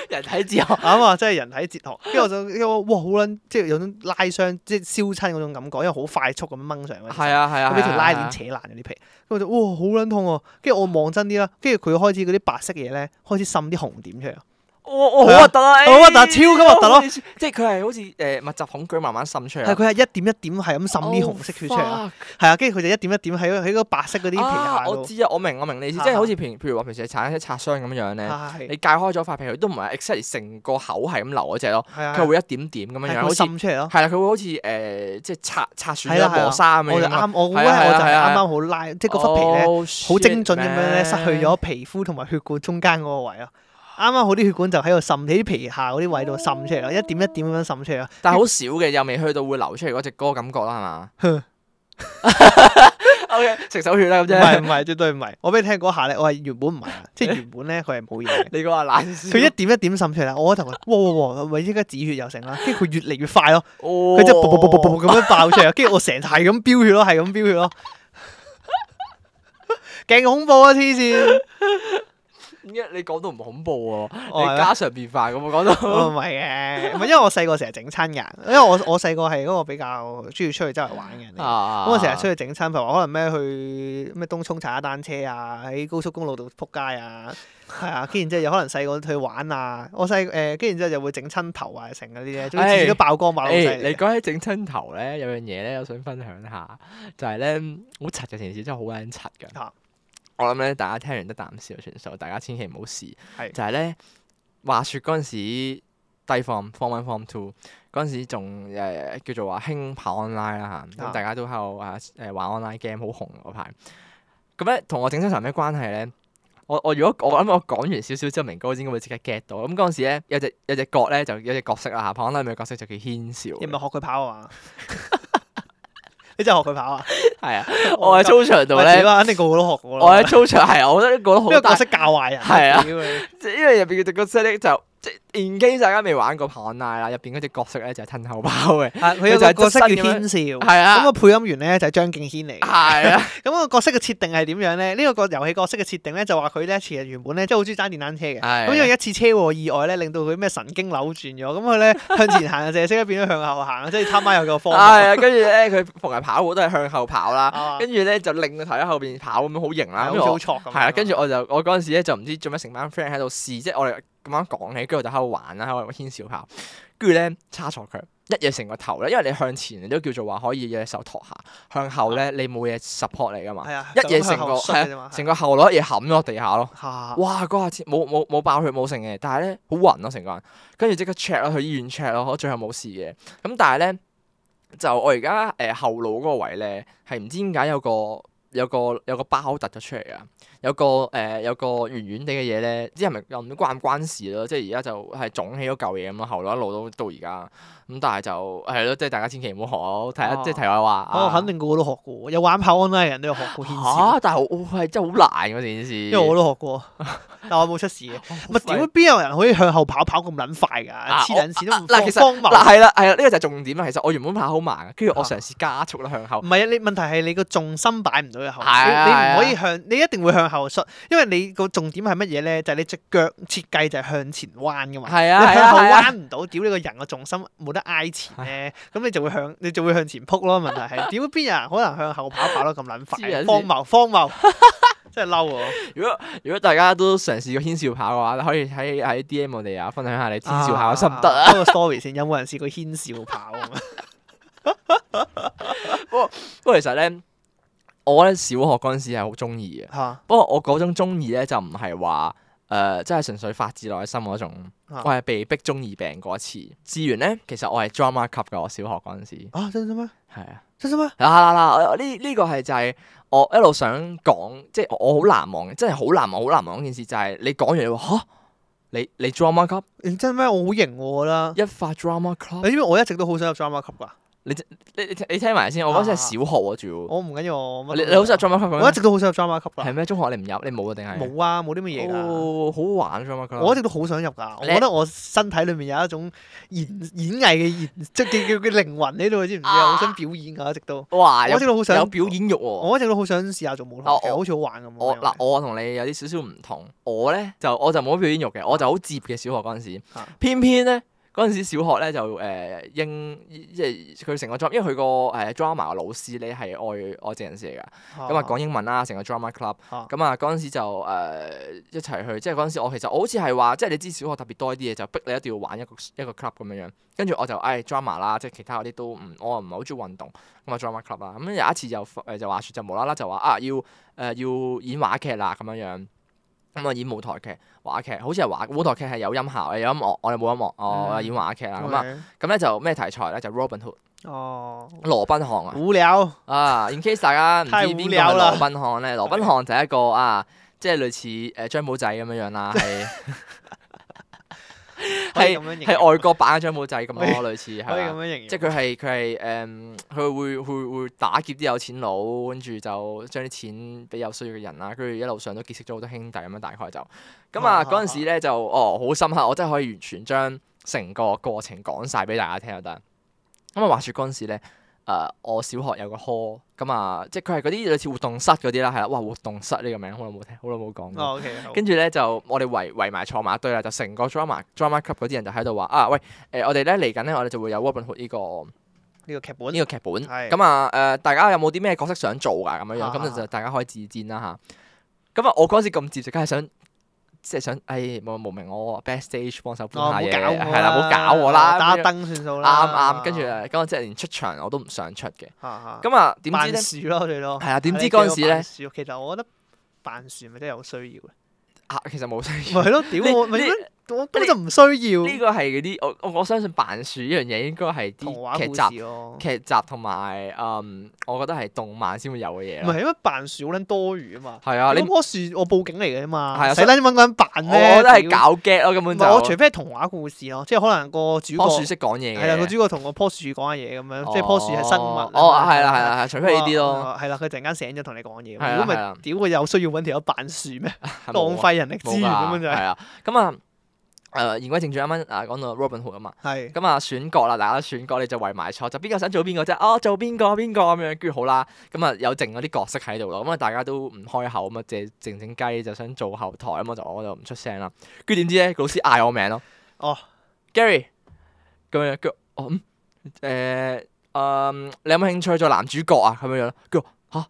S1: 人體自由
S2: 啱啊！真係人體哲學。跟住我就，因為哇好撚，即係有種拉傷，即係燒親嗰種感覺，因為好快速咁樣掹上嗰陣時
S1: 係啊係啊，
S2: 咁俾條拉鏈
S1: 扯
S2: 扯爛咗啲皮，跟住我就哇好撚痛喎！跟住我望真啲啦，跟住佢開始嗰啲白色嘢咧，開始滲啲紅點出
S1: 啊
S2: 嚟。
S1: 我我好核突啊！
S2: 好核突
S1: 哎
S2: 超級核突咯！
S1: 即係佢係好似誒密集恐懼慢慢滲出嚟啊
S2: 係
S1: 啦。
S2: 佢係一點一點係咁滲啲紅色血出嚟啦。
S1: Oh, fuck
S2: 係啊，跟住佢就一點一點喺喺嗰白色嗰啲皮
S1: 啊
S2: 下
S1: 我
S2: 度。
S1: 知啊，我明我明你意思，
S2: 嚇
S1: 即係好似平譬如話平時你擦一擦傷咁樣咧，
S2: 係
S1: 你界開咗塊皮，佢都唔係 exactly 成個口係咁流嗰只咯，
S2: 係啊，
S1: 佢會一點點咁樣
S2: 係
S1: 樣，
S2: 佢
S1: 好
S2: 會
S1: 似
S2: 滲出嚟咯。
S1: 係啦，佢會好似誒即係擦擦損
S2: 係啦
S1: 咗
S2: 係啦
S1: 磨砂咁
S2: 我
S1: 樣
S2: 就
S1: 樣咯。Oh，
S2: 啱，我估
S1: 係
S2: 咧
S1: 啊係啊
S2: 我就係
S1: 係啊
S2: 啱啱好拉，即係嗰忽皮咧。好精準咁樣咧，失去咗皮膚同埋血管中間嗰個位咯。啱啱好啲血管就喺度滲喺啲皮下嗰啲位度滲出嚟咯，一點一點咁樣滲出嚟咯。
S1: 但係好少嘅，又未去到會流出嚟嗰只歌感覺啦，係嘛？OK，食手血啦咁
S2: 唔係唔
S1: 啫。
S2: 係，絕對唔係。我俾你聽嗰下咧，我係原本唔係啊，即係原本咧佢係冇嘢嘅。
S1: 你講話冷笑，
S2: 佢一點一點滲出嚟啦，我嗰頭話哇哇哇，咪依家止血又成啦，跟住佢越嚟越快咯，佢
S1: 佢
S2: 真係噗噗噗噗噗咁樣爆出嚟，跟住我成係咁飆血咯，係咁飆血咯，勁恐怖啊！黐線，
S1: 你講到唔恐怖喎，
S2: 我哦係
S1: 你家常便飯咁我講
S2: 我
S1: 到。
S2: Oh 唔係嘅，唔係因為我細個成日整親㗎，因為我我細個係嗰個比較中意出去周圍玩嘅人嚟嘅。
S1: 啊
S2: 咁我成日出去整親，譬如話可能咩去咩東涌踩下單車啊，喺高速公路度撲街啊，係啊，跟然之後有可能細個去玩啊，我細誒，跟然之後就會整親頭啊，成嗰啲咧，總之次次都爆光爆到好犀
S1: 誒，
S2: 利
S1: 你講起整親頭咧，有樣嘢咧，我想分享下，就係咧好柒嘅件事，真係好撚柒㗎
S2: 啊。
S1: 我諗咧，大家聽完得啖笑就算數，大家千祈唔好試。
S2: 係
S1: 就係咧，話説嗰陣時低 form form one form two 嗰陣時仲誒叫做話興跑 online 啦嚇，咁
S2: 啊
S1: 大家都喺度啊誒玩 online game 好紅嗰排。咁咧同我整親頭有咩關係咧？我我如果我諗我講完少少之後，明哥應該會即刻 get 到。咁嗰陣時咧，有隻有隻角咧，就有隻角色啦嚇，跑 online 咪有個角色就叫軒少
S2: 你
S1: 嘅。
S2: 咪學佢跑啊嘛？ 你真係學佢跑啊？
S1: 係啊， 我喺操場度
S2: 咪屌
S1: 咧，
S2: 啊肯定個個都學過
S1: 我喺
S2: 啦。
S1: 操場係啊，我覺得覺得好
S2: 邊個
S1: 大
S2: 角色教壞人？
S1: 係啊
S2: 屌你，
S1: 即係因為入邊嘅角色咧就即係 in case 大家未玩過跑 online 啦，入邊嗰隻角色咧就係吞口包嘅，
S2: 啊佢有
S1: 就係
S2: 個角色叫
S1: 側身咁樣
S2: 軒少，
S1: 係啊
S2: 咁個配音員咧就係張敬軒嚟嘅。
S1: 係啊，
S2: 咁個角色嘅設定係點樣咧？呢、個個遊戲角色嘅設定咧，就話佢咧其實原本咧即係好中意揸電單車嘅。
S1: 係
S2: 咁因為一次車禍意外咧，令到佢咩神經扭轉咗，咁 佢咧向前行就淨係識得變咗向後行，即係他媽有個方向。
S1: 係啊，跟住咧佢逢係跑步都係向後跑啦，
S2: 啊
S1: 跟住咧就擰個頭喺後邊跑咁樣好型啦，
S2: 好
S1: 跟
S2: 似
S1: 住
S2: 好
S1: 我
S2: 錯咁樣。
S1: 係啊，跟住我就我嗰陣時咧就唔知做咩成班 friend 喺度試，即係我哋咁啱講起，跟住我就喺度玩啦，喺度牽小跑，跟住咧叉錯佢。一嘢成個頭咧，因為你向前你都叫做話可以有隻手托下，向後咧你冇嘢 support 你噶嘛，
S2: 啊係啊，
S1: 一嘢成個
S2: 個
S1: 係
S2: 係
S1: 啊
S2: 啊，
S1: 成個啊後腦一嘢冚咗落地下咯。
S2: 嚇
S1: 哇！嗰下切冇冇冇爆血冇成嘅，但係咧好暈咯啊成個人，跟住即刻 check 咯，去醫院 check 咯，我最後冇事嘅。咁但係咧就我而家誒後腦嗰個位咧係唔知點解有個有個有個包突咗出嚟啊！有個誒、呃有個圓圓地嘅嘢咧，唔知係咪又唔知關唔關事咯？即係而家就係腫起咗嚿嘢咁咯，後腦一路都到而家。咁但係就係咯，即係大家千祈唔好學，睇下
S2: 哦
S1: 即係題外話啊。
S2: 我肯定個個都學過，有玩跑 online 嘅人都有學過牽
S1: 嚇
S2: 線，！
S1: 但係我我係真係好難嗰件事。
S2: 因為我都 學過，但我冇出事嘅。唔係點邊有人可以向後跑跑咁撚快㗎？
S1: 啊
S2: 黐撚線
S1: 我啊嗱其實
S2: 都唔荒
S1: 嗱
S2: 謬。
S1: 係啦係啦，呢個就係重點啦。其實我原本跑好慢嘅，跟
S2: 啊
S1: 住我嘗試加速啦向後
S2: 唔。係啊！你問題係你個重心擺唔到入後，
S1: 哦係
S2: 你你唔
S1: 啊
S2: 可以向，你一定會向後摔，因為你個重點係乜嘢咧？就係你隻腳設計就係向前彎噶嘛。
S1: 係
S2: 嗯你
S1: 啊係
S2: 向後
S1: 啊
S2: 彎唔到，屌你個人個重心冇得挨前咧，咁你就會向你就會向前撲咯。問題 係屌邊有人可能向後跑跑得咁撚
S1: 黐撚
S2: 快？
S1: 線
S2: 荒謬荒謬，真係嬲我！
S1: 如果如果大家都嘗試過牽笑跑嘅話，可以喺喺 D M 我哋啊，分享下你牽笑跑嘅心得啊。
S2: 啊！開個 story 先，有冇人試過牽笑跑 啊？
S1: 不過其實咧，我咧小學嗰陣時係好中意嘅。
S2: 嚇
S1: 不過我嗰種中意咧就唔係話誒，即係純粹發自內心嗰種。
S2: 啊
S1: 我係被逼中意病嗰一次。志源咧，其實我係 drama 級嘅，我小學嗰陣時
S2: 啊！真心咩？
S1: 係啊，
S2: 真心咩？
S1: 啦啦啦！呢呢個係就係我一路想講，即係我我好難忘嘅，真係好難忘、好難忘嗰件事就係你講完你話吓，你你 drama club
S2: 認真咩？我好型喎我覺得。
S1: 一發 drama
S2: 你
S1: club，
S2: 知唔知我一直都好想入 drama 級㗎？
S1: 你你你聽埋先，我嗰陣係小學喎，仲
S2: 啊我唔緊要，我乜
S1: 要
S2: 都
S1: 你你好
S2: 唔
S1: 想入
S2: 入
S1: drama club
S2: 我
S1: 嘅
S2: 一直都好想入 drama 級
S1: 咩
S2: 㗎。
S1: 係咩？中學你唔入，你冇啊定係？
S2: 冇啊，冇啲乜嘢㗎。
S1: 哦，好好玩 drama club。
S2: 我一直都好想入㗎，我覺得我身體裏面有一種演演藝嘅演，即係叫叫嘅靈魂喺度，知唔知啊？
S1: 啊
S2: 好想表演㗎，一直都。
S1: 哇，
S2: 我
S1: 有
S2: 一直都好想
S1: 有表，演欲喎。
S2: 我一直都好想試下做舞台
S1: 啊
S2: 劇，
S1: 我
S2: 好似好玩咁。
S1: 我
S2: 因為
S1: 嗱，我同你有啲少少唔同。我咧就我就冇乜表演欲嘅，我就好接嘅小學嗰陣時
S2: 啊。
S1: 偏偏咧嗰陣時小學咧就誒、呃英即係佢成個 drama，因為佢個誒 drama 嘅老師咧係外外籍人士嚟㗎，
S2: 哦
S1: 咁啊講英文啦，成個 drama club。
S2: 啊
S1: 咁啊嗰陣時就誒、呃一齊去，即係嗰陣時我其實我好似係話，即係你知小學特別多啲嘢，就逼你一定要玩一個一個 club 咁樣樣。跟住我就誒、唉 drama 啦，即係其他嗰啲都唔，我唔係好中意運動，咁啊 drama club 啦。咁有一次就誒就話説就無啦啦就話啊要誒、呃要演話劇啦咁樣樣。咁啊演舞台劇、話劇，好似係話舞台劇係有音效、有音樂，我哋冇音樂，哦
S2: 嗯
S1: 演話劇啦咁啊。
S2: OK
S1: 咁咧就咩題材咧？就 Robin Hood
S2: 哦，
S1: 羅賓漢啊！
S2: 無聊。
S1: 啊，in case 大家唔
S2: 太
S1: 知邊個
S2: 無
S1: 係
S2: 聊
S1: 羅
S2: 啦
S1: 賓漢咧，羅賓漢就係一個啊，即係類似誒張保仔咁樣樣啦， 係係
S2: 可以咁樣形容
S1: 係外國版嘅張保仔咁咯，類似
S2: 可以
S1: 係
S2: 咁
S1: 嘛。
S2: 樣形容。
S1: 即係佢係佢係誒，佢會會會打劫啲有錢佬，跟住就將啲錢俾有需要嘅人啊啦，跟住一路上都結識咗好多兄弟咁樣，大概就咁啊
S2: 啊
S1: 嗰陣時咧就哦好深刻，我真係可以完全將成個過程講晒俾大家聽就得。咁啊話説嗰陣時咧，誒、我小學有個 hall，咁啊即係佢係嗰啲類似活動室嗰啲啦，係啦，哇活動室呢個名好耐冇聽，好耐冇講過。
S2: 哦，OK，好
S1: 跟住咧就我哋圍圍埋坐埋一堆啦，就成個 drama drama club 嗰啲人就喺度話啊喂誒、我哋咧嚟緊咧我哋就會有 Robin Hood 呢、個。
S2: 呢個劇本
S1: 呢個劇本。
S2: 係
S1: 咁啊誒，大家有冇啲咩角色想做㗎咁樣樣？
S2: 啊
S1: 咁就就大家可以自薦啦吓，咁啊，我嗰陣時咁接，就梗係想。即係想，誒冇無名我 backstage 幫手搬
S2: 哦，唔
S1: 下
S2: 好
S1: 嘢，
S2: 搞我
S1: 係啦，唔好搞我啦，
S2: 打
S1: 咁樣
S2: 燈算數啦。啊
S1: 啱啱，跟住誒咁我即係連出場我都唔想出嘅。
S2: 咁
S1: 咁啊，點知
S2: 扮
S1: 咧？
S2: 樹咯，最多。
S1: 係啊點知嗰陣時咧
S2: 扮樹其實我覺得扮樹咪真係有需要嘅。
S1: 啊，其實冇需要。
S2: 咪係 咯，
S1: 你
S2: 屌我咪
S1: 你
S2: 我根本就唔需要
S1: 呢個係嗰啲，我我我相信扮樹呢樣嘢應該係
S2: 童話
S1: 啲劇
S2: 故
S1: 集、
S2: 事咯。
S1: 劇集同埋嗯，我覺得係動漫先會有嘅嘢
S2: 唔
S1: 咯。
S2: 係因為扮樹好撚多餘啊嘛。
S1: 係啊，你
S2: 咁棵樹我報警嚟嘅
S1: 係啊
S2: 嘛，使
S1: 所以
S2: 撚揾個人扮
S1: 我
S2: 咩？
S1: 覺得係
S2: 屌
S1: 搞 get 咯，根本
S2: 唔
S1: 就
S2: 係我除非係童話故事咯，即係可能個主
S1: 棵樹
S2: 角
S1: 識講嘢
S2: 係啦，個
S1: 嘅。
S2: 主角同個棵樹講下嘢咁樣，即係棵樹係生物啊
S1: 哦
S2: 嘛。
S1: 哦，係啦係啦係啦，除非呢啲
S2: 咁
S1: 咯，
S2: 啊。係啦，佢突然間醒咗同你講嘢，
S1: 係啦
S2: 如果咪
S1: 係啦
S2: 屌佢有需要揾條友扮樹咩？
S1: 係
S2: 浪
S1: 冇
S2: 費人力資源咁樣就係。
S1: 係啊。咁啊，誒言歸正傳，啱啱啊講到 Robin Hood 啊嘛，
S2: 係
S1: 咁啊選角啦，大家選角你就圍埋坐，就邊個想做邊個啫？哦，做邊個邊個咁樣，跟住好啦，咁啊有剩嗰啲角色喺度咯，咁啊大家都唔開口咁啊，借靜靜雞就想做後台，咁啊我就我就唔出聲啦。跟住點知咧，老師嗌我名咯，
S2: 哦
S1: ，Gary 咁樣，跟住我嗯誒嗯你有冇興趣做男主角啊？咁樣樣咯，跟住我嚇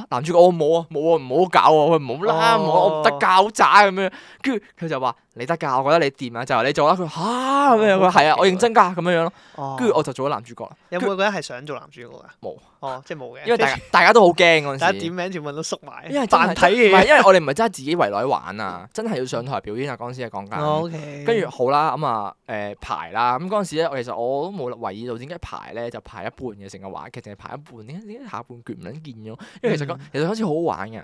S1: 嚇男主角我冇啊冇啊唔好搞啊，喂唔好啦，
S2: 哦
S1: 唔好我唔得搞渣咁樣。跟住佢就話你得㗎，我覺得你掂啊，就你做啦。佢嚇咁樣，佢係啊，我認真㗎咁樣樣咯。
S2: 哦，
S1: 跟住我就做咗男主角啦，
S2: 有冇個人係想做男主角㗎？
S1: 冇。
S2: 哦，即係冇嘅。
S1: 因為大
S2: 即係
S1: 家大家都好驚嗰
S2: 大
S1: 陣
S2: 家
S1: 時
S2: 點。名全部都縮埋，
S1: 因為真係
S2: 扮睇
S1: 唔係，
S2: 嘢。
S1: 因為我哋唔係真係自己圍內玩 啊，真係要上台表演啊！嗰陣時係講緊。
S2: O K。
S1: 跟住好啦，咁啊誒排啦，咁嗰陣時咧，我其實我都冇留意到點解排咧就排一半嘅，成個話劇淨係排一半，點解點解下半橛唔撚見咗？因為其實嗰、
S2: 嗯
S1: 其實嗰陣時好好玩嘅。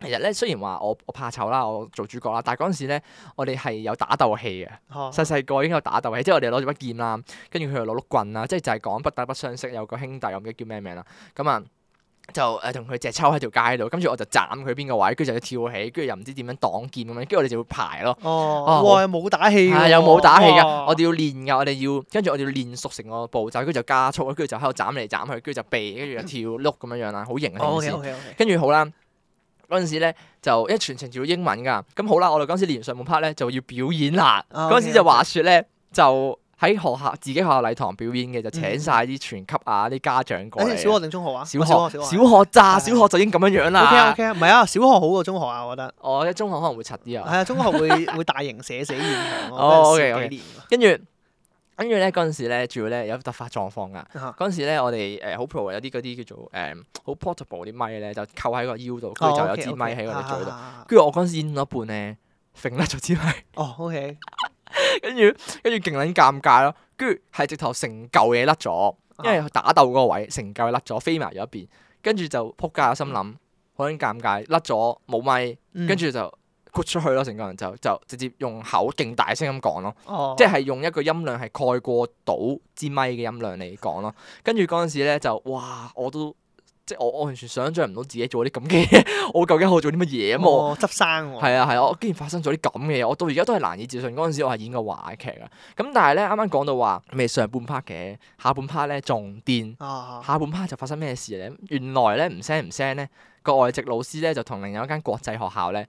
S1: 其實咧，雖然話我我怕醜啦，我做主角啦，但係嗰陣時咧，我哋係有打鬥戲嘅。
S2: 哦
S1: 細細個已經有打鬥戲，即係我哋攞住把劍啦，跟住佢又攞碌棍啦，即係就係講不打不相識。有個兄弟，我唔記得叫咩名啦，咁啊就誒同佢隻抽喺條街度，跟住我就斬佢邊個位，跟住就要跳起，跟住又唔知點樣擋劍咁樣，跟住我哋就會排咯。
S2: 哦，哇！又冇打戲
S1: 係
S2: 㗎
S1: 啊，
S2: 喎，
S1: 有冇打氣㗎？
S2: 哇
S1: 我哋要練㗎，我哋要跟住我哋要練熟成個步驟，跟住就加速，跟住就喺度斬嚟斬去，跟住就避，跟住就跳碌咁樣樣啦，好型啊！
S2: O
S1: 件事
S2: K O K O K。
S1: 跟住好啦，嗰陣時咧就因為全程仲要英文㗎，咁好啦，我哋嗰陣時練完上半 part 咧就要表演啦。
S2: 啊
S1: 嗰陣時
S2: OK，
S1: 就
S2: OK
S1: 話説咧，就喺學校自己學校禮堂表演嘅，就請
S2: 嗯
S1: 晒啲全級啊啲家長過
S2: 誒
S1: 嚟。
S2: 小學定中學啊？
S1: 小
S2: 我
S1: 學
S2: 小
S1: 小學咋？小
S2: 係
S1: 學就已經咁樣樣
S2: O K
S1: 啦
S2: O。K，唔係啊，小學好過中學啊，我覺得。
S1: 我喺中學可能會柒啲啊。
S2: 係啊，中學會會大型社死現場咯。
S1: 哦
S2: 嗰陣時
S1: OK，OK
S2: 幾年啊㗎
S1: 跟住跟住咧嗰陣時咧，仲要咧有突發狀況㗎。
S2: 啊
S1: 嗰陣時咧，我哋誒好 pro 啊有啲嗰啲叫做誒好 portable 啲咪咧，就扣喺個腰度，
S2: 哦
S1: 跟住就有支咪喺
S2: 啊
S1: 我哋嘴度。
S2: 度。
S1: 跟住我嗰陣時演到一半咧，揈甩咗支咪，
S2: 哦，OK，
S1: 跟住跟住勁撚尷尬咯。跟住係直頭成嚿嘢甩咗，
S2: 啊
S1: 因為打鬥嗰個位成嚿甩咗，飛埋咗一邊，跟住就撲街，我心諗好撚尷尬，甩咗冇咪，
S2: 嗯
S1: 跟住就豁出去咯，成個人就就直接用口勁大聲咁講咯。
S2: 哦，
S1: 即係用一個音量係蓋過到支咪嘅音量嚟講咯。跟住嗰陣時咧就哇，我都即係我我完全想像唔到自己做啲咁嘅嘢，我究竟我做啲乜嘢咁我。
S2: 哦執生喎，
S1: 係啊係啊，我竟然發生咗啲咁嘅嘢，我到而家都係難以置信。嗰陣時我係演過話劇啊，咁但係咧啱啱講到話未上半 part 嘅，下半 part 咧仲癲。
S2: 啊，
S1: 下半 part 就發生咩事咧？原來咧唔聲唔聲咧，個外籍老師咧就同另外一間國際學校咧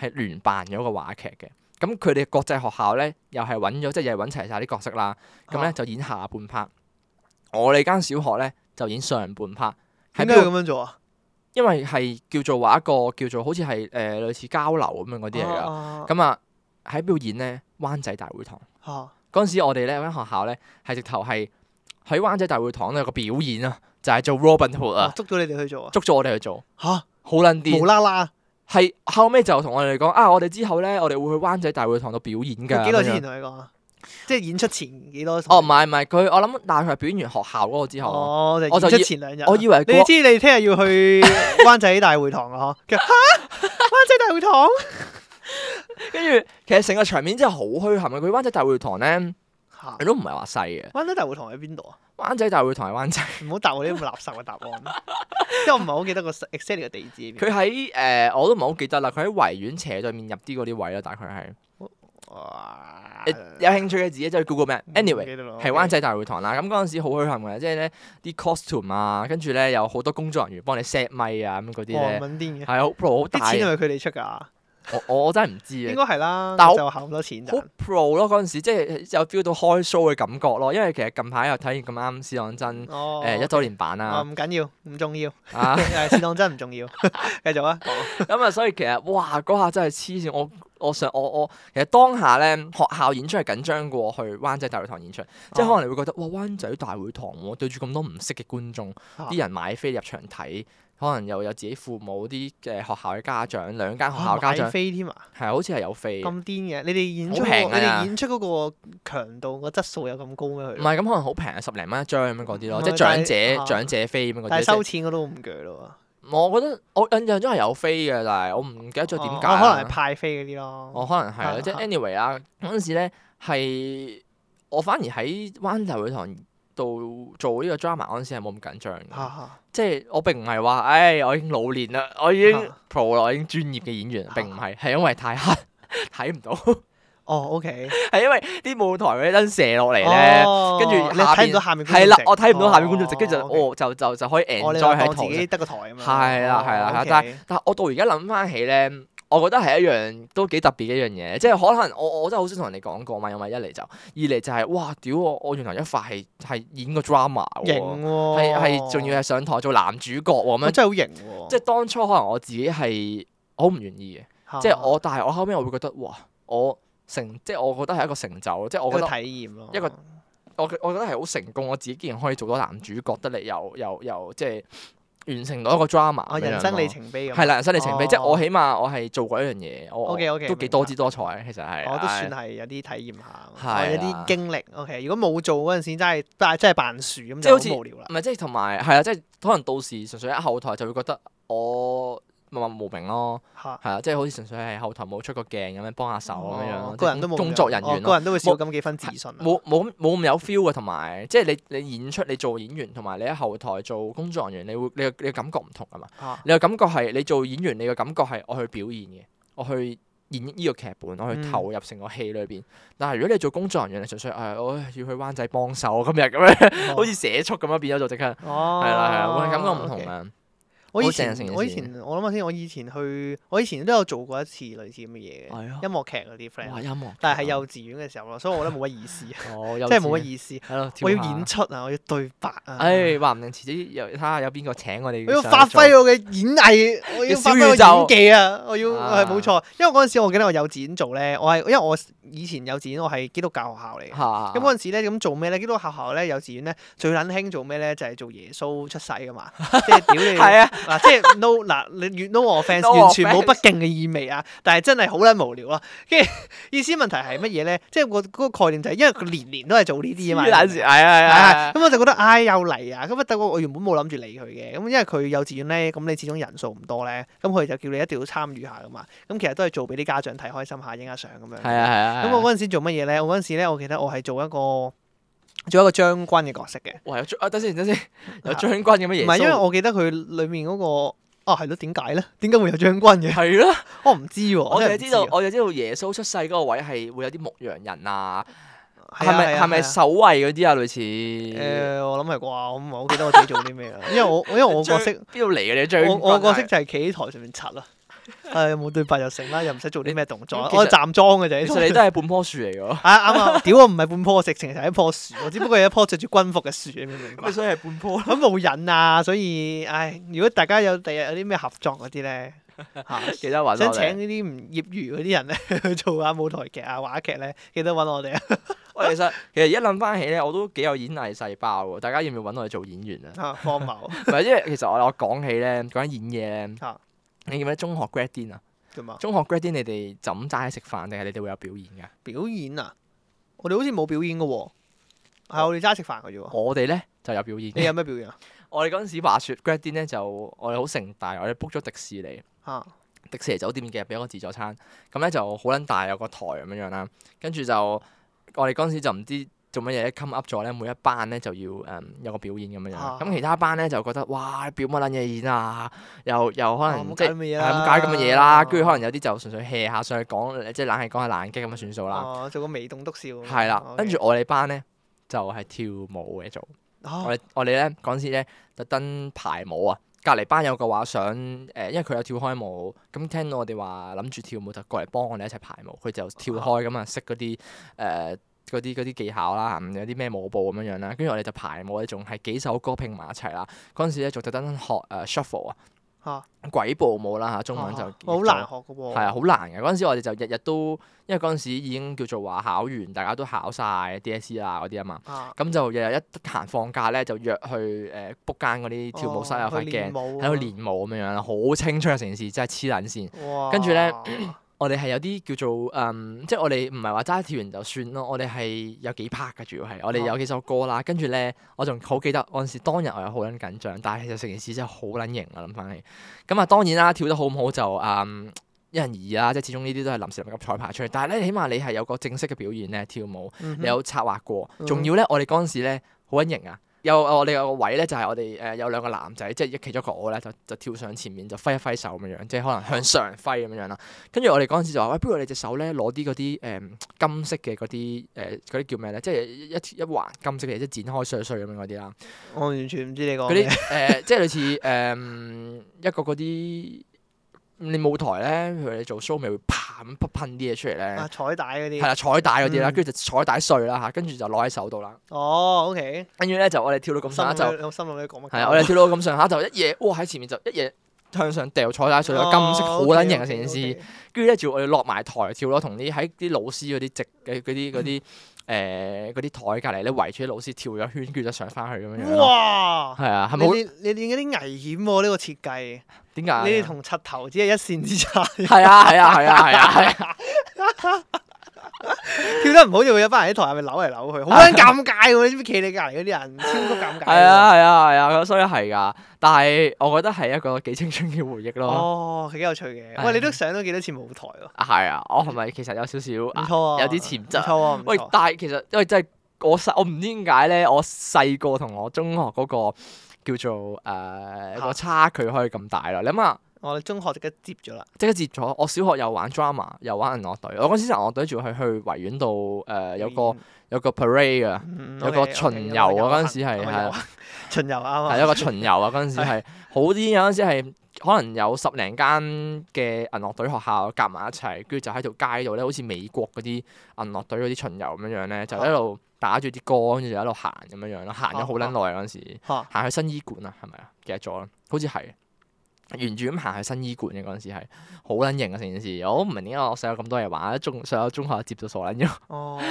S1: 係聯辦咗個話劇嘅。咁佢哋國際學校咧又係揾咗，即係又係揾齊晒啲角色啦。咁咧
S2: 啊
S1: 就演下半 part。我哋間小學咧就演上半 part。喺
S2: 點
S1: 邊
S2: 解要
S1: 度？
S2: 咁樣做啊？
S1: 因為係叫做話一個叫做好似係誒呃類似交流咁樣嗰啲嚟㗎。
S2: 啊
S1: 咁啊喺邊度演咧？灣仔大會堂。
S2: 啊啊
S1: 嗰陣時我哋咧間學校咧係直頭係喺灣仔大會堂咧有個表演啊，就係、做 Robin Hood
S2: 啊
S1: 啊，
S2: 捉咗你哋去做啊？
S1: 捉咗我哋去做，
S2: 嚇，
S1: 好撚
S2: 無
S1: 癲。
S2: 啦啦，
S1: 係後尾就同我哋講啊，我哋之後咧我哋會去灣仔大會堂度表演㗎。
S2: 佢幾耐之
S1: 咁樣
S2: 前同你講啊？即係演出前幾多？
S1: 哦，唔係唔係，佢我諗但係佢係表演完學校嗰個之後，
S2: 哦，
S1: 我
S2: 我
S1: 就
S2: 就
S1: 以
S2: 演出前兩日啊。
S1: 我以為
S2: 你
S1: 嗰
S2: 知你聽日 要去灣仔大會堂啊？嗬，佢話嚇灣仔大會堂
S1: 跟住其實成個場面真係好虛冚嘅。佢灣仔大會堂咧，
S2: 嚇
S1: 都唔係話細嘅。
S2: 灣仔大會堂喺邊度啊？
S1: 灣仔大會堂係灣仔，
S2: 唔好答我呢啲咁垃圾嘅答 案，即係我唔係好記得個 exactly 嘅地址喺邊。
S1: 佢喺誒我都唔係好記得啦。佢喺維園斜對面入啲嗰啲位啦，大概係。
S2: 哇
S1: 你呃有興趣嘅自己就去 Google
S2: 嗯
S1: Map。Anyway。係
S2: 係
S1: 灣仔大會堂啦，咁嗰陣時好墟冚嘅，即係咧啲 costume 啊，跟住咧有好多工作人員幫你 set 咪啊咁嗰啲
S2: 哦，
S1: 咧，
S2: 揾癲嘅，
S1: 係啊好 pro 好大
S2: 啲，錢係咪佢哋出㗎？
S1: 我我我真係唔知
S2: 應
S1: 啊，
S2: 該啊係啦，
S1: 但我
S2: 就考咁多錢
S1: 好
S2: 賺。
S1: pro 咯嗰陣時，即係有 feel 到開 show 嘅感覺咯，因為其實近排又睇完咁啱《史朗真》呃
S2: 哦，
S1: 誒一啊週年版
S2: 哦
S1: 啦，
S2: 唔緊要，唔重 要，
S1: 啊
S2: 誒是當真 唔重要。繼續啊，講
S1: 咁啊，所以其實哇嗰下真係黐線，我我想我我其實當下咧學校演出係緊張過去灣仔大會堂演出，即係
S2: 哦
S1: 可能你會覺得哇灣仔大會堂喎對住咁多唔識嘅觀眾。
S2: 啊
S1: 啲人買飛入場睇，可能又有自己父母啲誒學校嘅家長，兩間學校家
S2: 哦買
S1: 長
S2: 飛添啊，
S1: 係好似係有飛嘅，
S2: 咁癲嘅！你哋演出
S1: 好
S2: 嗰
S1: 平
S2: 個
S1: 㗎
S2: 你
S1: 咋
S2: 哋演出嗰個強度個質素有咁高咩？
S1: 唔係咁
S2: 佢
S1: 可能好平，十零蚊一張咁樣嗰啲咯，
S2: 唔係
S1: 即係長
S2: 但
S1: 者
S2: 係
S1: 長者飛咁樣嗰啲。
S2: 但係
S1: 即
S2: 收
S1: 係
S2: 錢我都唔鋸咯
S1: 我覺得我印象中係有飛嘅，但係我唔記得
S2: 喎。
S1: 咗點
S2: 哦
S1: 解啊哦
S2: 可能係
S1: 啦。
S2: 派飛嗰啲咯。
S1: 我可能係啦，
S2: 啊
S1: 即
S2: 啊
S1: 係 anyway 啦，嗰陣時咧係我反而喺灣仔會堂度做呢個 drama 嗰陣時係冇咁緊張嘅
S2: 嚇嚇
S1: 即係我並唔係話，唉，我已經老年啦，我已經
S2: 啊
S1: pro 啦，我已經專業嘅演員，並唔係，係因為太黑 睇唔到，
S2: 哦，OK。
S1: 係因為啲舞台嗰啲燈射落嚟咧，跟住
S2: 哦你
S1: 下
S2: 睇唔
S1: 邊
S2: 到下面觀眾
S1: 係啦
S2: 席，
S1: 我睇唔到下面觀眾席，
S2: 哦
S1: 跟住就
S2: OK
S1: 哦就就就可以
S2: 我
S1: enjoy
S2: 哋當
S1: 喺
S2: 自
S1: 台
S2: 己
S1: 上。
S2: 得個台咁樣。哦
S1: 係啦係啦係啦但
S2: 係
S1: 但我到而家諗翻起咧，我覺得係一樣都幾特別嘅一樣嘢，即係可能我我真係好少同人哋講過嘛，因為一嚟就，二嚟就係哇屌我我原來一發係係演個 drama
S2: 型
S1: 喎，
S2: 喎，
S1: 係係仲要係上台做男主角喎咁樣
S2: 我。真係好型喎。
S1: 即係當初可能我自己係好唔願意嘅，
S2: 係
S1: 即係我，但係我後尾我會覺得哇，我成即係我覺得係一個成就，即係我
S2: 一個
S1: 覺
S2: 體
S1: 得
S2: 驗咯，
S1: 一個我我覺得係好成功，我自己竟然可以做到男主角得嚟，又又又即係完成到一個 drama
S2: 啊
S1: 咁樣
S2: 人生
S1: 咯
S2: 里程碑咁。
S1: 係啦，人生里程碑，即係
S2: 哦
S1: 我起碼我係做過一樣嘢，我
S2: OK，OK，
S1: 都幾
S2: 明
S1: 多
S2: 白
S1: 姿多彩，其實係
S2: 我哦都算
S1: 係
S2: 係有啲體驗下，哦
S1: 係啊
S2: 我有啲經歷。OK，如果冇做嗰陣時，真係真係真係扮樹咁，
S1: 即係好似
S2: 就好無聊啦。
S1: 唔係即係同埋係啊，即係可能到時純粹喺後台就會覺得我默默無名咯，
S2: 嚇，
S1: 係啊，即係好似純粹係後台冇出過鏡咁樣幫下手咁樣樣咯
S2: 哦，個人都冇
S1: 工作人
S2: 哦
S1: 員咯
S2: 個。人都會少咁幾分自信啊。
S1: 冇冇咁冇咁有 feel 嘅，同埋即係你你演出你做演員，同埋你喺後台做工作人員，你會你嘅你嘅感覺唔同啊嘛。
S2: 嚇
S1: 你嘅感覺係你做演員，你嘅感覺係我去表演嘅，我去演呢個劇本，我去
S2: 嗯
S1: 投入成個戲裏邊。但係如果你做工作人員，你純粹誒、哎我要去灣仔幫手今日咁樣， 好似社畜咁樣變咗做即刻。 係
S2: 哦，
S1: 啦係啦，會感覺唔
S2: OK
S1: 同啊。
S2: 我以
S1: 好正啊成
S2: 前
S1: 件
S2: 我以
S1: 事
S2: 前我諗下先，我以前去我以前都有做過一次類似咁嘅嘢嘅
S1: 係啊
S2: 音樂劇嗰啲
S1: 哇啊
S2: friend，
S1: 音樂，
S2: 但係係幼稚園嘅時候咯，所以我覺得冇乜意思，啊 即
S1: 哦，即
S2: 係冇乜意思。
S1: 係咯，
S2: 我要
S1: 跳下
S2: 演。出啊，我要對白啊，
S1: 唉，話唔定遲啲又睇下有邊個請我哋
S2: 我要
S1: 上
S2: 發
S1: 去做
S2: 揮我嘅演藝，我要發揮我
S1: 小宇宙
S2: 演技啊！我要
S1: 啊
S2: 係冇錯，因為嗰陣時我記得我幼稚園做咧，我係因為我以前幼稚園我係基督教學校嚟嘅。
S1: 嚇
S2: 咁嗰陣時咧，咁做咩咧？ 基督教學校咧，幼稚園咧最撚興做咩咧？就係、做耶穌出世噶嘛，即係屌你，
S1: 係啊，
S2: 嗱，即係 no 嗱，你越 no offence，
S1: No
S2: 完全
S1: offence
S2: 冇不敬嘅意味啊！但係真係好撚無聊咯。跟住意思問題係乜嘢咧？即係我嗰個概念就係因為佢年年都係做呢啲啊嘛。
S1: 黐撚線，係啊係
S2: 係啊
S1: 啊，
S2: 咁我就覺得唉又嚟啊！咁啊，但我原本冇諗住理佢嘅，咁因為佢幼稚園咧，咁你始終人數唔多咧，咁佢就叫你一定要參與下噶嘛。咁其實都係做俾啲家長睇開心下，影下相咁樣。
S1: 係啊係啊。
S2: 咁我嗰陣時做乜嘢咧？我嗰陣時咧，我記得我係做一個做一個將軍嘅角色嘅，
S1: 喂有將啊等先等 先，有將軍咁嘅耶
S2: 唔係因為
S1: 穌。
S2: 我記得佢裡面嗰、個哦係咯，點解咧？點解會有將軍嘅？
S1: 係咯，
S2: 我唔知啊喎，
S1: 我
S2: 真係
S1: 哋
S2: 唔
S1: 知道
S2: 喎，
S1: 我哋知道耶穌出世嗰個位係會有啲牧羊人啊，係
S2: 係啊
S1: 咪係咪？
S2: 啊啊
S1: 守衞嗰啲啊？類
S2: 誒、
S1: 似
S2: 我諗係啩，我唔係好記得我自己做啲咩啊啦，因為我因為 我角色。
S1: 邊度嚟嘅你將軍
S2: 我
S1: 係？
S2: 我角色就係企喺台上面 刷啦，誒冇對白就成啦，又唔使做啲咩動作，
S1: 其實
S2: 我係站裝嘅啫。
S1: 其實你都係半棵樹嚟嘅喎。
S2: 啊啱啊！屌我唔係半棵，我直情係一棵樹，我只不過係一棵着住軍服嘅樹，你明唔明 白
S1: 咁？所以係半棵咯。
S2: 咁冇癮啊！所以唉，如果大家有第日有啲咩合作嗰 啲咧，嚇
S1: 記得揾
S2: 想
S1: 我
S2: 請
S1: 哋。
S2: 呢啲唔業餘嗰啲人咧 去做下舞台劇啊、話劇咧，記得揾我哋啊！
S1: 喂，其實其實而家諗翻起咧，我都幾有演藝細胞喎。大家要唔要揾我哋做演員 啊？
S2: 啊，荒謬
S1: 唔係，因為其實我我講起咧，講緊演嘢咧
S2: 啊，
S1: 你記唔記得中學 grad din 啊？
S2: 㗎嘛！
S1: 中學 grad din 你哋就咁齋食飯，定係你哋會有表演㗎？
S2: 表演啊，我哋好似冇表演嘅喎，係我哋齋食飯嘅啫喎。
S1: 我哋咧就有表演
S2: 哦你
S1: 嘅。
S2: 有咩表演啊？
S1: 我哋嗰陣時話説 grad din 咧，就我哋好盛大，我哋 book 咗迪士尼。
S2: 嚇
S1: 迪士尼酒店嘅俾一個自助餐，咁咧就好撚大有個台咁樣樣啦，跟住就我哋嗰陣時就唔知做乜嘢一 come up 咗咧，每一班咧就要誒、嗯有個表演咁樣樣，
S2: 啊
S1: 咁、其他班咧就覺得哇你表乜撚嘢演啊，又又可能、
S2: 哦冇
S1: 即
S2: 解咁
S1: 係
S2: 嘅嘢
S1: 係
S2: 啦，
S1: 咁解咁嘅嘢啦，跟住可能有啲就純粹 hea 下上去講，即係冷係講下冷擊咁就算數啦，
S2: 哦，做個微動篤笑咁樣。
S1: 係啦、
S2: OK
S1: 跟住我哋班咧就係、跳舞嘅做。
S2: 哦
S1: 我哋我哋咧嗰陣時咧特登排舞啊，隔離班有個話想誒、因為佢有跳開舞，咁聽到我哋話諗住跳舞就過嚟幫我哋一齊排舞，佢就跳開咁啊，識嗰啲誒。嗰啲嗰啲技巧啦，嗯有啲咩舞步咁樣樣啦，跟住我哋就排舞咧，仲係幾首歌拼埋一齊啦。嗰陣時咧，仲特登學誒、shuffle 啊，鬼步舞啦嚇，中文就
S2: 啊好難學嘅喎。
S1: 係啊，好難嘅。嗰陣時我哋就日日都，因為嗰陣時已經叫做話考完，大家都考晒 DSE 啦嗰啲啊嘛。
S2: 啊，
S1: 咁就日日一得閒放假咧，就約去誒 book 間嗰啲跳舞室啊有
S2: 哦
S1: 塊鏡，喺度
S2: 喺。
S1: 哦練舞咁樣樣啦，好青春嘅成件事，真係黐撚線。
S2: 哇！
S1: 跟住咧我哋係有啲叫做嗯，即係我哋唔係話齋跳完就算咯，我哋係有幾 part 嘅，主要係我哋有幾首歌啦。跟住咧，我仲好記得嗰陣時，當日我又好撚緊張，但係其實成件事真係好撚型啊！諗翻起，咁啊當然啦，跳得好唔好就嗯。一人而異啦，即係始終呢啲都係臨時臨急彩排出嚟。但係咧，起碼你係有個正式嘅表演咧，跳舞。
S2: 嗯哼
S1: 你有策劃過，
S2: 嗯
S1: 仲要咧，我哋嗰陣時咧好撚型啊！有我哋有個位咧，就係我哋呃誒有兩個男仔，即係一其中一個我咧，就就跳上前面就揮一揮手咁樣樣，即係可能向上揮咁樣樣啦。跟住我哋嗰陣時就話：喂，不如你隻手咧攞啲嗰啲誒金色嘅嗰啲誒嗰啲叫咩咧？即係一一環金色嘅，即係展開碎碎咁樣嗰啲啦。
S2: 我完全唔知你講
S1: 嗰啲
S2: 咩。
S1: 誒 即係類似誒、嗯一個嗰啲嗯你舞台咧，譬如你做 show 咪會啪咁噴啲嘢出嚟咧
S2: 啊，，彩帶
S1: 係
S2: 嗰啲。
S1: 啦彩帶嗰啲啦，
S2: 嗯
S1: 跟住就彩帶碎啦嚇，跟住就攞喺手度啦。
S2: 哦，OK。
S1: 跟住咧就我哋跳到咁
S2: 心
S1: 上下就
S2: 諗你我心諗你講乜鳩？
S1: 係啊，我哋跳到咁上下就一嘢，哇喺前面就一嘢向上掉彩帶水
S2: 哦
S1: 咗金色好撚型嘅成件事。
S2: 事。
S1: 跟住咧仲要我哋落埋台跳咯，同啲喺啲老師嗰啲直嘅嗰啲嗰啲誒嗰啲台隔離咧圍住啲老師跳咗圈，跟住就上翻去咁樣樣咯。
S2: 哇！
S1: 係啊，係咪
S2: 你
S1: 好啊
S2: 練你練嗰啲危險喎，呢個設計，
S1: 點
S2: 你
S1: 解
S2: 哋？同柒頭只係一線之差，
S1: 係啊係啊係啊係啊係啊！
S2: 跳得唔好就會有班人喺台下面扭嚟扭去，好撚尷尬喎！你知唔知企你隔離嗰啲人超級尷尬。
S1: 啊係！啊係啊係啊，所以係㗎，但係我覺得係一個幾青春嘅回憶咯。
S2: 哦，幾有趣嘅。
S1: 啊係啊
S2: 喂，你都上咗幾多次舞台喎？唔
S1: 係啊，我係咪其實有少少啊
S2: 錯啊，
S1: 有啲潛質
S2: 唔錯啊，唔
S1: 喂
S2: 錯，
S1: 但係其實因為真係我細，我唔知點解咧，我細個同我中學嗰、個叫做誒、呃
S2: 嚇
S1: 個差距可以咁大啦。你諗下，
S2: 我哋中學就即接咗啦。
S1: 即刻接咗。我小學又玩 drama，又玩銀樂隊。我嗰陣時銀樂隊仲係去維園度誒、呃有個有個 parade 啊，
S2: 嗯
S1: 有個
S2: OK，OK，
S1: 巡
S2: 有
S1: 遊啊
S2: 有
S1: 嗰陣時係
S2: 有
S1: 係
S2: 有巡遊啱啊，
S1: 係一個巡遊啊。嗰陣時係好啲，有陣時係。可能有十零間嘅銀樂隊學校夾埋一齊，跟住就喺條街度咧，好似美國嗰啲銀樂隊嗰啲巡遊咁樣樣咧，就
S2: 啊
S1: 一路打住啲歌，跟住就一路行咁
S2: 啊
S1: 樣樣咯，行咗好撚耐嗰陣時。
S2: 嚇
S1: 啊行去新醫館啊，係咪啊？唔記得咗啦，好似係。沿住咁行去新醫館嘅嗰陣時係好撚型啊！成件事我都唔明點解我細個咁多嘢玩，中上有中學就接到傻撚咗，
S2: 哦，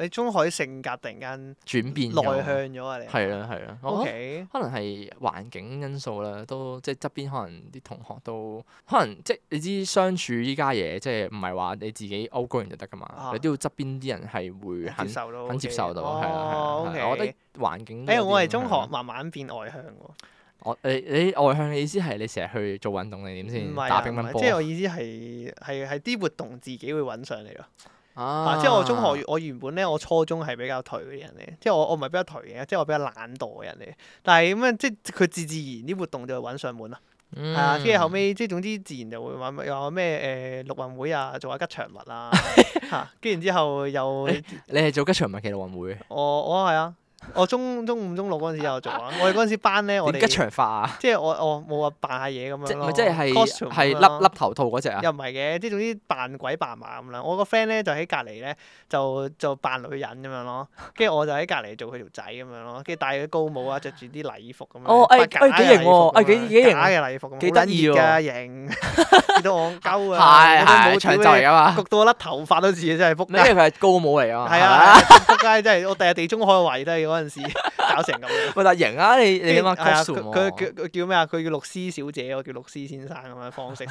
S2: 你中學啲性格突然間
S1: 轉變
S2: 內
S1: 咗。
S2: 向咗啊！你
S1: 係哦啦係啦，
S2: O
S1: 我覺得
S2: K，
S1: 可能係環境因素啦，都即係側邊可能啲同學都可能即係你知相處依家嘢，即係唔係話你自己 out 完就得噶嘛，
S2: 啊
S1: 你都要側邊啲人係會
S2: 接
S1: 肯
S2: 受到，
S1: 肯接受到，係啦係啦
S2: 哦 O
S1: 係啦，我覺
S2: K，
S1: 得環境都有
S2: 誒，
S1: 啲
S2: 哎我係
S1: 影
S2: 中
S1: 響
S2: 學慢慢變外向喎。
S1: 我你你外向嘅意思係你成日去做運動定點
S2: 唔
S1: 先？
S2: 係啊
S1: 打乒
S2: 唔
S1: 乓
S2: 係
S1: 波
S2: 即係我意思係係係啲活動自己會揾上嚟咯。
S1: 啊
S2: 啊！即係我中學，我原本咧，我初中係比較頹嘅人嚟，即係我我唔係比較頹嘅，即係我比較懶惰嘅人嚟。但係咁樣，即係佢自自然啲活動就會揾上門啦。
S1: 嗯
S2: 係啊，跟住後尾，即係總之自然就會玩，又話咩誒陸運會啊，做下吉祥物 啊嚇。跟住然之後又
S1: 你係做吉祥物嘅奧運會，
S2: 我我係啊，我中中五中六嗰陣時有做啊。我哋嗰陣時班咧，我
S1: 點
S2: 哋
S1: 吉祥化啊？
S2: 即係我我冇話扮下嘢咁
S1: 即
S2: 樣
S1: 唔係
S2: 咯。
S1: 即係
S2: costume 啊
S1: 係
S2: 咁樣咯
S1: 笠笠頭套嗰只啊？
S2: 又唔係嘅，即係總之扮鬼扮馬咁啦。我個 friend 咧就喺隔離咧，就就扮女人咁樣咯。跟住我就喺隔離做佢條仔咁樣咯。跟住戴佢高帽啊，着住啲禮服咁樣。
S1: 哦哎
S2: 扮假嘅
S1: 哎幾型喎
S2: 禮服咁樣
S1: 哎幾幾型
S2: 假嘅禮服咁樣，
S1: 幾得意喎
S2: 好撚熱 㗎型，見到我戇鳩
S1: 係
S2: 啊！
S1: 係長袖
S2: 嚟
S1: 嚟噶嘛？
S2: 焗到我甩頭髮都似啊！真係
S1: 因為
S2: 撲街。
S1: 佢係高帽嚟啊嘛。
S2: 係啊，撲街真係我第日地中海懷疑都係嗰陣時搞成咁樣。
S1: 喂，但係型啊！你你起
S2: 係
S1: 碼
S2: 啊
S1: costume
S2: 佢佢
S1: 喎
S2: 佢佢叫咩啊？佢叫律師小姐，我叫律師先生咁樣 方式。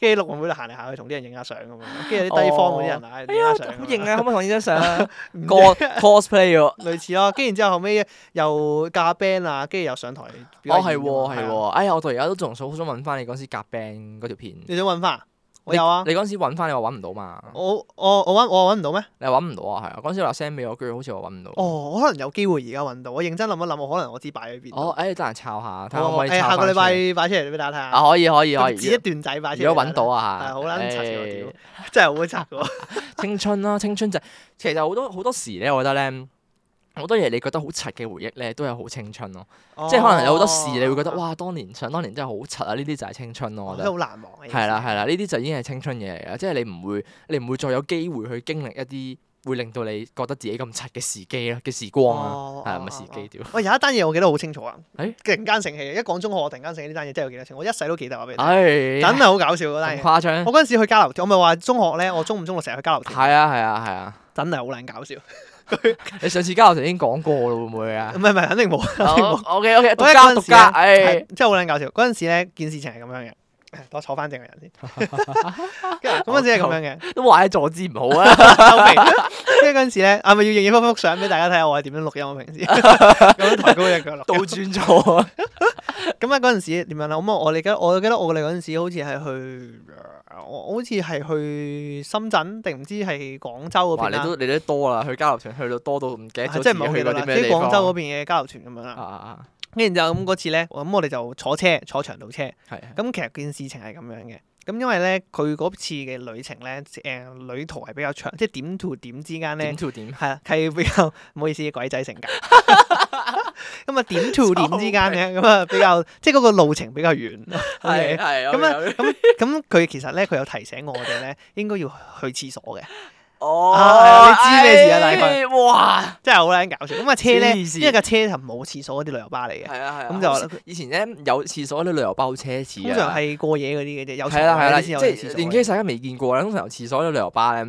S2: 跟住陸運會度行嚟行去，同啲人影下相咁樣。跟住啲低方嗰啲人啊，
S1: 哎
S2: 影下
S1: 呀，
S2: 相
S1: 好
S2: 咁
S1: 型
S2: 樣。
S1: 啊！可唔可以同呢張相 啊
S2: 唔知
S1: ？cos cosplay 喎。
S2: 類似咯，跟住然之後後尾又夾 band 啊，跟住又上台表
S1: 哦，
S2: 下
S1: 係
S2: 演
S1: 喎，
S2: 咁樣。
S1: 係
S2: 係啊。
S1: 喎。哎呀，我到而家都仲想好想揾翻你嗰陣時夾 band 嗰條片。
S2: 你想揾翻？我有啊。哦
S1: 你嗰陣時揾翻你話揾唔到嘛？
S2: 我我我揾我揾唔到咩？
S1: 你話揾唔到啊？係啊，嗰陣時話 send 俾我，跟住好似話揾唔到。
S2: 哦，我可能有機會而家揾到。我認真諗一諗，我可能我知擺喺邊度。
S1: 哦，誒，得閒抄下，睇下可唔
S2: 我
S1: 可以抄
S2: 誒哦哎下個
S1: 個
S2: 禮拜擺出嚟俾大家睇下。
S1: 啊，可以可以可以。
S2: 剪一段仔擺出嚟。
S1: 如果揾到。啊
S2: 係
S1: 嚇，
S2: 好撚柒嘅我
S1: 誒
S2: 屌，真係好柒喎。
S1: 青春啦、青春就其實好多好多時咧，我覺得咧。好多嘢你覺得好柒嘅回憶咧，都係好青春咯。即係可能有好多事，你會覺得
S2: 哦，
S1: 哇，當年想當年真係好柒啊！呢啲就係青春咯，我覺
S2: 真係
S1: 得
S2: 哦好難忘嘅。
S1: 係啦係啦，呢啲就已經係青春嘢嚟啦。即係你唔會你唔會再有機會去經歷一啲會令到你覺得自己咁柒嘅時機啦嘅時光啊，
S2: 哦，
S1: 係咪時
S2: 哦
S1: 機？屌？
S2: 哦喂，有一單嘢我記得好清楚啊！
S1: 誒
S2: 突然間醒起，一講中學，我突然間醒起呢單嘢，真係我記得清，我一世都記得話俾你聽，
S1: 唉，
S2: 真
S1: 真
S2: 係好搞笑嗰單
S1: 啊咁
S2: 嘢。
S1: 誇張
S2: 我嗰陣時去交流團，我咪話中學咧，我中五中六成日去交流團，
S1: 係啊係啊係啊！
S2: 真係好撚 搞笑。唔
S1: 你上次交流就已經講過啦，會唔會啊？
S2: 係唔係，肯 定冇，肯定冇。
S1: O K O K，
S2: 我
S1: 獨
S2: 覺得
S1: 家
S2: 嗰陣
S1: 獨
S2: 時咧
S1: 家，唉
S2: 係，真係好撚搞笑。嗰陣時咧，件事情係咁樣嘅，我坐翻正個人先。跟住嗰陣時係咁樣嘅，
S1: 都話你坐姿唔 好啊！
S2: 收尾。 跟住嗰陣時咧，係咪要影影幅幅相俾大家睇下我係點樣錄音？啊我 平時咁樣抬高只腳錄
S1: 倒
S2: 音。
S1: 轉坐啊！
S2: 咁啊嗰陣時點樣啦？咁啊我哋記得我記得我哋嗰陣時好似係去，呃我我好似係去深圳定唔知係廣州嗰
S1: 哇！
S2: 邊
S1: 你
S2: 啦，
S1: 都你都多啦，去交流團去到多到唔記得
S2: 啊
S1: 咗
S2: 即
S1: 自
S2: 係唔係
S1: 己
S2: 好記
S1: 去
S2: 得
S1: 過啲
S2: 啦，即
S1: 咩
S2: 係
S1: 地方
S2: 廣州嗰邊嘅交流團咁樣
S1: 啊
S2: 啦。
S1: 啊啊！
S2: 跟住就咁嗰次咧，咁我哋就坐車坐長途車。
S1: 係
S2: 咁其實件事情係咁樣嘅。咁因為咧，佢嗰次嘅旅程咧，誒、旅途係比較長，即係點 to 點之間咧
S1: 點，到點
S2: 係啊，係比較唔好意思，鬼仔性格。咁啊，點 to 點之間咧，咁啊比較即係嗰個路程比較遠。
S1: 係
S2: OK
S1: 係
S2: 咁啊
S1: 啊
S2: 咁咁佢其實咧，佢有提醒我哋咧，應該要去廁所嘅，
S1: 哦
S2: 啊你知咩事啊大概
S1: 哎哇！
S2: 真係好撚搞笑。咁啊車咧，
S1: 黐線
S2: 因為架車就冇廁所嗰啲旅遊巴嚟嘅，
S1: 係啊係啊！
S2: 咁就
S1: 好似以前咧有廁所啲旅遊巴好奢侈
S2: 通
S1: 啊，
S2: 常係過夜嗰啲嘅啫，有
S1: 係啦係啦，
S2: 床
S1: 即
S2: 先有廁所
S1: 係
S2: 嘅。
S1: 連 case 大家未見過啦。通常有廁所啲旅遊巴咧，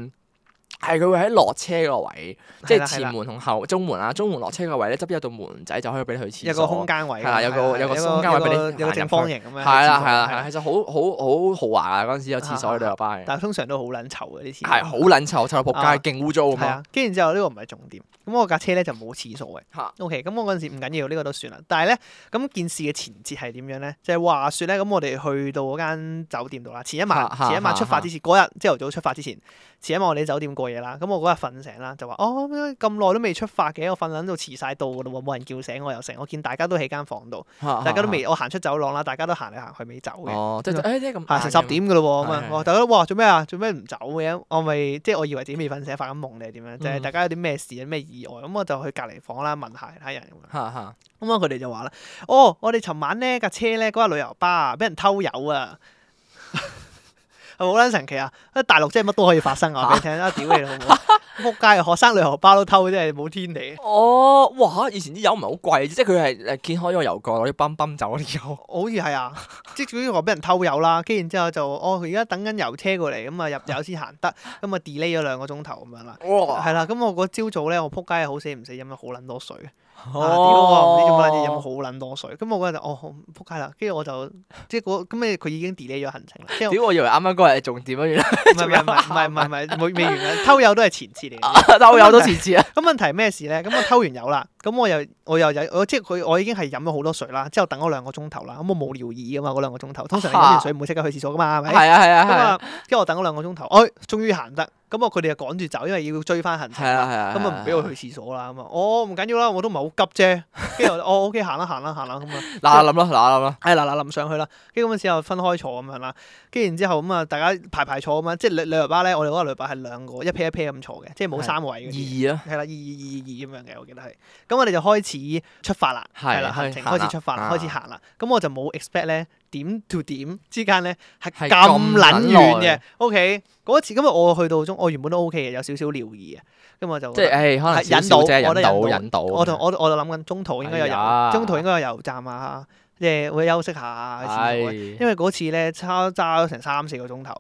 S1: 係佢會喺落車嗰個位，即
S2: 係啦
S1: 係
S2: 係啦
S1: 前門同後中門啊，中門落車嗰個位咧，側邊有道門仔就可以俾你去廁所。
S2: 有個空間位㗎
S1: 係
S2: 嘛，
S1: 啦有個有個中間位俾你行
S2: 有個
S1: 入去
S2: 正方形咁樣。
S1: 係啦
S2: 係
S1: 係啦係啦，其實好好好豪華啊！嗰陣時有廁所嘅旅遊巴係，
S2: 但係通常都好撚臭嘅啲廁所。
S1: 係好撚臭，臭到
S2: 啊
S1: 仆街，勁污糟咁
S2: 係
S1: 咯。
S2: 啊，跟住然之後呢個唔係重點。咁我架車咧就冇廁所嘅。
S1: 嚇
S2: O.K. 咁我嗰陣時唔緊要，呢個都算啦。但係咧，咁件事嘅前節係點樣咧？就係話説咧，咁我哋去到嗰間酒店度啦，前一晚
S1: 嚇嚇
S2: 前一晚
S1: 嚇
S2: 出發之前，嗰日朝頭早出發之前，前一晚我哋喺酒店過夜啦。咁我嗰日瞓醒啦，就話哦咁耐都未出發嘅，我瞓撚到遲晒到㗎啦喎，冇人叫醒我又成。我見大家都喺間房度，大
S1: 大
S2: 家都未，我行出走廊啦，大家都行嚟行去未走嘅。
S1: 哦，即係誒即係咁
S2: 係成十
S1: 晏嘅
S2: 點噶咯喎，咁
S1: 係
S2: 啊，
S1: 係
S2: 我大家都哇做咩啊？做咩唔走嘅？我咪即係我以為自己未瞓醒，發緊夢定係點樣？就係
S1: 嗯
S2: 大家有啲咩事、有啲咩意外，咁我就去隔離房啦，問下其他人咁樣。
S1: 嚇嚇
S2: 咁啊，佢哋就話啦：哦，我哋尋晚咧架車咧嗰日旅遊巴啊，俾人偷油啊！係咪好撚神奇啊！啊，大陸真係乜都可以發生啊！我話俾你聽啊，屌你老母！仆街，學生旅遊包都偷，真係冇天理。
S1: 哦，哇！以前啲油唔係好貴，即係佢係誒揭開咗個油蓋，攞啲泵泵走嗰啲油。
S2: 好似係 啊，即係總之我俾人偷油啦，跟住然之後就哦，佢而家等緊油車過嚟，咁啊入油先行得，咁啊 delay 咗兩個鐘頭咁樣啦。
S1: 哇！
S2: 係啦，咁我嗰朝早咧，我仆街好死唔死飲咗好撚多水，啊屌我唔知做乜撚嘢飲咗
S1: 哦，
S2: 好撚多水，咁我嗰陣就哦仆街啦，跟住我就即係嗰咁咧佢已經 delay 咗行程啦，即係我
S1: 屌！我以為啱啱嗰日係重點啊，原來
S2: 唔係唔係唔係唔係唔係唔係未完啊，偷油都係前次 嚟嘅。
S1: 漏油都遲遲啊。
S2: 咁問題咩事咧？咁我啊偷完油啦，咁我又我又有我即係佢我已經係飲咗好多水啦，之後等咗兩個鐘頭啦，咁我冇尿意噶嘛嗰兩個鐘頭，通常你飲完水唔會即刻去廁所噶 嘛，係咪？
S1: 係啊係啊
S2: 咁
S1: 係啊
S2: 啊，之後我等咗兩個鐘頭，哎，終於行得，咁我佢哋就趕住走，因為要追翻行程
S1: 係啊
S2: 啦。
S1: 係啊。
S2: 咁啊唔俾我去廁所啦，咁啊，哦唔緊要啦，我都唔係好急啫。跟住我就哦 OK 行啦行啦行啦咁啊，
S1: 嗱嗱諗啦，嗱嗱諗啦。
S2: 係嗱嗱臨上去啦。跟住嗰陣時又分開坐咁樣啦，跟住然之後咁啊大家排排坐咁樣，即係旅旅遊巴咧，我哋嗰個旅遊巴係兩個一 pair 一 pair 咁坐嘅，即係冇
S1: 係
S2: 三個位嗰啲。
S1: 二啊，
S2: 係啦，二二二二咁樣嘅，我記得係。咁我哋就開始出發啦，
S1: 係
S2: 係啦，行程
S1: 開始行啦
S2: 開始出發啦，
S1: 啊
S2: 開始行啦。咁我就冇 expect 咧，點 to 點之間咧係
S1: 係
S2: 咁
S1: 咁
S2: 撚
S1: 撚
S2: 遠嘅
S1: 耐。
S2: OK，嗰次咁啊，我去到中，我原本都 OK 嘅，有少少尿意嘅。咁我就
S1: 即係誒，可能
S2: 係
S1: 少
S2: 引導
S1: 少啫，
S2: 我覺得
S1: 引
S2: 引
S1: 導
S2: 導
S1: 引導。
S2: 我同我我就諗緊中途應該有
S1: 哎呀
S2: 油，中途應該有油站啊，即係會休息下啊先好啊
S1: 係
S2: 因為嗰次咧差揸咗成三四個鐘頭，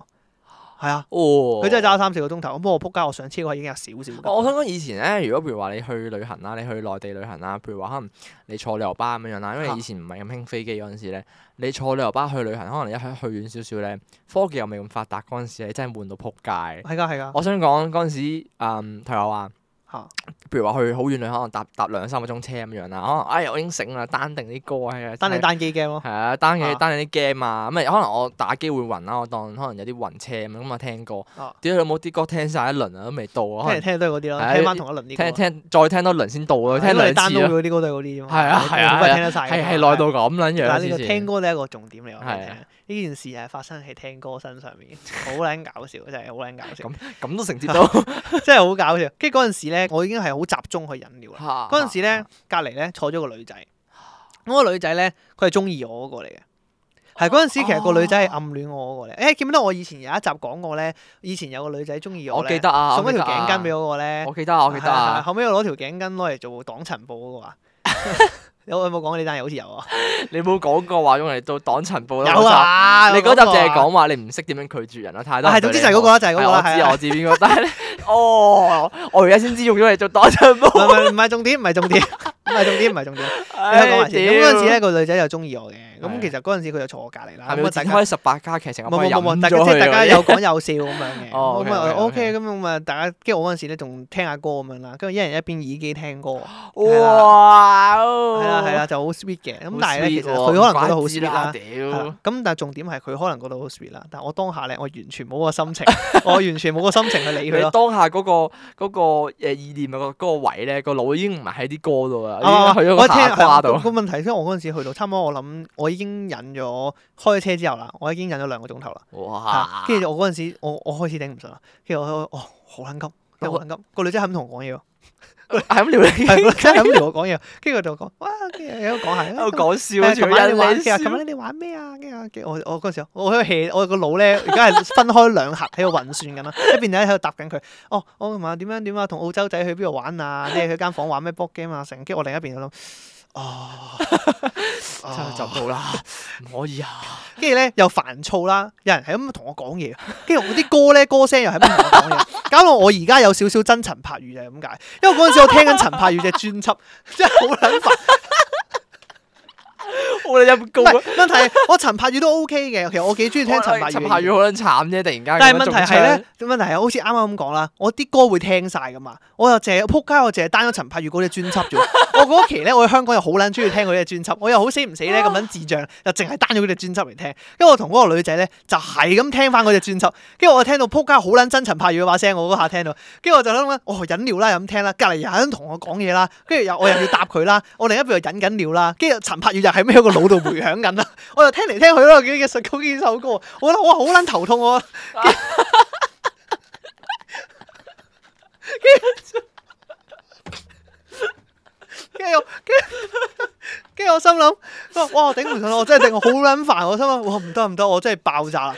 S2: 係啊，
S1: 哦，
S2: 佢真係揸咗三四個鐘頭。咁我仆街，我上車嗰下已經有少少急。
S1: 我我想講以前咧，如果譬如話你去旅行啊啦，你去內地旅行啦，譬如話可能你坐旅遊巴咁樣樣啦，因為以前唔係咁興飛機嗰陣時咧，你坐旅遊巴去旅行，可能一去去遠少少咧，科技又未咁發達嗰陣時，你真係悶到撲街。
S2: 係㗎係㗎
S1: 我想講嗰陣時，嗯，譬如話，
S2: 嚇。
S1: 譬如話去好遠旅行，可能搭搭兩三個鐘車咁樣啦，可能哎我已經醒啦，單定啲歌啊係
S2: 單你單機 game 咯。
S1: 係啊，單嘅
S2: 啊
S1: 單嘅啲 game 啊，咁啊可能我打機會暈啦，我當可能有啲暈車咁樣，咁啊聽歌
S2: 啊，
S1: 屌你老母啲歌聽晒一輪啊，都未到啊，可能
S2: 聽嚟聽去都係嗰啲
S1: 係啊
S2: 咯，聽翻同一輪呢個
S1: 聽。聽再聽多輪先到啊，聽兩次
S2: 因為
S1: 啊，
S2: 你 download 嗰啲歌都係嗰啲啫嘛。
S1: 係啊係啊
S2: 你都
S1: 係啊
S2: 聽得晒㗎嘛。
S1: 係係耐到咁撚樣啊
S2: 但係呢
S1: 之
S2: 個聽
S1: 前。
S2: 歌都係一個重點嚟，我話俾
S1: 係啊
S2: 你聽呢件事係發生喺聽歌身上面，好撚搞笑，真係好撚搞笑，
S1: 咁都承 接到，
S2: 真係好搞笑。跟住嗰陣時咧，我已經係好集中去飲料啦。
S1: 嗰
S2: 嗰陣時咧，隔離咧坐咗個女仔，咁個女仔咧佢係中意我嗰個嚟嘅。係嗰陣時，
S1: 哦
S2: 其實個女仔係暗戀我嗰個嚟。誒、記唔記得我以前有一集講過咧？以前有個女仔中意我
S1: 我
S2: 咧，
S1: 記得啊，
S2: 送一條頸巾俾
S1: 我
S2: 我嗰個咧
S1: 記得啊，。我記得啊，我記得
S2: 係係係
S1: 啊，
S2: 後尾我攞條頸巾攞嚟做擋塵布嗰個啊。 有有冇講過呢單嘢？好似有 啊。
S1: 你冇講過話用嚟做擋塵布啦，
S2: 有
S1: 嗰集
S2: 啊。
S1: 你嗰
S2: 有
S1: 集淨係
S2: 過啊。
S1: 講話你唔識點樣拒絕人啦，太多
S2: 係，
S1: 人
S2: 總
S1: 對
S2: 之就係
S1: 你
S2: 嗰個啦，就係嗰個啦，
S1: 係我
S2: 係
S1: 知我
S2: 啊。
S1: 知邊個，但係咧， 哦，我而家先知用咗嚟做擋塵
S2: 唔
S1: 布。
S2: 係唔係唔係重點，唔 係重點，唔係重點，唔係重點。 你
S1: 唉
S2: 講埋先。咁嗰陣時咧，個女仔就中意我嘅。
S1: 係
S2: 咁其實嗰陣時佢就坐我隔離啦。
S1: 係咪
S2: 咁
S1: 要
S2: 啊，大
S1: 展
S2: 家。
S1: 開十八家劇情啊？
S2: 冇冇冇冇，
S1: 大
S2: 大家即係大 家有
S1: 有
S2: 講有笑咁樣嘅，
S1: 哦
S2: 咁啊
S1: OK，OK，OK
S2: OK 咁咁啊，大家跟住我嗰陣時咧仲聽下歌咁樣啦，跟住一人一邊耳機聽歌，
S1: 哦哇！
S2: 係
S1: 係
S2: 啦係啦，就好 sweet 嘅。咁但係咧，其實
S1: 好
S2: 佢
S1: sweet 喎
S2: 可能覺得好
S1: 唔怪之
S2: sweet 啦，係
S1: 屌
S2: 啦！咁但係重點係佢可能覺得好 sweet 啦，但我當下咧，我完全冇個心情， 我完全冇個心情去理佢
S1: 你
S2: 咯。
S1: 當下嗰個嗰個誒意念啊，嗰個嗰個位咧，個腦已經唔係喺啲歌度啦，
S2: 啊
S1: 已經去咗個
S2: 我聽
S1: 下
S2: 係
S1: 瓜
S2: 啊
S1: 度。
S2: 個問題，因為我嗰陣時去到差唔多，我諗我已經忍咗開咗車之後啦，我已經忍咗兩個鐘頭啦。
S1: 哇
S2: 啊！跟住我嗰陣時，我我開始頂唔順啦，跟住我我哦好撚急，真係好撚急，個女仔係咁同我講嘢喎。
S1: 係咁撩你，
S2: 係佢真係咁同我講嘢，跟住佢就講，哇，跟住有講下，
S1: 喺度
S2: 啊
S1: 講笑，
S2: 琴
S1: 全
S2: 晚你
S1: 部
S2: 玩
S1: 人
S2: 嘅啊，
S1: 嚟
S2: 琴晚你哋玩咩啊？跟住我跟住我我嗰陣時候，我喺度 hea，我個腦咧而家係分開兩盒喺度運算緊啦， 一邊就喺度答緊佢，哦，我琴晚點樣點啊，同澳洲仔去邊度玩啊？即係去間房玩咩 board game 啊？成，跟住我另一邊就諗， 哦，
S1: 笑，就
S2: 哦
S1: 就到啦，唔可以啊！
S2: 跟住咧又煩躁啦，有人係咁同我講嘢，跟住我啲歌咧歌聲又係咁同我講嘢， 搞到我而家有少少真陳柏宇就係咁解，因為嗰陣時我聽緊陳柏宇隻專輯，真係好撚煩。
S1: 我哋陰
S2: 唔
S1: 公啊
S2: 係！問題係，我陳柏宇都 OK 嘅，其實我幾中意聽陳柏宇
S1: 陳
S2: 嘅
S1: 柏宇
S2: 嘢。
S1: 好撚慘啫，突然間。
S2: 但係問題係咧，，問題係好似啱啱咁講啦，我啲歌會聽晒噶嘛，我又淨係撲街，我淨係單咗陳柏宇嗰隻專輯啫喎。 我嗰期咧，我喺香港又好撚中意聽佢隻專輯，我又好死唔死咧咁撚智障，又淨係單咗佢隻專輯嚟聽。跟住我同嗰個女仔咧就係咁聽翻嗰隻專輯，跟住我聽到撲街好撚真陳柏宇嘅把聲，我嗰下聽到，跟住我就諗緊，哦忍尿啦，又咁聽啦，隔離又喺度同我講嘢啦，跟住又我又要答佢啦，我另一邊又忍緊尿啦，跟住陳柏宇又喺咩個腦度迴響緊啦，我又聽嚟聽去咯，佢嘅《實高呢首歌，我覺得我好撚頭痛我。跟住我跟住跟住我心諗，我話哇我頂唔順啊啦，我真係頂我好撚煩，我心諗哇唔得唔得，我真係爆炸啦！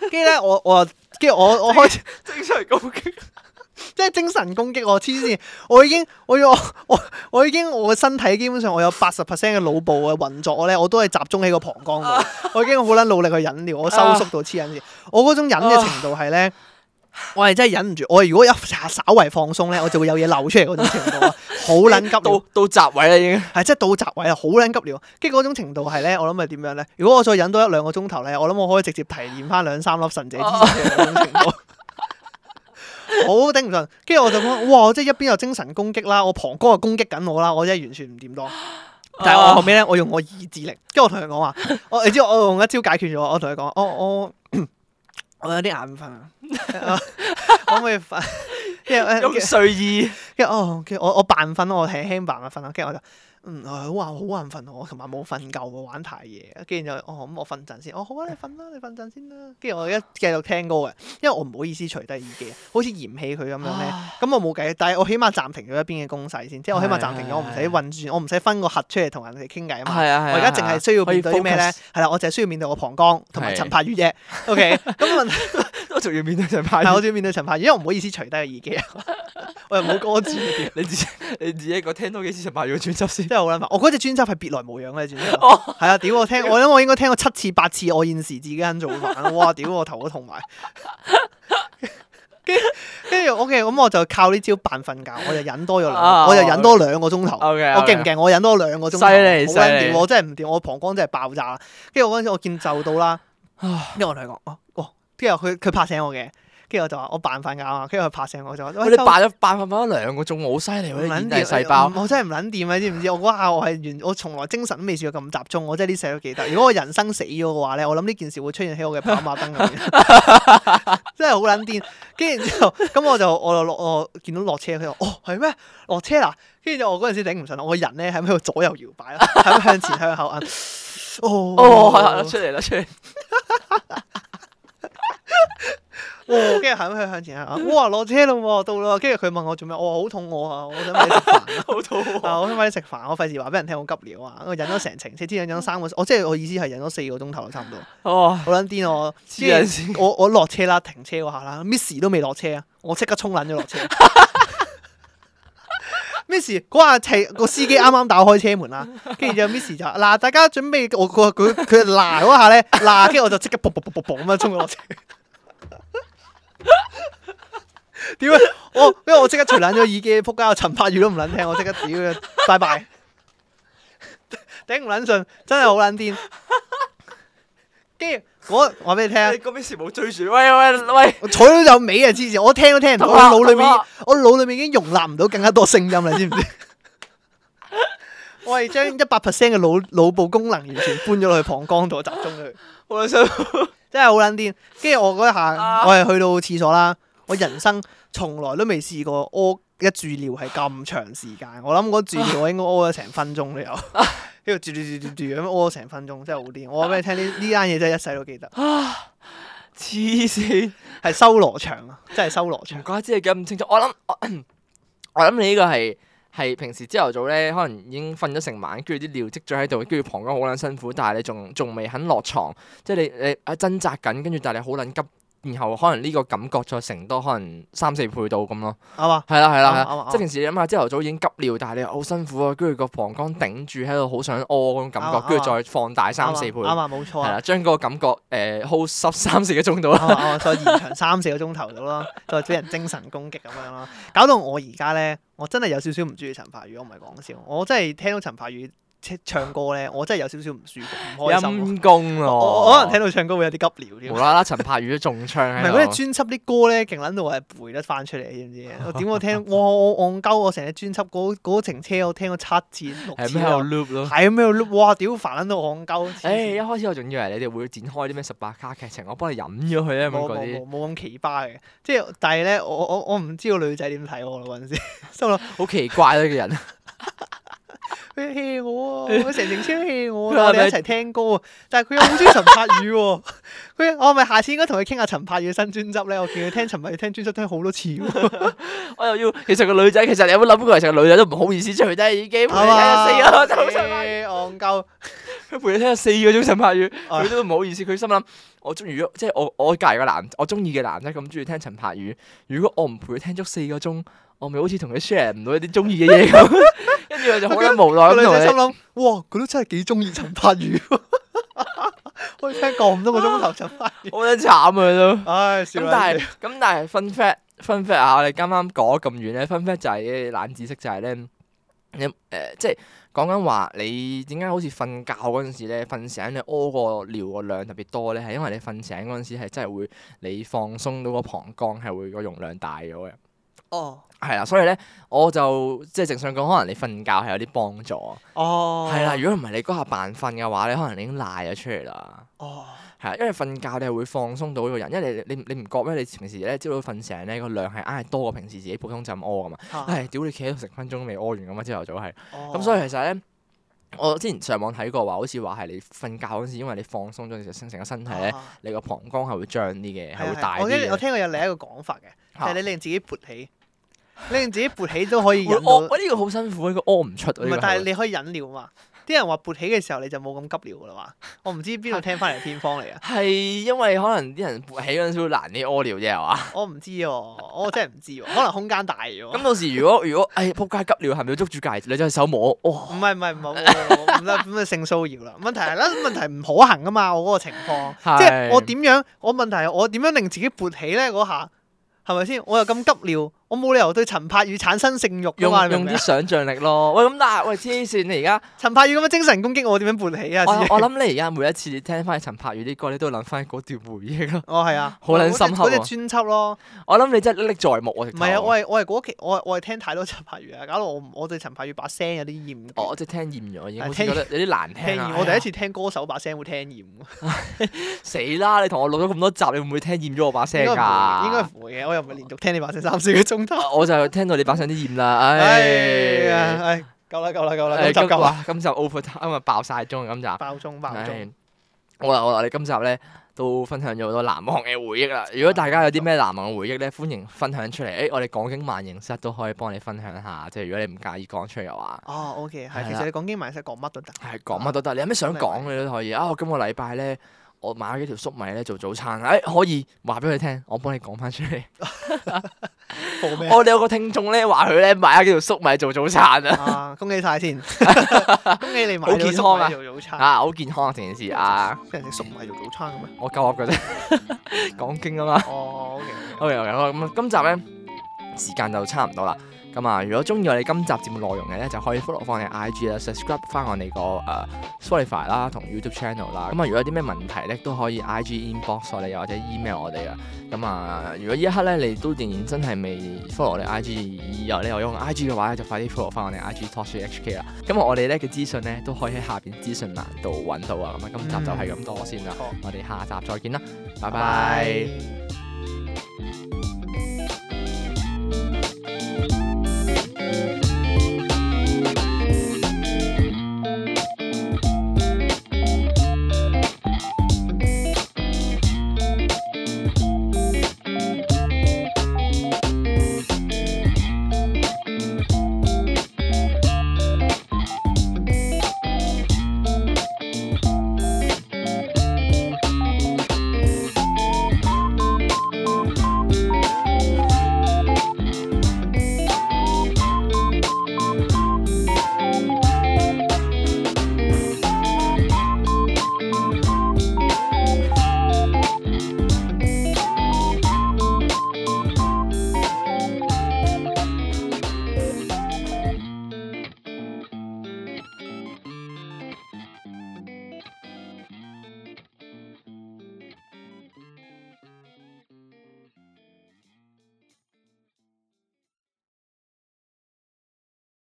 S2: 跟住咧我我又跟住我我開始
S1: 正常攻擊。
S2: 即係精神攻擊我，黐線！我已經我要我我我已經我嘅身體基本上我有八十 percent 嘅腦部嘅運作咧，我都係集中喺個膀胱度。我已經好撚努力去忍尿，我收縮到黐緊線。我嗰種忍嘅程度係咧，我係真係忍唔住。我如果一稍為放鬆咧，我就會有嘢漏出嚟嗰種程度啊，好撚急尿
S1: 到到閘位啦已經。
S2: 係即係到閘位啊，好撚急尿。跟住嗰種程度係咧，我諗係點樣咧？如果我再忍多一兩個鐘頭咧，我諗我可以直接提煉翻兩三粒神者之石嘅嗰種程度。好頂唔順，跟住我就講：哇！我即係一邊有精神攻擊啦，我膀胱又攻擊緊我啦，我真係完全唔掂當。但係我後尾咧，我用我意志力，跟住我同佢講話，我你知我用一招解決咗，我同佢講，我哦我我有啲眼瞓啊， 我可唔可以 瞓？呃跟住我
S1: 用睡意，
S2: 跟住哦，跟住我我扮瞓，我輕輕扮下瞓啦。跟住我就嗯，我好眼好眼瞓，我琴晚冇瞓夠，我玩太夜。跟住就哦咁，我瞓陣先。哦好啊，你瞓啦，你瞓陣先啦。跟住我一繼續聽歌嘅，因為我唔好意思除低耳機，好似嫌棄佢咁樣咧。咁我冇計，但係我起碼暫停咗一邊嘅攻勢先，即係我起碼暫停咗，我唔使運轉，我唔使分個核出嚟同人哋傾偈啊嘛。
S1: 係啊係啊。
S2: 我而家淨係需要
S1: 可以
S2: 面對啲咩咧
S1: focus？
S2: 係啦，我淨係需要面對我膀胱同埋
S1: 係
S2: 陳柏宇啫。OK，咁 問題
S1: 我仲要面對上派
S2: 係我仲要面對陳柏宇，因為我唔好意思除低個耳機啊， 我又冇歌詞。
S1: 你自己你自己一個聽多幾次陳柏宇嘅專輯 先。
S2: 真係好撚煩。我嗰隻專輯係別來無恙嘅專輯，
S1: 哦，
S2: 係啊！屌 我聽，我諗我應該聽過七次八次，我現時自己一個人做飯，啊哇！屌我頭都痛埋。跟住 OK，咁我就靠呢招扮瞓覺，我就忍多咗兩，
S1: 啊
S2: 我就忍多兩個鐘頭。
S1: OK，
S2: 我勁唔勁？我忍多兩個鐘頭，
S1: 犀利
S2: 好撚
S1: 犀利
S2: 掂！我真係唔掂，我膀胱真係爆炸啦。跟住我嗰陣時我見就到啦，
S1: 啊
S2: 跟住我同佢講，哦哦，跟住佢佢拍醒我嘅，跟住我就話我扮瞓覺啊，跟住佢拍醒我就話，
S1: 喂
S2: 喂
S1: 你
S2: 收
S1: 扮咗扮瞓瞓咗兩個鐘，好犀利
S2: 唔
S1: 喎！啲
S2: 撚
S1: 演
S2: 掂
S1: 藝細胞。
S2: 我我真係唔撚掂啊！知唔知？我嗰下我係完，我從來精神都未試過咁集中，我真係呢世都記得。如果我人生死咗嘅話咧，我諗呢件事會出現喺我嘅跑馬燈入面， 真係好撚癲。跟住之後，咁我就我就落我見到落車，佢話：哦，係咩？落車啦！跟住就我嗰陣時頂唔順啦，我個人咧喺度左右搖擺啦，喺度向前向後摁。啊 哦，
S1: 哦， 係啦，出嚟啦，出嚟。
S2: 哦，跟住行向向前行，哇！落車啦喎，到啦！跟住佢問我做咩，我話好肚餓啊，我想買食飯。
S1: 好肚
S2: 啊！我想快啲食飯，我費事話俾人聽我急尿啊！我忍咗成程車，之前忍咗三個，我即係我意思係忍咗四個鐘頭啦，差唔多，
S1: 哦，
S2: 好撚癲我！
S1: 黐人線。
S2: 我我落車啦，停車嗰下啦，Miss 都未落車啊，我即刻衝撚咗落車。Miss 嗰下係個司機啱啱打開車門啦，跟住就 Miss 就話嗱，大家準備我佢佢佢嗱嗰下咧嗱，跟住我就即刻啵啵啵啵啵咁樣衝咗落車。點啊！我因為我即刻除撚咗耳機，仆街！我陳柏宇都唔撚聽，我即刻屌佢，拜拜！頂唔撚順，真係好撚癲。跟住我話俾你聽，啊
S1: 你嗰邊時冇追住，喂喂喂，
S2: 我坐到有尾啊！之前我聽都聽唔到，
S1: 得
S2: 我
S1: 啦
S2: 腦裏
S1: 得
S2: 面已
S1: 啦
S2: 我腦裏面已經容納唔到更加多聲音啦，知唔知？我係將一百 percent 嘅腦腦部功能完全搬咗落去膀胱度集中佢，
S1: 我想
S2: 真係好撚癲。跟住我嗰一下，
S1: 啊
S2: 我係去到廁所啦，我人生從來都未試過屙一住尿係咁長時間。我諗嗰住尿我應該屙咗成分鐘都有，喺度住住住住住咁屙咗成分鐘，真係好癲。我話俾你聽，呢呢單嘢真係一世都記得，
S1: 黐線，
S2: 係修羅場啊，真係修羅場
S1: 唔。怪之你咁唔清楚。我諗我我諗你呢個係係平時朝頭早咧，可能已經瞓咗成晚，跟住啲尿積咗喺度，跟住膀胱好撚辛苦，但係你仲仲未肯落床，即係你你啊掙扎緊，跟住但係你好撚急，然後可能呢個感覺再成多可能三四倍到咁咯。
S2: 啱啊嘛？
S1: 係啦係啦係
S2: 啱啱
S1: 啦
S2: 啱，
S1: 即係平時你諗下朝頭早已經急尿，但係你又好辛苦啊，跟住個膀胱頂住喺度，好想屙嗰種感
S2: 啱
S1: 覺
S2: 啊，
S1: 跟住再放大
S2: 啱
S1: 三
S2: 啊
S1: 四倍，
S2: 啱啊，冇錯
S1: 係啦，
S2: 啊，
S1: 將嗰個感覺誒 hold 濕三四個鐘度啦。
S2: 啱啊啱 啊，再延長三四個鐘頭到咯， 再俾人精神攻擊咁樣咯，搞到我而家咧，我真係有少少唔中意陳柏宇，我唔係講笑，我真係聽到陳柏宇唱唱歌咧，我真係有少少唔舒服，唔開心咯。
S1: 陰公
S2: 我
S1: 咯，
S2: 我我可能聽到唱歌會有啲急尿添
S1: 無。啦啦陳柏宇都中槍
S2: 唔
S1: 喺
S2: 係
S1: 度。啊
S2: 嗰隻專輯啲歌咧，勁撚到我係背得翻出嚟，知唔知？我點我 聽，我我戇鳩，我成隻專輯嗰嗰程車，我聽咗七次六
S1: 係
S2: 次
S1: 咩喺度
S2: 啊，
S1: loop 咯？
S2: 係咩？哇！屌煩撚到戇鳩。黐線
S1: 誒，一開始我仲以為你哋會展開啲咩十八卡劇情，我幫你飲咗佢啊咧咁
S2: 冇
S1: 嗰
S2: 冇
S1: 啲，
S2: 冇冇咁奇葩嘅，即係但係咧，我我我唔知個女仔點睇我啦啊嗰陣時， 心諗
S1: 好奇怪啊咯個人。
S2: 佢 hea 我啊，佢成程車 hea 我
S1: 佢係
S2: 啊，我哋
S1: 咪
S2: 一齊聽歌啊，但係佢又好中意陳柏宇喎， 佢我係咪下次應該同佢傾下陳柏宇新專輯咧？我見佢聽陳柏宇聽專輯聽好多 次喎，
S1: 我又要，其實個女仔，其實哎 你有冇諗過，其實個女仔都唔好意思除低耳機陪你聽
S2: 係嘛
S1: 咗四個鐘頭。
S2: 哎誒戇鳩，
S1: 佢陪你聽咗四個鐘陳柏宇，
S2: 唉
S1: 佢都唔好意思，佢心諗我中意咗，即係我我隔離個男，我中意嘅男仔咁中意聽陳柏宇，如果我唔陪佢聽足四個鐘，我咪好似同佢 share 唔到一啲中意嘅嘢咁，跟住我就好撚無奈哦
S2: 個
S1: 咁
S2: 女
S1: 同
S2: 仔心
S1: 你。
S2: 諗，哇，佢都真係幾中意陳柏宇喎， 可以聽咁多個鐘頭陳 柏宇，
S1: 好撚慘啊佢都。
S2: 唉，笑
S1: 咁
S2: 啦
S1: 但係咁但係 fun fact fun fact 啊！我哋啱啱講咗咁遠咧，fun fact 就係啲冷知識就係咧，你誒、呃即係講緊話你點解好似瞓覺嗰陣時咧，瞓醒你屙個尿個量特別多咧，係因為你瞓醒嗰陣時係真係會你放鬆到個膀胱係會個容量大咗嘅。
S2: 哦，
S1: 係啦，所以咧我就即係正想講，可能你瞓覺係有啲幫助。啊
S2: 哦，
S1: 係啦、，如果唔係你嗰下扮瞓嘅話咧，可能你已經賴咗出嚟啦。
S2: 哦，
S1: 係啊，因為瞓覺你係會放鬆到個人，因為你你你唔覺咩？你平時咧朝早瞓醒咧個量係硬係多過平時自己普通就咁屙噶嘛。
S2: 嚇
S1: 唉，屌你企喺度成分鐘都未屙完
S2: 哦
S1: 咁啊！朝頭早係，咁
S2: 咁
S1: 所以其實咧，我之前上網睇過話，好似話係你瞓覺嗰陣時，因為你放鬆咗，其實成成個身體咧，你個膀胱係會脹啲嘅，係會大
S2: 哦我
S1: 啲
S2: 聽我
S1: 嘅。
S2: 聽過有另一個講法嘅，就
S1: 嚇
S2: 係你令自己勃起，你令自己勃起都可以
S1: 會
S2: 忍到
S1: 屙，，喂呢個好辛苦，呢個屙唔出啊。
S2: 唔
S1: 呢
S2: 係
S1: 個，
S2: 但係
S1: 係
S2: 你可以忍尿嘛。啲人話勃起嘅時候你就冇咁急尿噶啦嘛。我唔知邊度聽翻嚟嘅偏方嚟啊 嘅，
S1: 係因為可能啲人勃起嗰陣時會難啲屙尿啫，係嘛？
S2: 我唔知喎，我真係唔知喎，可能空間大咗。
S1: 咁到時如果如果唉仆街急尿，係咪要捉住戒指？你隻手摸，哇！
S2: 唔係唔係唔係唔係唔 得咁啊性騷擾啦！問題係啦，問題唔可行啊嘛！我嗰個情況，即係
S1: 係
S2: 我點樣？我問題係我點樣令自己勃起咧？嗰下係咪先？我又咁急尿，我冇理由對陳柏宇產生性慾噶
S1: 用
S2: 嘛？你明唔
S1: 用
S2: 明
S1: 啲
S2: 啊？
S1: 想像力 咯。喂，咁但係喂黐線，你而家
S2: 陳柏宇咁樣精神攻擊我，點樣勃起啊？
S1: 我
S2: 自己
S1: 我諗你而家每一次聽翻陳柏宇啲歌，你都諗翻嗰段回憶咯。
S2: 哦係啊，
S1: 好撚深刻
S2: 嗰隻
S1: 喎
S2: 專輯咯，
S1: 我諗你真係歷歷在目啊！
S2: 唔係啊，我
S1: 我
S2: 係我係嗰期我係我係聽太多陳柏宇啊，搞到我唔我對陳柏宇把聲有啲厭倦。
S1: 我即係聽厭咗，已經好似
S2: 啊聽
S1: 覺得有啲難
S2: 聽
S1: 哦聽啊！
S2: 厭，我第
S1: 哎
S2: 一
S1: 呀
S2: 次聽歌手把聲會聽厭喎，
S1: 哎死啦！你同我錄咗咁多集，你會唔會聽厭咗我把聲啊
S2: 應該唔
S1: 㗎？
S2: 會，應該唔會嘅。我又唔係連續聽你把聲三四個鐘頭。
S1: 我就聽到你把聲啲厭啦，
S2: 唉
S1: 唉！
S2: 唉，哎夠啦夠哎啦夠啦，
S1: 唉
S2: 今集
S1: 哎
S2: 夠啦，
S1: 哇！哎今集 over time 啊，爆晒鐘啊今集。
S2: 爆鐘爆鐘
S1: 唉，好啦好啦，我哋今集咧都分享咗好多難忘嘅回憶啦。如果大家有啲咩難忘嘅回憶咧，歡迎分享出嚟。誒、我哋講經萬應室都可以幫你分享下，即係如果你唔介意講出嚟嘅話，
S2: 哦，OK，係，
S1: 係
S2: 其
S1: 啦
S2: 實你講經萬世講乜都得。
S1: 係講乜都得。你有咩想講嘅你都可以。啊，我今個禮拜咧，我買咗幾條粟米咧做早餐，誒、可以話俾佢聽，我幫你講翻出 嚟。
S2: 報咩啊
S1: 我哋有個聽眾咧話佢咧買咗幾條粟米做早餐 啊，
S2: 啊？恭喜 晒先，恭喜你買
S1: 好健
S2: 咗
S1: 康啊
S2: 粟米做早餐。
S1: 啊好健康啊成件事啊，
S2: 俾人食粟米做早餐嘅咩？
S1: 我夠噏嘅啫， 講經啊嘛。
S2: 哦
S1: OK
S2: ，OK，
S1: OK，好咁今集咧時間就差唔多啦。咁啊，如果中意我哋今集節目內容嘅咧，就可以 follow 翻我哋 IG 啦，subscribe 翻我哋個誒 Spotify 啦，同 YouTube channel 啦。咁啊，如果有啲咩問題咧，都可以 IG inbox 我哋，又或者 email 我哋啊。咁啊，如果呢一刻咧，你都仍然真係未 follow 我哋 IG，以後咧我用 IG 嘅話咧，就快啲 follow 翻我哋 IG Talk Show HK 啦。咁啊我哋咧嘅資訊咧，都可以喺下邊資訊欄度揾到啊。咁啊，今集就係咁多先啦，
S2: 好
S1: 我哋下集再見啦，拜拜。
S2: 拜